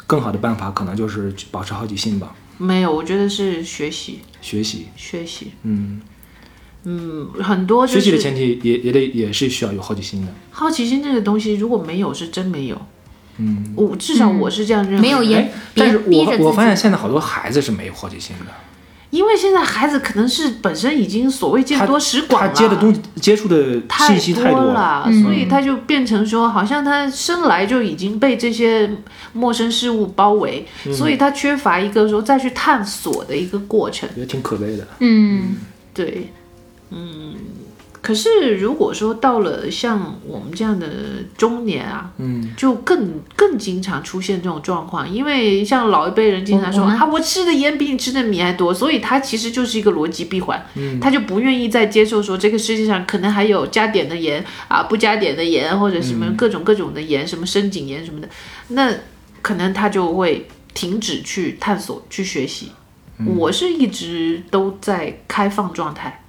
[SPEAKER 3] 更好的办法，可能就是去保持好奇心吧，
[SPEAKER 4] 没有，我觉得是学习，
[SPEAKER 3] 学习，
[SPEAKER 4] 学习，
[SPEAKER 3] 嗯，
[SPEAKER 4] 嗯，很多就
[SPEAKER 3] 学习的
[SPEAKER 4] 是
[SPEAKER 3] 前提也也得也是需要有好奇心的，
[SPEAKER 4] 好奇心这个东西，如果没有是真没有。嗯，我至少我是这样认为的。
[SPEAKER 2] 没有也
[SPEAKER 3] 哎，但是
[SPEAKER 2] 别逼着
[SPEAKER 3] 我我
[SPEAKER 2] 自
[SPEAKER 3] 发现
[SPEAKER 2] 己
[SPEAKER 3] 现在好多孩子是没有好奇心的，
[SPEAKER 4] 因为现在孩子可能是本身已经所谓见多识广
[SPEAKER 3] 他
[SPEAKER 4] 了，
[SPEAKER 3] 接的东西接触的信息
[SPEAKER 4] 太
[SPEAKER 3] 太
[SPEAKER 4] 多
[SPEAKER 3] 多
[SPEAKER 4] 了，所以他就变成说，好像他生来就已经被这些陌生事物包围，所以他缺乏一个说再去探索的一个过程。
[SPEAKER 3] 也挺可悲的。
[SPEAKER 2] 嗯
[SPEAKER 4] 对，嗯，可是如果说到了像我们这样的中年啊，
[SPEAKER 3] 嗯，
[SPEAKER 4] 就更更经常出现这种状况，因为像老一辈人经常说
[SPEAKER 2] 我我们
[SPEAKER 4] 啊，我吃的盐比你吃的米还多，所以他其实就是一个逻辑闭环，他就不愿意再接受说这个世界上可能还有加点的盐啊，不加点的盐或者什么各种各种的盐，什么深井盐什么的，那可能他就会停止去探索去学习。我是一直都在开放状态。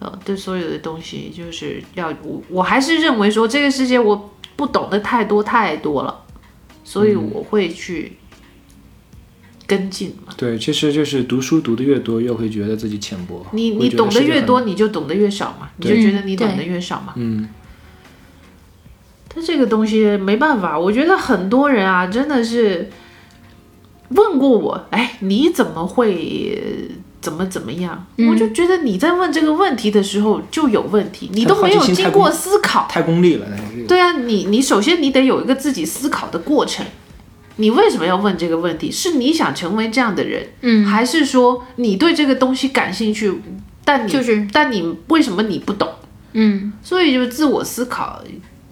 [SPEAKER 4] 呃，对所有的东西，就是要我，我还是认为说这个世界我不懂得太多太多了，所以我会去跟进嘛。
[SPEAKER 3] 对，其实就是读书读的越多，越会觉得自己浅薄。
[SPEAKER 4] 你
[SPEAKER 3] 会
[SPEAKER 4] 你
[SPEAKER 3] 觉
[SPEAKER 4] 懂得
[SPEAKER 3] 世界
[SPEAKER 4] 越
[SPEAKER 3] 很
[SPEAKER 4] 多，，你就懂得越少嘛，你就
[SPEAKER 2] 对
[SPEAKER 4] 觉得你
[SPEAKER 2] 嗯对
[SPEAKER 4] 懂得越少嘛。
[SPEAKER 3] 嗯，
[SPEAKER 4] 但这个东西没办法，我觉得很多人啊，真的是问过我，哎，你怎么会怎么怎么样，我就觉得你在问这个问题的时候就有问题，你都没有
[SPEAKER 3] 好奇心
[SPEAKER 4] 经
[SPEAKER 3] 太
[SPEAKER 4] 过
[SPEAKER 3] 过
[SPEAKER 4] 思考。
[SPEAKER 3] 太功利了，那是这个
[SPEAKER 4] 对啊，你你首先你得有一个自己思考的过程。你为什么要问这个问题？是你想成为这样的人，
[SPEAKER 2] 嗯
[SPEAKER 4] 还是说你对这个东西感兴趣，但你
[SPEAKER 2] 就是
[SPEAKER 4] 但你为什么你不懂？
[SPEAKER 2] 嗯
[SPEAKER 4] 所以就是自我思考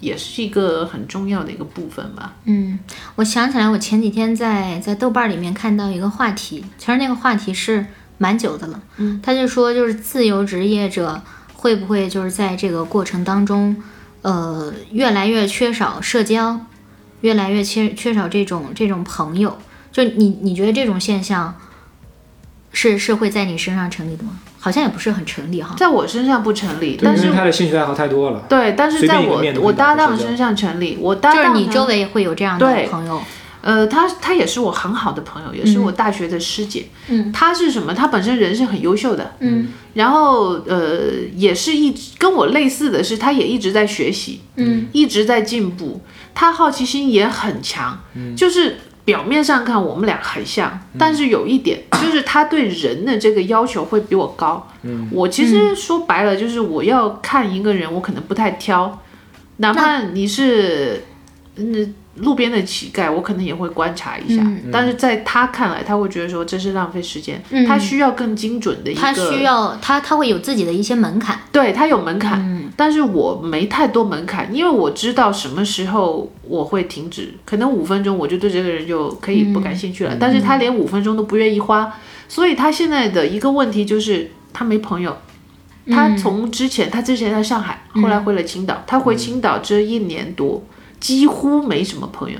[SPEAKER 4] 也是一个很重要的一个部分吧。
[SPEAKER 2] 嗯，我想起来，我前几天在在豆瓣里面看到一个话题，其实那个话题是蛮久的了。嗯，他就说，就是自由职业者会不会就是在这个过程当中，呃，越来越缺少社交，越来越缺缺少这种这种朋友。就你你觉得这种现象是是会在你身上成立的吗？好像也不是很成立哈。
[SPEAKER 4] 在我身上不成立，
[SPEAKER 3] 对
[SPEAKER 4] 但
[SPEAKER 3] 因
[SPEAKER 4] 是
[SPEAKER 3] 为他的兴趣爱好太多了。
[SPEAKER 4] 对，但是
[SPEAKER 3] 随
[SPEAKER 4] 在
[SPEAKER 3] 便一个
[SPEAKER 4] 我
[SPEAKER 3] 面都可以
[SPEAKER 4] 我搭
[SPEAKER 3] 打破
[SPEAKER 4] 档
[SPEAKER 3] 社交
[SPEAKER 4] 身上成立，我搭
[SPEAKER 2] 就是
[SPEAKER 4] 档
[SPEAKER 2] 你
[SPEAKER 4] 呢
[SPEAKER 2] 周围会有这样的
[SPEAKER 4] 对
[SPEAKER 2] 朋友，
[SPEAKER 4] 呃，她她也是我很好的朋友，也是我大学的师姐。
[SPEAKER 2] 嗯，
[SPEAKER 4] 她是什么？她本身人是很优秀的，
[SPEAKER 2] 嗯
[SPEAKER 4] 然后呃，也是一直跟我类似的是，她也一直在学习，
[SPEAKER 2] 嗯，
[SPEAKER 4] 一直在进步，她好奇心也很强，
[SPEAKER 2] 嗯
[SPEAKER 4] 就是。表面上看我们俩很像，但是有
[SPEAKER 2] (coughs)
[SPEAKER 4] 一点就是她对人的这个要求会比我高。嗯、我其实说白了就是我要看一个人，我可能不太挑，哪怕你是嗯路边的乞丐，我可能也会观察一下。
[SPEAKER 2] 嗯
[SPEAKER 4] 但是在他看来，他会觉得说这是浪费时间，
[SPEAKER 2] 嗯
[SPEAKER 4] 他需要更精准的一个，
[SPEAKER 2] 他需要他他会有自己的一些门槛。
[SPEAKER 4] 对他有门槛。但是我没太多门槛，因为我知道什么时候我会停止，可能五分钟我就对这个人就可以不感兴趣了。但是他连五分钟都不愿意花，所以他现在的一个问题就是他没朋友。他从之前，他之前在上海，后来回了青岛。他回青岛这一年多，几乎没什么朋友，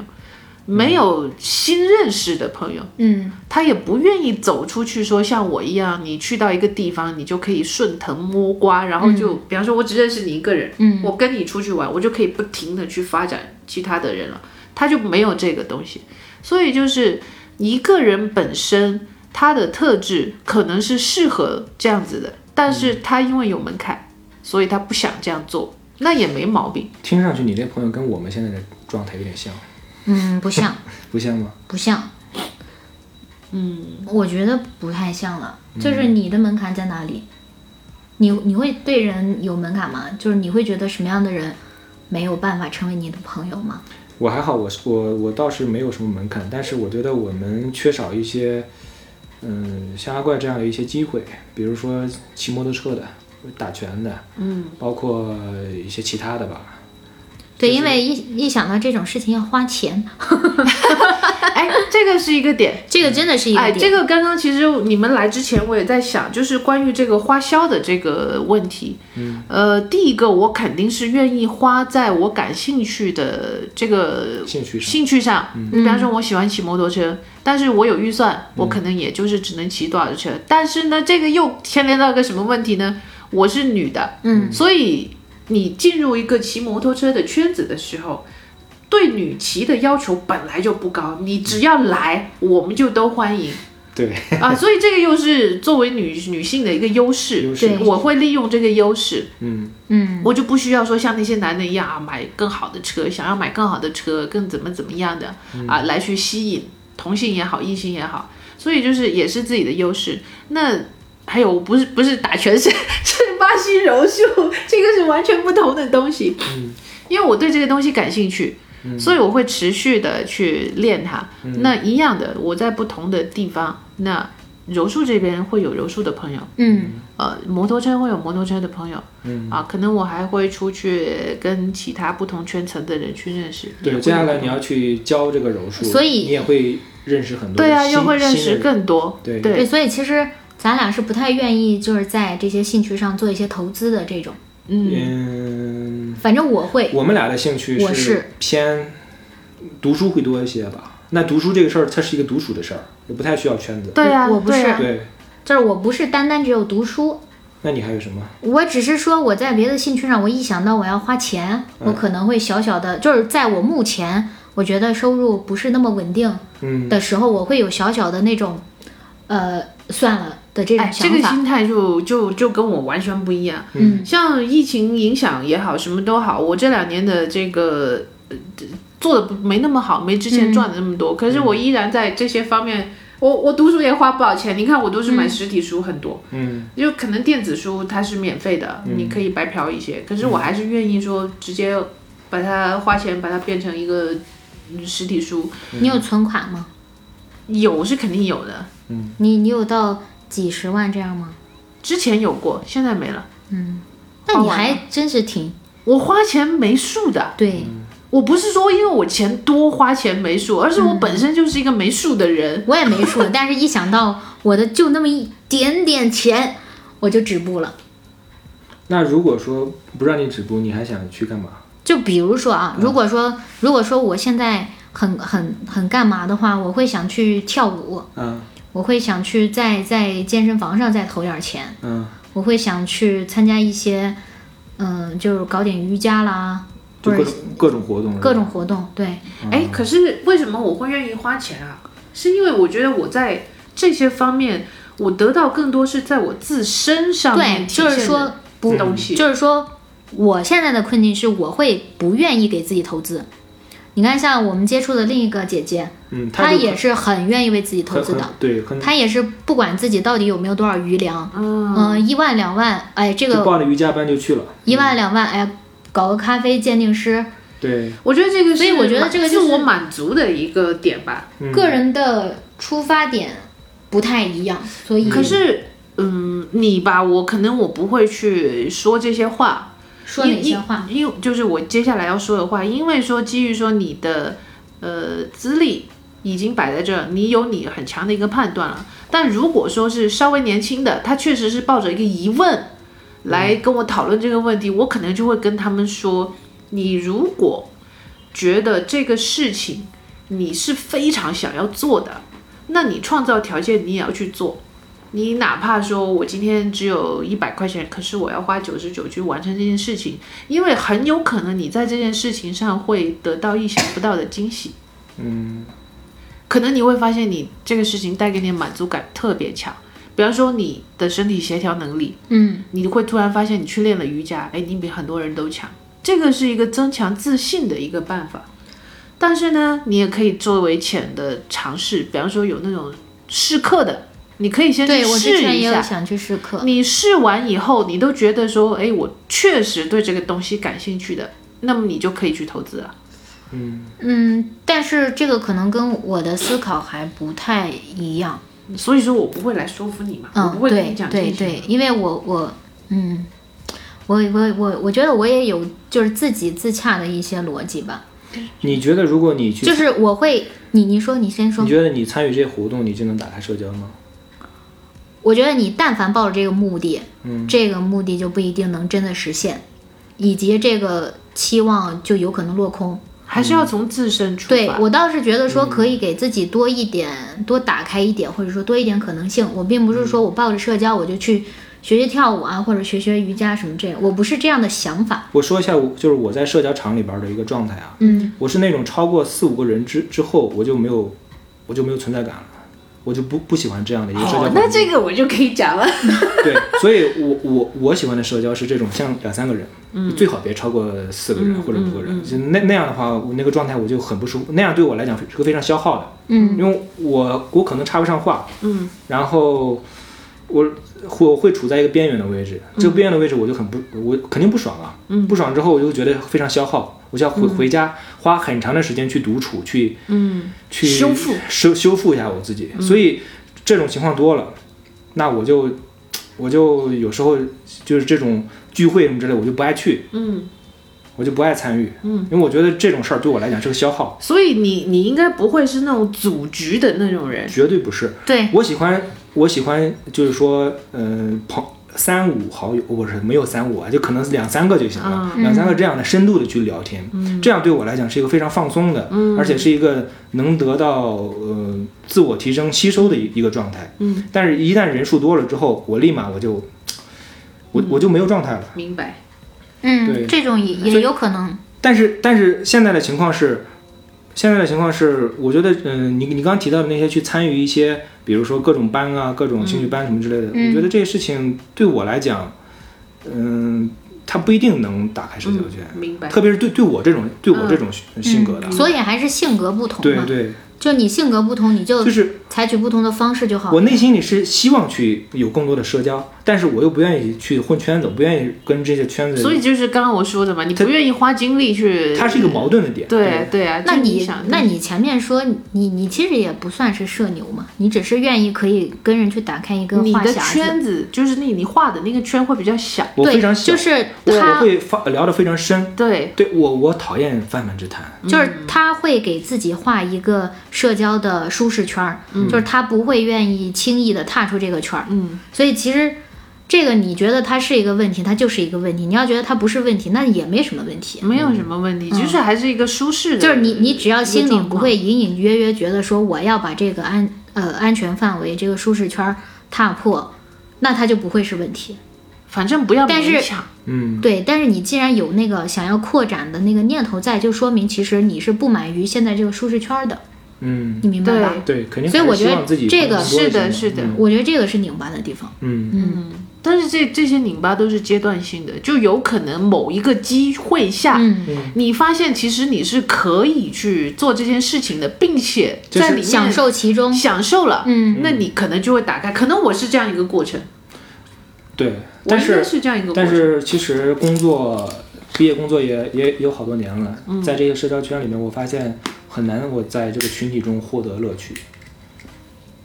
[SPEAKER 4] 没有新认识的朋友。
[SPEAKER 2] 嗯
[SPEAKER 4] 他也不愿意走出去，说像我一样，你去到一个地方，你就可以顺藤摸瓜，然后就，比方说，我只认识你一个人，
[SPEAKER 2] 嗯
[SPEAKER 4] 我跟你出去玩，我就可以不停的去发展其他的人了。他就没有这个东西，所以就是一个人本身他的特质可能是适合这样子的，但是他因为有门槛，所以他不想这样做，那也没毛病。
[SPEAKER 3] 听上去你那朋友跟我们现在的状态有点像，
[SPEAKER 2] 嗯，不 (laughs) 像
[SPEAKER 3] 不像吗？
[SPEAKER 2] 不像，嗯，我觉得不太像了。
[SPEAKER 4] 嗯
[SPEAKER 2] 就是你的门槛在哪里？你你会对人有门槛吗？就是你会觉得什么样的人没有办法成为你的朋友吗？
[SPEAKER 3] 我还好，我是我我倒是没有什么门槛，但是我觉得我们缺少一些，嗯，像阿怪这样的一些机会，比如说骑摩托车的、打拳的，嗯，包括一些其他的吧。
[SPEAKER 2] 对，因为一一想到这种事情要花钱，
[SPEAKER 4] 哎，这个是一个点，
[SPEAKER 2] 这个真的是一个
[SPEAKER 4] 哎，
[SPEAKER 2] 点。
[SPEAKER 4] 这个刚刚其实你们来之前我也在想，就是关于这个花销的这个问题。嗯，呃，第一个我肯定是愿意花在我感兴趣的这个
[SPEAKER 3] 兴趣上
[SPEAKER 4] 兴趣上。比方说，我喜欢骑摩托车，但是我有预算，我可能也就是只能骑多少的车。但是呢，这个又牵连到一个什么问题呢？我是女的，嗯，所以你进入一个骑摩托车的圈子的时候，对女骑的要求本来就不高，你只要来，我们就都欢迎
[SPEAKER 3] 对，
[SPEAKER 4] 啊。所以这个又是作为女女性的一个优势，
[SPEAKER 3] 优势
[SPEAKER 2] 对
[SPEAKER 4] 我会利用这个优势，
[SPEAKER 3] 嗯，
[SPEAKER 2] 嗯
[SPEAKER 4] 我就不需要说像那些男的一样啊，买更好的车，想要买更好的车，更怎么怎么样的
[SPEAKER 3] 嗯
[SPEAKER 4] 啊，来去吸引同性也好，异性也好，所以就是也是自己的优势。那还有不是不是打拳是是巴西柔术，这个是完全不同的东西。
[SPEAKER 3] 嗯
[SPEAKER 4] 因为我对这个东西感兴趣，所以我会持续的去练它。
[SPEAKER 3] 嗯
[SPEAKER 4] 那一样的，我在不同的地方，那柔术这边会有柔术的朋友，
[SPEAKER 2] 嗯
[SPEAKER 4] 呃，摩托车会有摩托车的朋友，嗯啊，可能我还会出去跟其他不同圈层的人去认识。也
[SPEAKER 3] 对，
[SPEAKER 4] 会
[SPEAKER 3] 接下来
[SPEAKER 4] 有
[SPEAKER 3] 你要去教这个柔术，
[SPEAKER 2] 所以
[SPEAKER 3] 你也会认识很多
[SPEAKER 4] 对啊，
[SPEAKER 3] 新
[SPEAKER 4] 又会认
[SPEAKER 3] 新
[SPEAKER 4] 识
[SPEAKER 3] 的
[SPEAKER 4] 更多。
[SPEAKER 3] 对
[SPEAKER 2] 对，所以其实咱俩是不太愿意就是在这些兴趣上做一些投资的这种。
[SPEAKER 4] 嗯，
[SPEAKER 3] 嗯，
[SPEAKER 2] 反正我会，
[SPEAKER 3] 我们俩的兴趣
[SPEAKER 2] 我是
[SPEAKER 3] 偏读书会多一些吧。那读书这个事儿，它是一个独处的事儿，也不太需要圈子。
[SPEAKER 4] 对啊，
[SPEAKER 2] 我不
[SPEAKER 4] 对
[SPEAKER 2] 是
[SPEAKER 4] 啊
[SPEAKER 3] 对，
[SPEAKER 2] 就是我不是单单只有读书，
[SPEAKER 3] 那你还有什么？
[SPEAKER 2] 我只是说我在别的兴趣上，我一想到我要花钱，我可能会小小的，就是在我目前我觉得收入不是那么稳定
[SPEAKER 3] 嗯，
[SPEAKER 2] 的时候，我会有小小的那种，呃，算了的这种
[SPEAKER 4] 哎，这
[SPEAKER 2] 想
[SPEAKER 4] 个
[SPEAKER 2] 法。
[SPEAKER 4] 心态就就就跟我完全不一样。
[SPEAKER 2] 嗯，
[SPEAKER 4] 像疫情影响也好，什么都好，我这两年的这个、
[SPEAKER 2] 嗯
[SPEAKER 4] 呃、做的没那么好，没之前赚的那么多，可是我依然在这些方面我我读书也花不少钱，你看我都是
[SPEAKER 2] 嗯
[SPEAKER 4] 买实体书很多，
[SPEAKER 3] 嗯，
[SPEAKER 4] 就可能电子书它是免费的，
[SPEAKER 2] 嗯
[SPEAKER 4] 你可以白嫖一些，可是我还是愿意说直接把它花钱把它变成一个嗯实体书，
[SPEAKER 2] 你有存款吗？
[SPEAKER 4] 有是肯定有的，
[SPEAKER 2] 你你有到几十万这样吗？
[SPEAKER 4] 之前有过，现在没了。
[SPEAKER 2] 那你
[SPEAKER 4] 花完了
[SPEAKER 2] 还真是挺
[SPEAKER 4] 我花钱没数的，
[SPEAKER 2] 对。
[SPEAKER 4] 我不是说因为我钱多花钱没数，而是
[SPEAKER 2] 嗯
[SPEAKER 4] 我本身就是一个没数的人。
[SPEAKER 2] 我也没数，但是一想到我的就那么一点点钱，我就止步了。
[SPEAKER 3] 那如果说不让你止步，你还想去干嘛？
[SPEAKER 2] 就比如说啊，
[SPEAKER 3] 嗯
[SPEAKER 2] 如果说如果说我现在很很很干嘛的话，我会想去跳舞，
[SPEAKER 3] 嗯
[SPEAKER 2] 我会想去在在健身房上再投点钱，
[SPEAKER 3] 嗯，
[SPEAKER 2] 我会想去参加一些，嗯、就是搞点瑜伽啦，
[SPEAKER 3] 就
[SPEAKER 2] 或
[SPEAKER 3] 各
[SPEAKER 2] 者
[SPEAKER 3] 种各种活动，
[SPEAKER 2] 各种活动，对，
[SPEAKER 4] 哎、可是为什么我会愿意花钱啊？是因为我觉得我在这些方面，我得到更多是在我自身上面
[SPEAKER 2] 对，
[SPEAKER 4] 体
[SPEAKER 2] 就是
[SPEAKER 4] 现
[SPEAKER 2] 说
[SPEAKER 4] 的
[SPEAKER 2] 不
[SPEAKER 4] 东西。
[SPEAKER 2] 就是说，我现在的困境是我会不愿意给自己投资。你看，像我们接触的另一个姐姐，
[SPEAKER 3] 嗯，他
[SPEAKER 2] 她
[SPEAKER 3] 就
[SPEAKER 2] 也是很愿意为自己投
[SPEAKER 3] 很
[SPEAKER 2] 资的，
[SPEAKER 3] 很对，很
[SPEAKER 2] 她也是不管自己到底有没有多少余粮，嗯、一万两万，哎，这
[SPEAKER 3] 就
[SPEAKER 2] 个
[SPEAKER 3] 报了瑜伽班就去了，
[SPEAKER 2] 一万两万，哎，搞个咖啡鉴定师，
[SPEAKER 3] 嗯对，
[SPEAKER 4] 我觉得这个是，
[SPEAKER 2] 所以我觉得这个就是
[SPEAKER 4] 自我满足的一个点吧。
[SPEAKER 3] 嗯
[SPEAKER 2] 个人的出发点不太一样，所以
[SPEAKER 4] 可是，嗯，你吧，我可能我不会去说这些话，
[SPEAKER 2] 说哪些话？
[SPEAKER 4] 因因因就是我接下来要说的话，因为说基于说你的呃资历已经摆在这儿，你有你很强的一个判断了。但如果说是稍微年轻的，他确实是抱着一个疑问来
[SPEAKER 2] 嗯
[SPEAKER 4] 跟我讨论这个问题，我可能就会跟他们说，你如果觉得这个事情你是非常想要做的，那你创造条件你也要去做。你哪怕说我今天只有一百块钱，可是我要花九十九去完成这件事情，因为很有可能你在这件事情上会得到意想不到的惊喜。
[SPEAKER 3] 嗯
[SPEAKER 4] 可能你会发现你这个事情带给你的满足感特别强。比方说你的身体协调能力，
[SPEAKER 2] 嗯，
[SPEAKER 4] 你会突然发现你去练了瑜伽，哎，你比很多人都强。这个是一个增强自信的一个办法。但是呢，你也可以作为浅的尝试，比方说有那种试课的，你可以先去
[SPEAKER 2] 对我之
[SPEAKER 4] 试
[SPEAKER 2] 前
[SPEAKER 4] 一
[SPEAKER 2] 也有
[SPEAKER 4] 下。
[SPEAKER 2] 想去试课，
[SPEAKER 4] 你试完以后，你都觉得说，哎，我确实对这个东西感兴趣的，那么你就可以去投资啊了。
[SPEAKER 3] 嗯，
[SPEAKER 2] 嗯，但是这个可能跟我的思考还不太一样。
[SPEAKER 4] 所以说我不会来说服你嘛，我
[SPEAKER 2] 嗯
[SPEAKER 4] 不，会跟
[SPEAKER 2] 对
[SPEAKER 4] 你讲这
[SPEAKER 2] 对
[SPEAKER 4] 些。
[SPEAKER 2] 对，因为我我嗯，我我我我觉得我也有就是自己自洽的一些逻辑吧，
[SPEAKER 3] 你觉得如果你去，
[SPEAKER 2] 就是我会你你说你先说
[SPEAKER 3] 你，觉得你参与这些活动，你就能打开社交吗？
[SPEAKER 2] 我觉得你但凡抱着这个目的，
[SPEAKER 3] 嗯
[SPEAKER 2] 这个目的就不一定能真的实现，以及这个期望就有可能落空。
[SPEAKER 4] 还是要从自身出发。
[SPEAKER 2] 对我倒是觉得
[SPEAKER 3] 嗯
[SPEAKER 2] 说可以给自己多一点，多打开一点，或者说多一点可能性。我并不是
[SPEAKER 3] 嗯
[SPEAKER 2] 说我抱着社交我就去学学跳舞啊，或者学学瑜伽什么这样，我不是这样的想法。
[SPEAKER 3] 我说一下我，就是我在社交场里边的一个状态啊，
[SPEAKER 2] 嗯，
[SPEAKER 3] 我是那种超过四五个人之之后，我就没有，我就没有存在感了，我就不不喜欢这样的一个社交
[SPEAKER 4] 哦
[SPEAKER 3] 环，境。
[SPEAKER 4] 那这个我就可以讲
[SPEAKER 2] (laughs)
[SPEAKER 4] 了。
[SPEAKER 3] 对，所以我我我喜欢的社交是这种，像两三个人，最好别超过四个人或者五个人，就那那样的话，我那个状态我就很不舒服，那样对我来讲是个非常消耗的，
[SPEAKER 2] 嗯，
[SPEAKER 3] 因为我我可能插不上话，
[SPEAKER 4] 嗯，
[SPEAKER 3] 然后我我会处在一个边缘的位置，
[SPEAKER 4] 嗯
[SPEAKER 3] 这个边缘的位置我就很不，我肯定不爽啊，嗯，不爽之后我就觉得非常消耗，我就要回、回家花很长的时间去独处，去
[SPEAKER 4] 嗯，
[SPEAKER 3] 去
[SPEAKER 4] 修复嗯
[SPEAKER 3] 修修复一下我自己。所以这种情况多了，那我就我就有时候就是这种聚会什么之类，我就不爱去，
[SPEAKER 4] 嗯，
[SPEAKER 3] 我就不爱参与，嗯，因为我觉得这种事儿对我来讲是个消耗，
[SPEAKER 4] 所以你你应该不会是那种组局的那种人。
[SPEAKER 3] 绝对不是。
[SPEAKER 2] 对，
[SPEAKER 3] 我喜欢我喜欢就是说，呃，朋三五好友，不是没有三五啊，就可能两三个就行了，两三个这样的深度的去聊天，这样对我来讲是一个非常放松的，而且是一个能得到呃自我提升吸收的一一个状态。
[SPEAKER 4] 嗯，
[SPEAKER 3] 但是一旦人数多了之后，我立马我就我我就没有状态了。
[SPEAKER 4] 明白。
[SPEAKER 3] 对
[SPEAKER 2] 嗯，这种也也有可能。
[SPEAKER 3] 但是但是现在的情况是，现在的情况是，我觉得，嗯、你你刚提到的那些去参与一些，比如说各种班啊、各种兴趣班什么之类的，
[SPEAKER 2] 嗯
[SPEAKER 3] 我觉得这些事情对我来讲，嗯、它不一定能打开社交圈，
[SPEAKER 4] 嗯明白。
[SPEAKER 2] 嗯
[SPEAKER 3] 特别是对对我这种对我这种性格的，嗯
[SPEAKER 2] 所以还是性格不同
[SPEAKER 3] 对
[SPEAKER 2] 嘛。
[SPEAKER 3] 对
[SPEAKER 2] 就你性格不同，你就
[SPEAKER 3] 就是
[SPEAKER 2] 采取不同的方式就嗯好了。
[SPEAKER 3] 我内心里是希望去有更多的社交，但是我又不愿意去混圈子，我不愿意跟这些圈子。
[SPEAKER 4] 所以就是刚刚我说的嘛，你不愿意花精力去，
[SPEAKER 3] 它是一个矛盾的点。
[SPEAKER 4] 对对啊，
[SPEAKER 2] 那
[SPEAKER 4] 就
[SPEAKER 2] 你
[SPEAKER 4] 想，
[SPEAKER 2] 那你前面说你你其实也不算是社牛嘛，你只是愿意可以跟人去打开一个
[SPEAKER 4] 你
[SPEAKER 2] 话
[SPEAKER 4] 的
[SPEAKER 2] 匣子。
[SPEAKER 4] 圈子就是你你画的那个圈会比较小，
[SPEAKER 3] 我非常
[SPEAKER 2] 对，
[SPEAKER 3] 小，
[SPEAKER 2] 就是
[SPEAKER 3] 我我
[SPEAKER 2] 他，
[SPEAKER 3] 会发聊得非常深。
[SPEAKER 4] 对，
[SPEAKER 3] 对我，我讨厌泛泛之谈。
[SPEAKER 2] 就是
[SPEAKER 4] 嗯
[SPEAKER 2] 他会给自己画一个社交的舒适圈儿，就是他不会愿意轻易的踏出这个圈儿。
[SPEAKER 4] 嗯，
[SPEAKER 2] 所以其实这个你觉得它是一个问题，它就是一个问题；你要觉得它不是问题，那也没什么问题。
[SPEAKER 4] 没有什么问题，就是还是一个舒适的，
[SPEAKER 2] 嗯就是你，你只要心
[SPEAKER 4] 一
[SPEAKER 2] 里
[SPEAKER 4] 个状
[SPEAKER 2] 不
[SPEAKER 4] 况
[SPEAKER 2] 会隐隐约约觉得说我要把这个安呃安全范围、这个舒适圈儿踏破，那它就不会是问题。
[SPEAKER 4] 反正不要
[SPEAKER 2] 但是
[SPEAKER 4] 勉强，
[SPEAKER 3] 嗯，
[SPEAKER 2] 对，但是你既然有那个想要扩展的那个念头在，就说明其实你是不满于现在这个舒适圈儿的，
[SPEAKER 3] 嗯，
[SPEAKER 2] 你明白吧？
[SPEAKER 3] 对，肯定
[SPEAKER 2] 所以
[SPEAKER 3] 还是
[SPEAKER 2] 我觉
[SPEAKER 3] 希
[SPEAKER 2] 得
[SPEAKER 3] 望自己
[SPEAKER 2] 这个
[SPEAKER 3] 更多一
[SPEAKER 4] 是的
[SPEAKER 3] 些
[SPEAKER 4] 是的
[SPEAKER 3] 嗯
[SPEAKER 2] 我觉得这个是拧巴的地方。
[SPEAKER 3] 嗯，
[SPEAKER 2] 嗯
[SPEAKER 4] 但是这这些拧巴都是阶段性的，就有可能某一个机会下，
[SPEAKER 2] 嗯，
[SPEAKER 4] 你发现其实你是可以去做这件事情的，并且
[SPEAKER 3] 就是
[SPEAKER 4] 在里面
[SPEAKER 2] 享受其中。
[SPEAKER 4] 享受了，
[SPEAKER 2] 嗯，
[SPEAKER 4] 那你可能就会打开。可能我是这样一个过程，
[SPEAKER 3] 对。
[SPEAKER 4] 我
[SPEAKER 3] 但
[SPEAKER 4] 应该是这样一个过
[SPEAKER 3] 但
[SPEAKER 4] 程。
[SPEAKER 3] 是其实工作毕业工作也也有好多年了，
[SPEAKER 4] 嗯
[SPEAKER 3] 在这个社交圈里面，我发现很难我在这个群体中获得乐趣。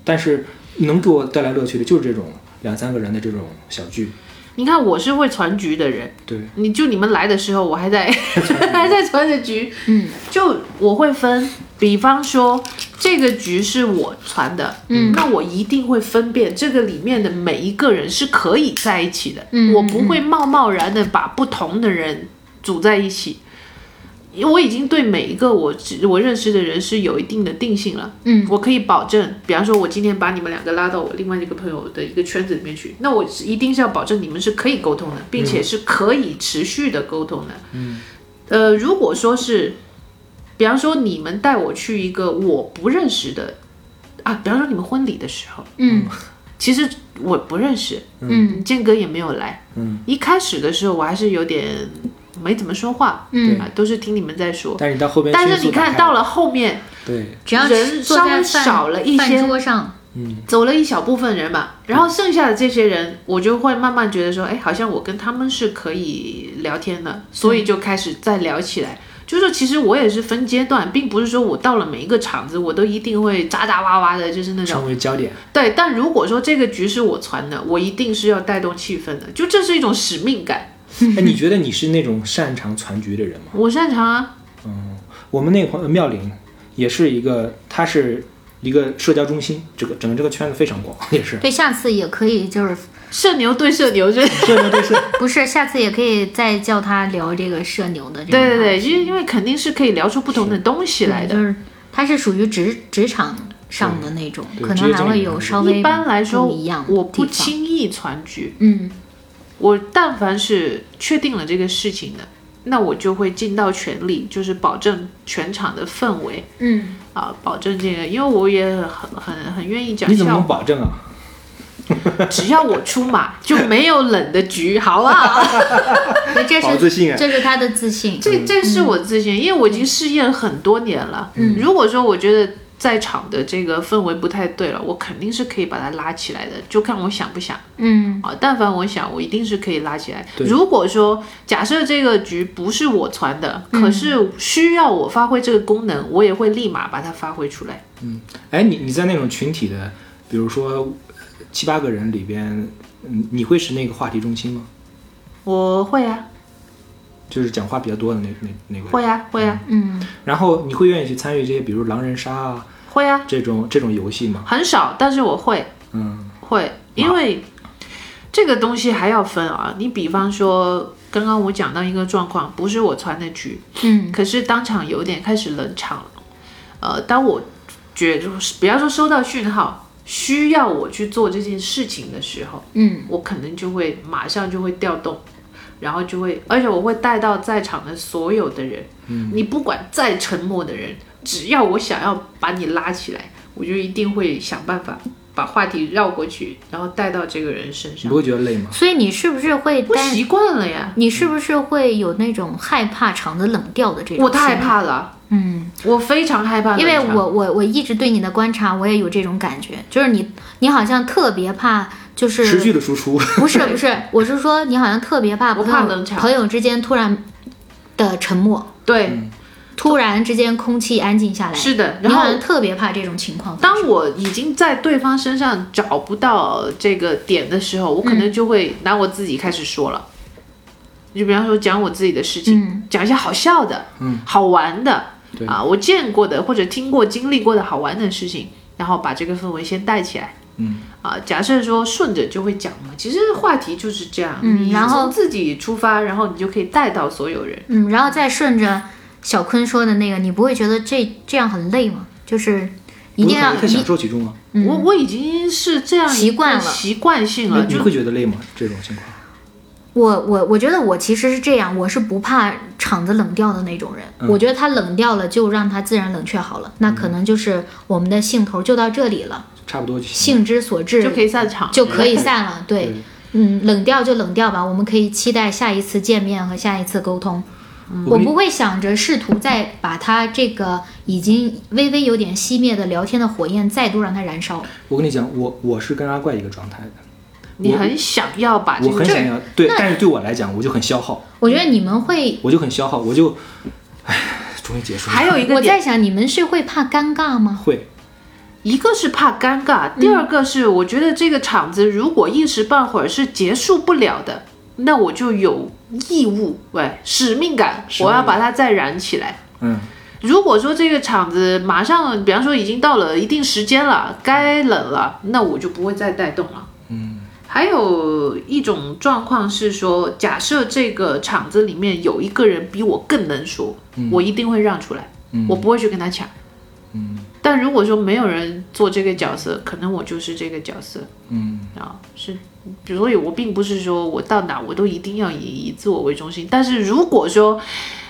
[SPEAKER 3] 但是能给我带来乐趣的就是这种两三个人的这种小聚，
[SPEAKER 4] 你看，我是会传局的人，
[SPEAKER 3] 对，
[SPEAKER 4] 你就你们来的时候，我还在还在传着局，
[SPEAKER 2] 嗯，
[SPEAKER 4] 就我会分，比方说这个局是我传的，
[SPEAKER 2] 嗯
[SPEAKER 4] 那我一定会分辨这个里面的每一个人是可以在一起的，
[SPEAKER 2] 嗯
[SPEAKER 4] 我不会贸贸然的把不同的人组在一起。因为我已经对每一个我知我认识的人是有一定的定性了，
[SPEAKER 2] 嗯，
[SPEAKER 4] 我可以保证，比方说，我今天把你们两个拉到我另外一个朋友的一个圈子里面去，那我是一定是要保证你们是可以沟通的，并且是可以持续的沟通的，嗯，呃，如果说是比方说你们带我去一个我不认识的啊，比方说你们婚礼的时候，
[SPEAKER 2] 嗯
[SPEAKER 4] 其实我不认识，
[SPEAKER 2] 嗯
[SPEAKER 4] 建哥也没有来，
[SPEAKER 3] 嗯，
[SPEAKER 4] 一开始的时候我还是有点没怎么说话，
[SPEAKER 2] 嗯，
[SPEAKER 4] 啊，都是听你们在说，
[SPEAKER 3] 但是你到后边
[SPEAKER 4] 但
[SPEAKER 3] 迅
[SPEAKER 4] 是
[SPEAKER 3] 速
[SPEAKER 4] 你
[SPEAKER 3] 打
[SPEAKER 4] 看
[SPEAKER 3] 开
[SPEAKER 4] 到了后面，
[SPEAKER 3] 对，
[SPEAKER 2] 只要
[SPEAKER 4] 人
[SPEAKER 2] 坐
[SPEAKER 4] 稍
[SPEAKER 2] 在
[SPEAKER 4] 微
[SPEAKER 2] 饭
[SPEAKER 4] 少了一些
[SPEAKER 2] 饭桌上，
[SPEAKER 4] 走了一小部分人吧，然后剩下的这些人，我就会慢慢觉得说，哎，好像我跟他们是可以聊天的，所以就开始再聊起来。就是其实我也是分阶段，并不是说我到了每一个场子，我都一定会喳喳哇哇的，就是那种
[SPEAKER 3] 成为焦点，
[SPEAKER 4] 对。但如果说这个局是我传的，我一定是要带动气氛的，就这是一种使命感。
[SPEAKER 3] 哎，你觉得你是那种擅长攒局的人吗？
[SPEAKER 4] 我擅长啊，
[SPEAKER 3] 我们那个朋友妙龄也是一个，他是一个社交中心，这个整个这个圈子非常广， (laughs) 也是。
[SPEAKER 2] 对，下次也可以就是
[SPEAKER 4] 社牛对社
[SPEAKER 2] (laughs)
[SPEAKER 4] 牛，就是
[SPEAKER 3] 这呢，这是
[SPEAKER 2] 不是，下次也可以再叫他聊这个社牛的这个话
[SPEAKER 4] 对
[SPEAKER 2] 题。(laughs)
[SPEAKER 4] 对对，就是因为肯定是可以聊出不同的东西来的。
[SPEAKER 2] 就是他是属于职职场上的那种，
[SPEAKER 3] 对
[SPEAKER 2] 可
[SPEAKER 3] 职
[SPEAKER 2] 能
[SPEAKER 3] 业
[SPEAKER 2] 还
[SPEAKER 3] 经
[SPEAKER 2] 会
[SPEAKER 3] 理
[SPEAKER 2] 有
[SPEAKER 3] 人
[SPEAKER 2] 稍微
[SPEAKER 4] 一般来说，
[SPEAKER 2] 不一样的
[SPEAKER 4] 我不
[SPEAKER 2] 地方
[SPEAKER 4] 轻易传局，
[SPEAKER 2] 嗯
[SPEAKER 4] 我但凡是确定了这个事情的，那我就会尽到全力，就是保证全场的氛围
[SPEAKER 2] 嗯，
[SPEAKER 4] 啊，保证这个，因为我也很很很愿意讲
[SPEAKER 3] 你怎么
[SPEAKER 4] 笑
[SPEAKER 3] 能
[SPEAKER 4] 话，
[SPEAKER 3] 保证啊？
[SPEAKER 4] 只要我出马就没有冷的局，好不好？ (laughs)
[SPEAKER 2] 对这
[SPEAKER 3] 好自
[SPEAKER 2] 是
[SPEAKER 3] 信啊！
[SPEAKER 2] 这是他的自信。
[SPEAKER 4] 这这是我自信，因为我已经试验很多年了。
[SPEAKER 2] 嗯
[SPEAKER 4] 如果说我觉得在场的这个氛围不太对了，我肯定是可以把它拉起来的，就看我想不想。
[SPEAKER 2] 嗯
[SPEAKER 4] 啊，但凡我想，我一定是可以拉起来。
[SPEAKER 3] 对
[SPEAKER 4] 如果说假设这个局不是我传的，可是需要我发挥这个功能，我也会立马把它发挥出来。
[SPEAKER 3] 哎，你你在那种群体的，比如说七八个人里边，嗯，你会是那个话题中心吗？
[SPEAKER 4] 我会啊，
[SPEAKER 3] 就是讲话比较多的那那那个人。
[SPEAKER 4] 会啊，会啊，
[SPEAKER 2] 嗯
[SPEAKER 3] 然后你会愿意去参与这些，比如狼人杀啊
[SPEAKER 4] 会啊，
[SPEAKER 3] 这种这种游戏吗？
[SPEAKER 4] 很少，但是我会
[SPEAKER 3] 嗯，
[SPEAKER 4] 会，因为这个东西还要分啊。你比方说，刚刚我讲到一个状况，不是我传的局，
[SPEAKER 2] 嗯
[SPEAKER 4] 可是当场有点开始冷场了。呃，当我觉得，比方说收到讯号，需要我去做这件事情的时候，
[SPEAKER 2] 嗯
[SPEAKER 4] 我可能就会马上就会调动，然后就会，而且我会带到在场的所有的人，你不管再沉默的人，只要我想要把你拉起来，我就一定会想办法把话题绕过去，然后带到这个人身
[SPEAKER 3] 你
[SPEAKER 4] 上
[SPEAKER 3] 不。会觉得累吗？
[SPEAKER 2] 所以你是不是会
[SPEAKER 4] 我
[SPEAKER 2] 担？
[SPEAKER 4] 习惯了呀，
[SPEAKER 2] 你是不是会有那种害怕场子冷掉的这种？
[SPEAKER 4] 我太害。怕了，
[SPEAKER 2] 嗯，
[SPEAKER 4] 我非常害怕冷
[SPEAKER 2] 因
[SPEAKER 4] 场，
[SPEAKER 2] 为我我我一直对你的观察，我也有这种感觉，就是你你好像特别怕，就是
[SPEAKER 3] 持续的输出，
[SPEAKER 2] 不是不是，我是说你好像特别怕
[SPEAKER 4] 我
[SPEAKER 2] 朋
[SPEAKER 4] 怕
[SPEAKER 2] 友
[SPEAKER 4] 冷场
[SPEAKER 2] 朋友之间突然的沉默，
[SPEAKER 4] 对、
[SPEAKER 2] 突然之间空气安静下来，
[SPEAKER 4] 是的，
[SPEAKER 2] 你
[SPEAKER 4] 然
[SPEAKER 2] 好
[SPEAKER 4] 后
[SPEAKER 2] 像特别怕这种情况发生。
[SPEAKER 4] 当我已经在对方身上找不到这个点的时候，我可
[SPEAKER 2] 嗯
[SPEAKER 4] 能就会拿我自己开始说了。就比方说讲我自己的事情，
[SPEAKER 2] 嗯
[SPEAKER 4] 讲一些好笑的、
[SPEAKER 3] 嗯
[SPEAKER 4] 好玩的
[SPEAKER 3] 对
[SPEAKER 4] 啊，我见过的或者听过、经历过的好玩的事情，然后把这个氛围先带起来。
[SPEAKER 3] 嗯
[SPEAKER 4] 啊，假设说顺着就会讲嘛，其实话题就是这样，
[SPEAKER 2] 嗯
[SPEAKER 4] 你
[SPEAKER 2] 然后
[SPEAKER 4] 从自己出发，然后你就可以带到所有人。
[SPEAKER 2] 嗯，然后再顺着小坤说的那个，你不会觉得这这样很累吗？就是一定要
[SPEAKER 3] 不会太享
[SPEAKER 2] 一
[SPEAKER 3] 受其中啊。
[SPEAKER 4] 我我已经是这样一个
[SPEAKER 2] 嗯习惯了
[SPEAKER 4] 习惯
[SPEAKER 2] 嗯
[SPEAKER 4] 性了，
[SPEAKER 3] 你你
[SPEAKER 4] 就
[SPEAKER 3] 会觉得累吗？这种情况，
[SPEAKER 2] 我我我觉得我其实是这样，我是不怕场子冷掉的那种人。
[SPEAKER 3] 嗯
[SPEAKER 2] 我觉得他冷掉了，就让他自然冷却好了。那可能就是我们的兴头就到这里了，
[SPEAKER 3] 差不多就行。
[SPEAKER 2] 兴之所至
[SPEAKER 4] 就可以散场，
[SPEAKER 2] 就可以散了。对
[SPEAKER 3] 对，
[SPEAKER 2] 嗯，冷掉就冷掉吧，我们可以期待下一次见面和下一次沟通。我
[SPEAKER 3] 跟你
[SPEAKER 2] 不会想着试图再把他这个已经微微有点熄灭的聊天的火焰再度让它燃烧。
[SPEAKER 3] 我跟你讲，我我是跟阿怪一个状态的，
[SPEAKER 4] 你很想要把这
[SPEAKER 3] 我
[SPEAKER 4] 个
[SPEAKER 3] 很想要对，但是对我来讲，我就很消耗，
[SPEAKER 2] 我觉得你们会，
[SPEAKER 3] 我就很消耗，我就，唉，终于结束了。
[SPEAKER 4] 还有一个
[SPEAKER 2] 我
[SPEAKER 4] 点，
[SPEAKER 2] 在想你们是会怕尴尬吗？
[SPEAKER 3] 会，
[SPEAKER 4] 一个是怕尴尬，
[SPEAKER 2] 嗯
[SPEAKER 4] 第二个是我觉得这个场子如果一时半会儿是结束不了的，那我就有义务，喂，使命感，
[SPEAKER 3] 使命
[SPEAKER 4] 我
[SPEAKER 3] 感
[SPEAKER 4] 要把它再燃起来。
[SPEAKER 3] 嗯，
[SPEAKER 4] 如果说这个场子马上，比方说已经到了一定时间了，该冷了，那我就不会再带动了。嗯，还有一种状况是说，假设这个场子里面有一个人比我更能说，我一定会让出来，我不会去跟他抢。嗯，但如果说没有人做这个角色，可能我就是这个角色。嗯，啊，是。所以，我并不是说我到哪我都一定要以以自我为中心，但是如果说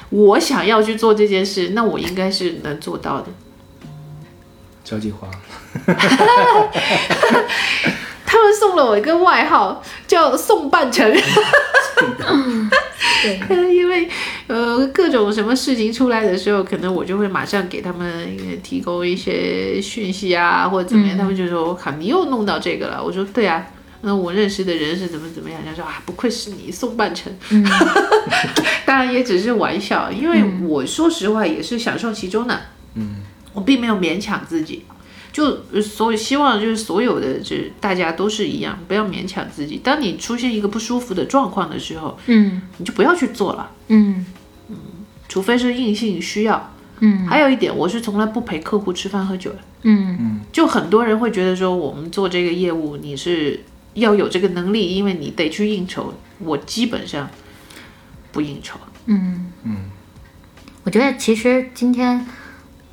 [SPEAKER 4] 我想要去做这件事，那我应该是能做到的。
[SPEAKER 3] 交际花，
[SPEAKER 4] 他们送了我一个外号叫“宋半城
[SPEAKER 2] 对，”，
[SPEAKER 4] 因为呃各种什么事情出来的时候，可能我就会马上给他们呃提供一些讯息啊，或者怎么样，他们就说：“我靠，你又弄到这个了。”我说：“对啊。”那我认识的人是怎么怎么样？他说啊，不愧是你，宋半城。 (laughs) 当然也只是玩笑，因为我说实话也是享受其中的。我并没有勉强自己，就呃所以希望就是所有的就是大家都是一样，不要勉强自己。当你出现一个不舒服的状况的时候，
[SPEAKER 2] 嗯
[SPEAKER 4] 你就不要去做了，
[SPEAKER 2] 嗯
[SPEAKER 4] 除非是硬性需要。
[SPEAKER 2] 嗯，
[SPEAKER 4] 还有一点，我是从来不陪客户吃饭喝酒的。
[SPEAKER 2] 嗯
[SPEAKER 4] 就很多人会觉得说，我们做这个业务你是要有这个能力，因为你得去应酬。我基本上不应酬，
[SPEAKER 2] 嗯嗯，我觉得其实今天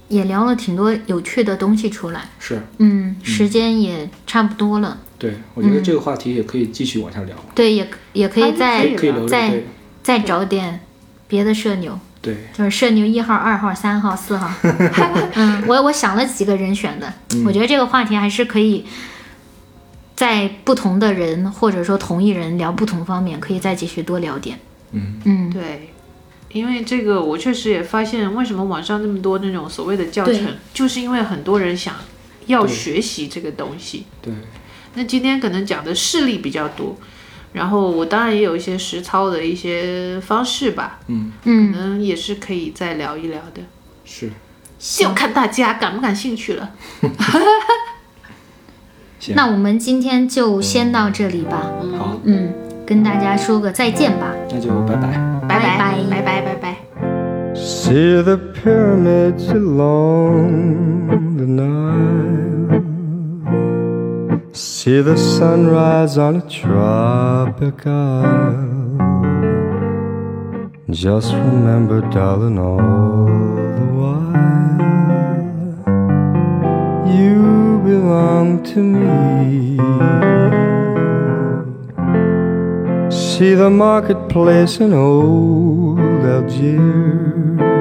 [SPEAKER 2] 也聊了挺多有趣的东西出来。
[SPEAKER 3] 是
[SPEAKER 2] 嗯，时间也差不多了，
[SPEAKER 3] 对，我觉得这个话题也可以继续往下聊，
[SPEAKER 2] 对，也也嗯可
[SPEAKER 4] 啊
[SPEAKER 2] 以
[SPEAKER 4] 那
[SPEAKER 2] 再
[SPEAKER 4] 可以
[SPEAKER 3] 可以聊
[SPEAKER 2] 再
[SPEAKER 3] 这个，
[SPEAKER 2] 再找点别的社牛，
[SPEAKER 3] 对，
[SPEAKER 2] 就是社牛一号、二号、三号、 (laughs) 四号。嗯，我我想了几个人选的，我觉得这个话题还是可以在不同的人或者说同一人聊不同方面，可以再继续多聊点。
[SPEAKER 3] 嗯
[SPEAKER 2] 嗯，
[SPEAKER 4] 对，因为这个我确实也发现，为什么网上那么多那种所谓的教
[SPEAKER 2] 对
[SPEAKER 4] 程，就是因为很多人想要
[SPEAKER 3] 对
[SPEAKER 4] 学习这个东西。
[SPEAKER 3] 对，
[SPEAKER 4] 那今天可能讲的事例比较多，然后我当然也有一些实操的一些方式吧，
[SPEAKER 3] 嗯，
[SPEAKER 4] 可
[SPEAKER 2] 嗯
[SPEAKER 4] 能也是可以再聊一聊的，
[SPEAKER 3] 是，
[SPEAKER 4] 就看大家感不感兴趣了。
[SPEAKER 3] 行，
[SPEAKER 2] 那我们今天就先到这里吧。
[SPEAKER 3] 好，
[SPEAKER 2] 嗯，跟大家说个再见吧，
[SPEAKER 3] 那就拜拜。
[SPEAKER 4] 拜拜
[SPEAKER 2] 拜
[SPEAKER 4] 拜拜拜拜。
[SPEAKER 1] See the pyramids along the Nile. See the sunrise on a tropic isle. Just remember, darling, all the while you belong to me. See the marketplace in old Algiers.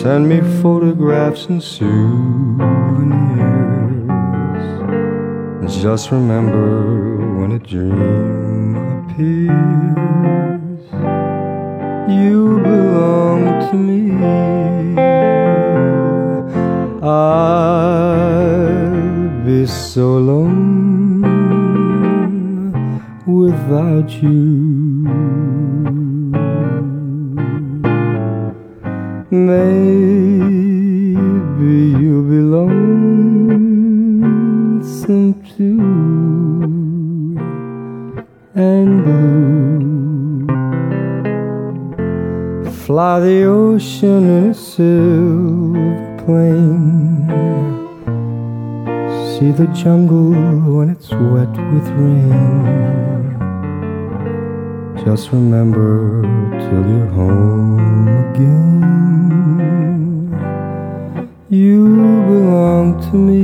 [SPEAKER 1] Send me photographs and souvenirs. Just remember when a dream appears,
[SPEAKER 5] You belong to me. I'd be so lonely without you. Maybe you'll be lonesome too and blue. Fly the ocean in a silver plane. See the jungle when it's wet with rain. Just remember till you're home again. You belong to me.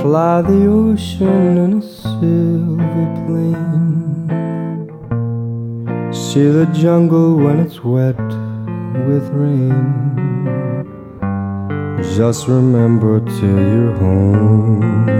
[SPEAKER 5] Fly the ocean in a silver plane. See the jungle when it's wet with rain. Just remember till you're home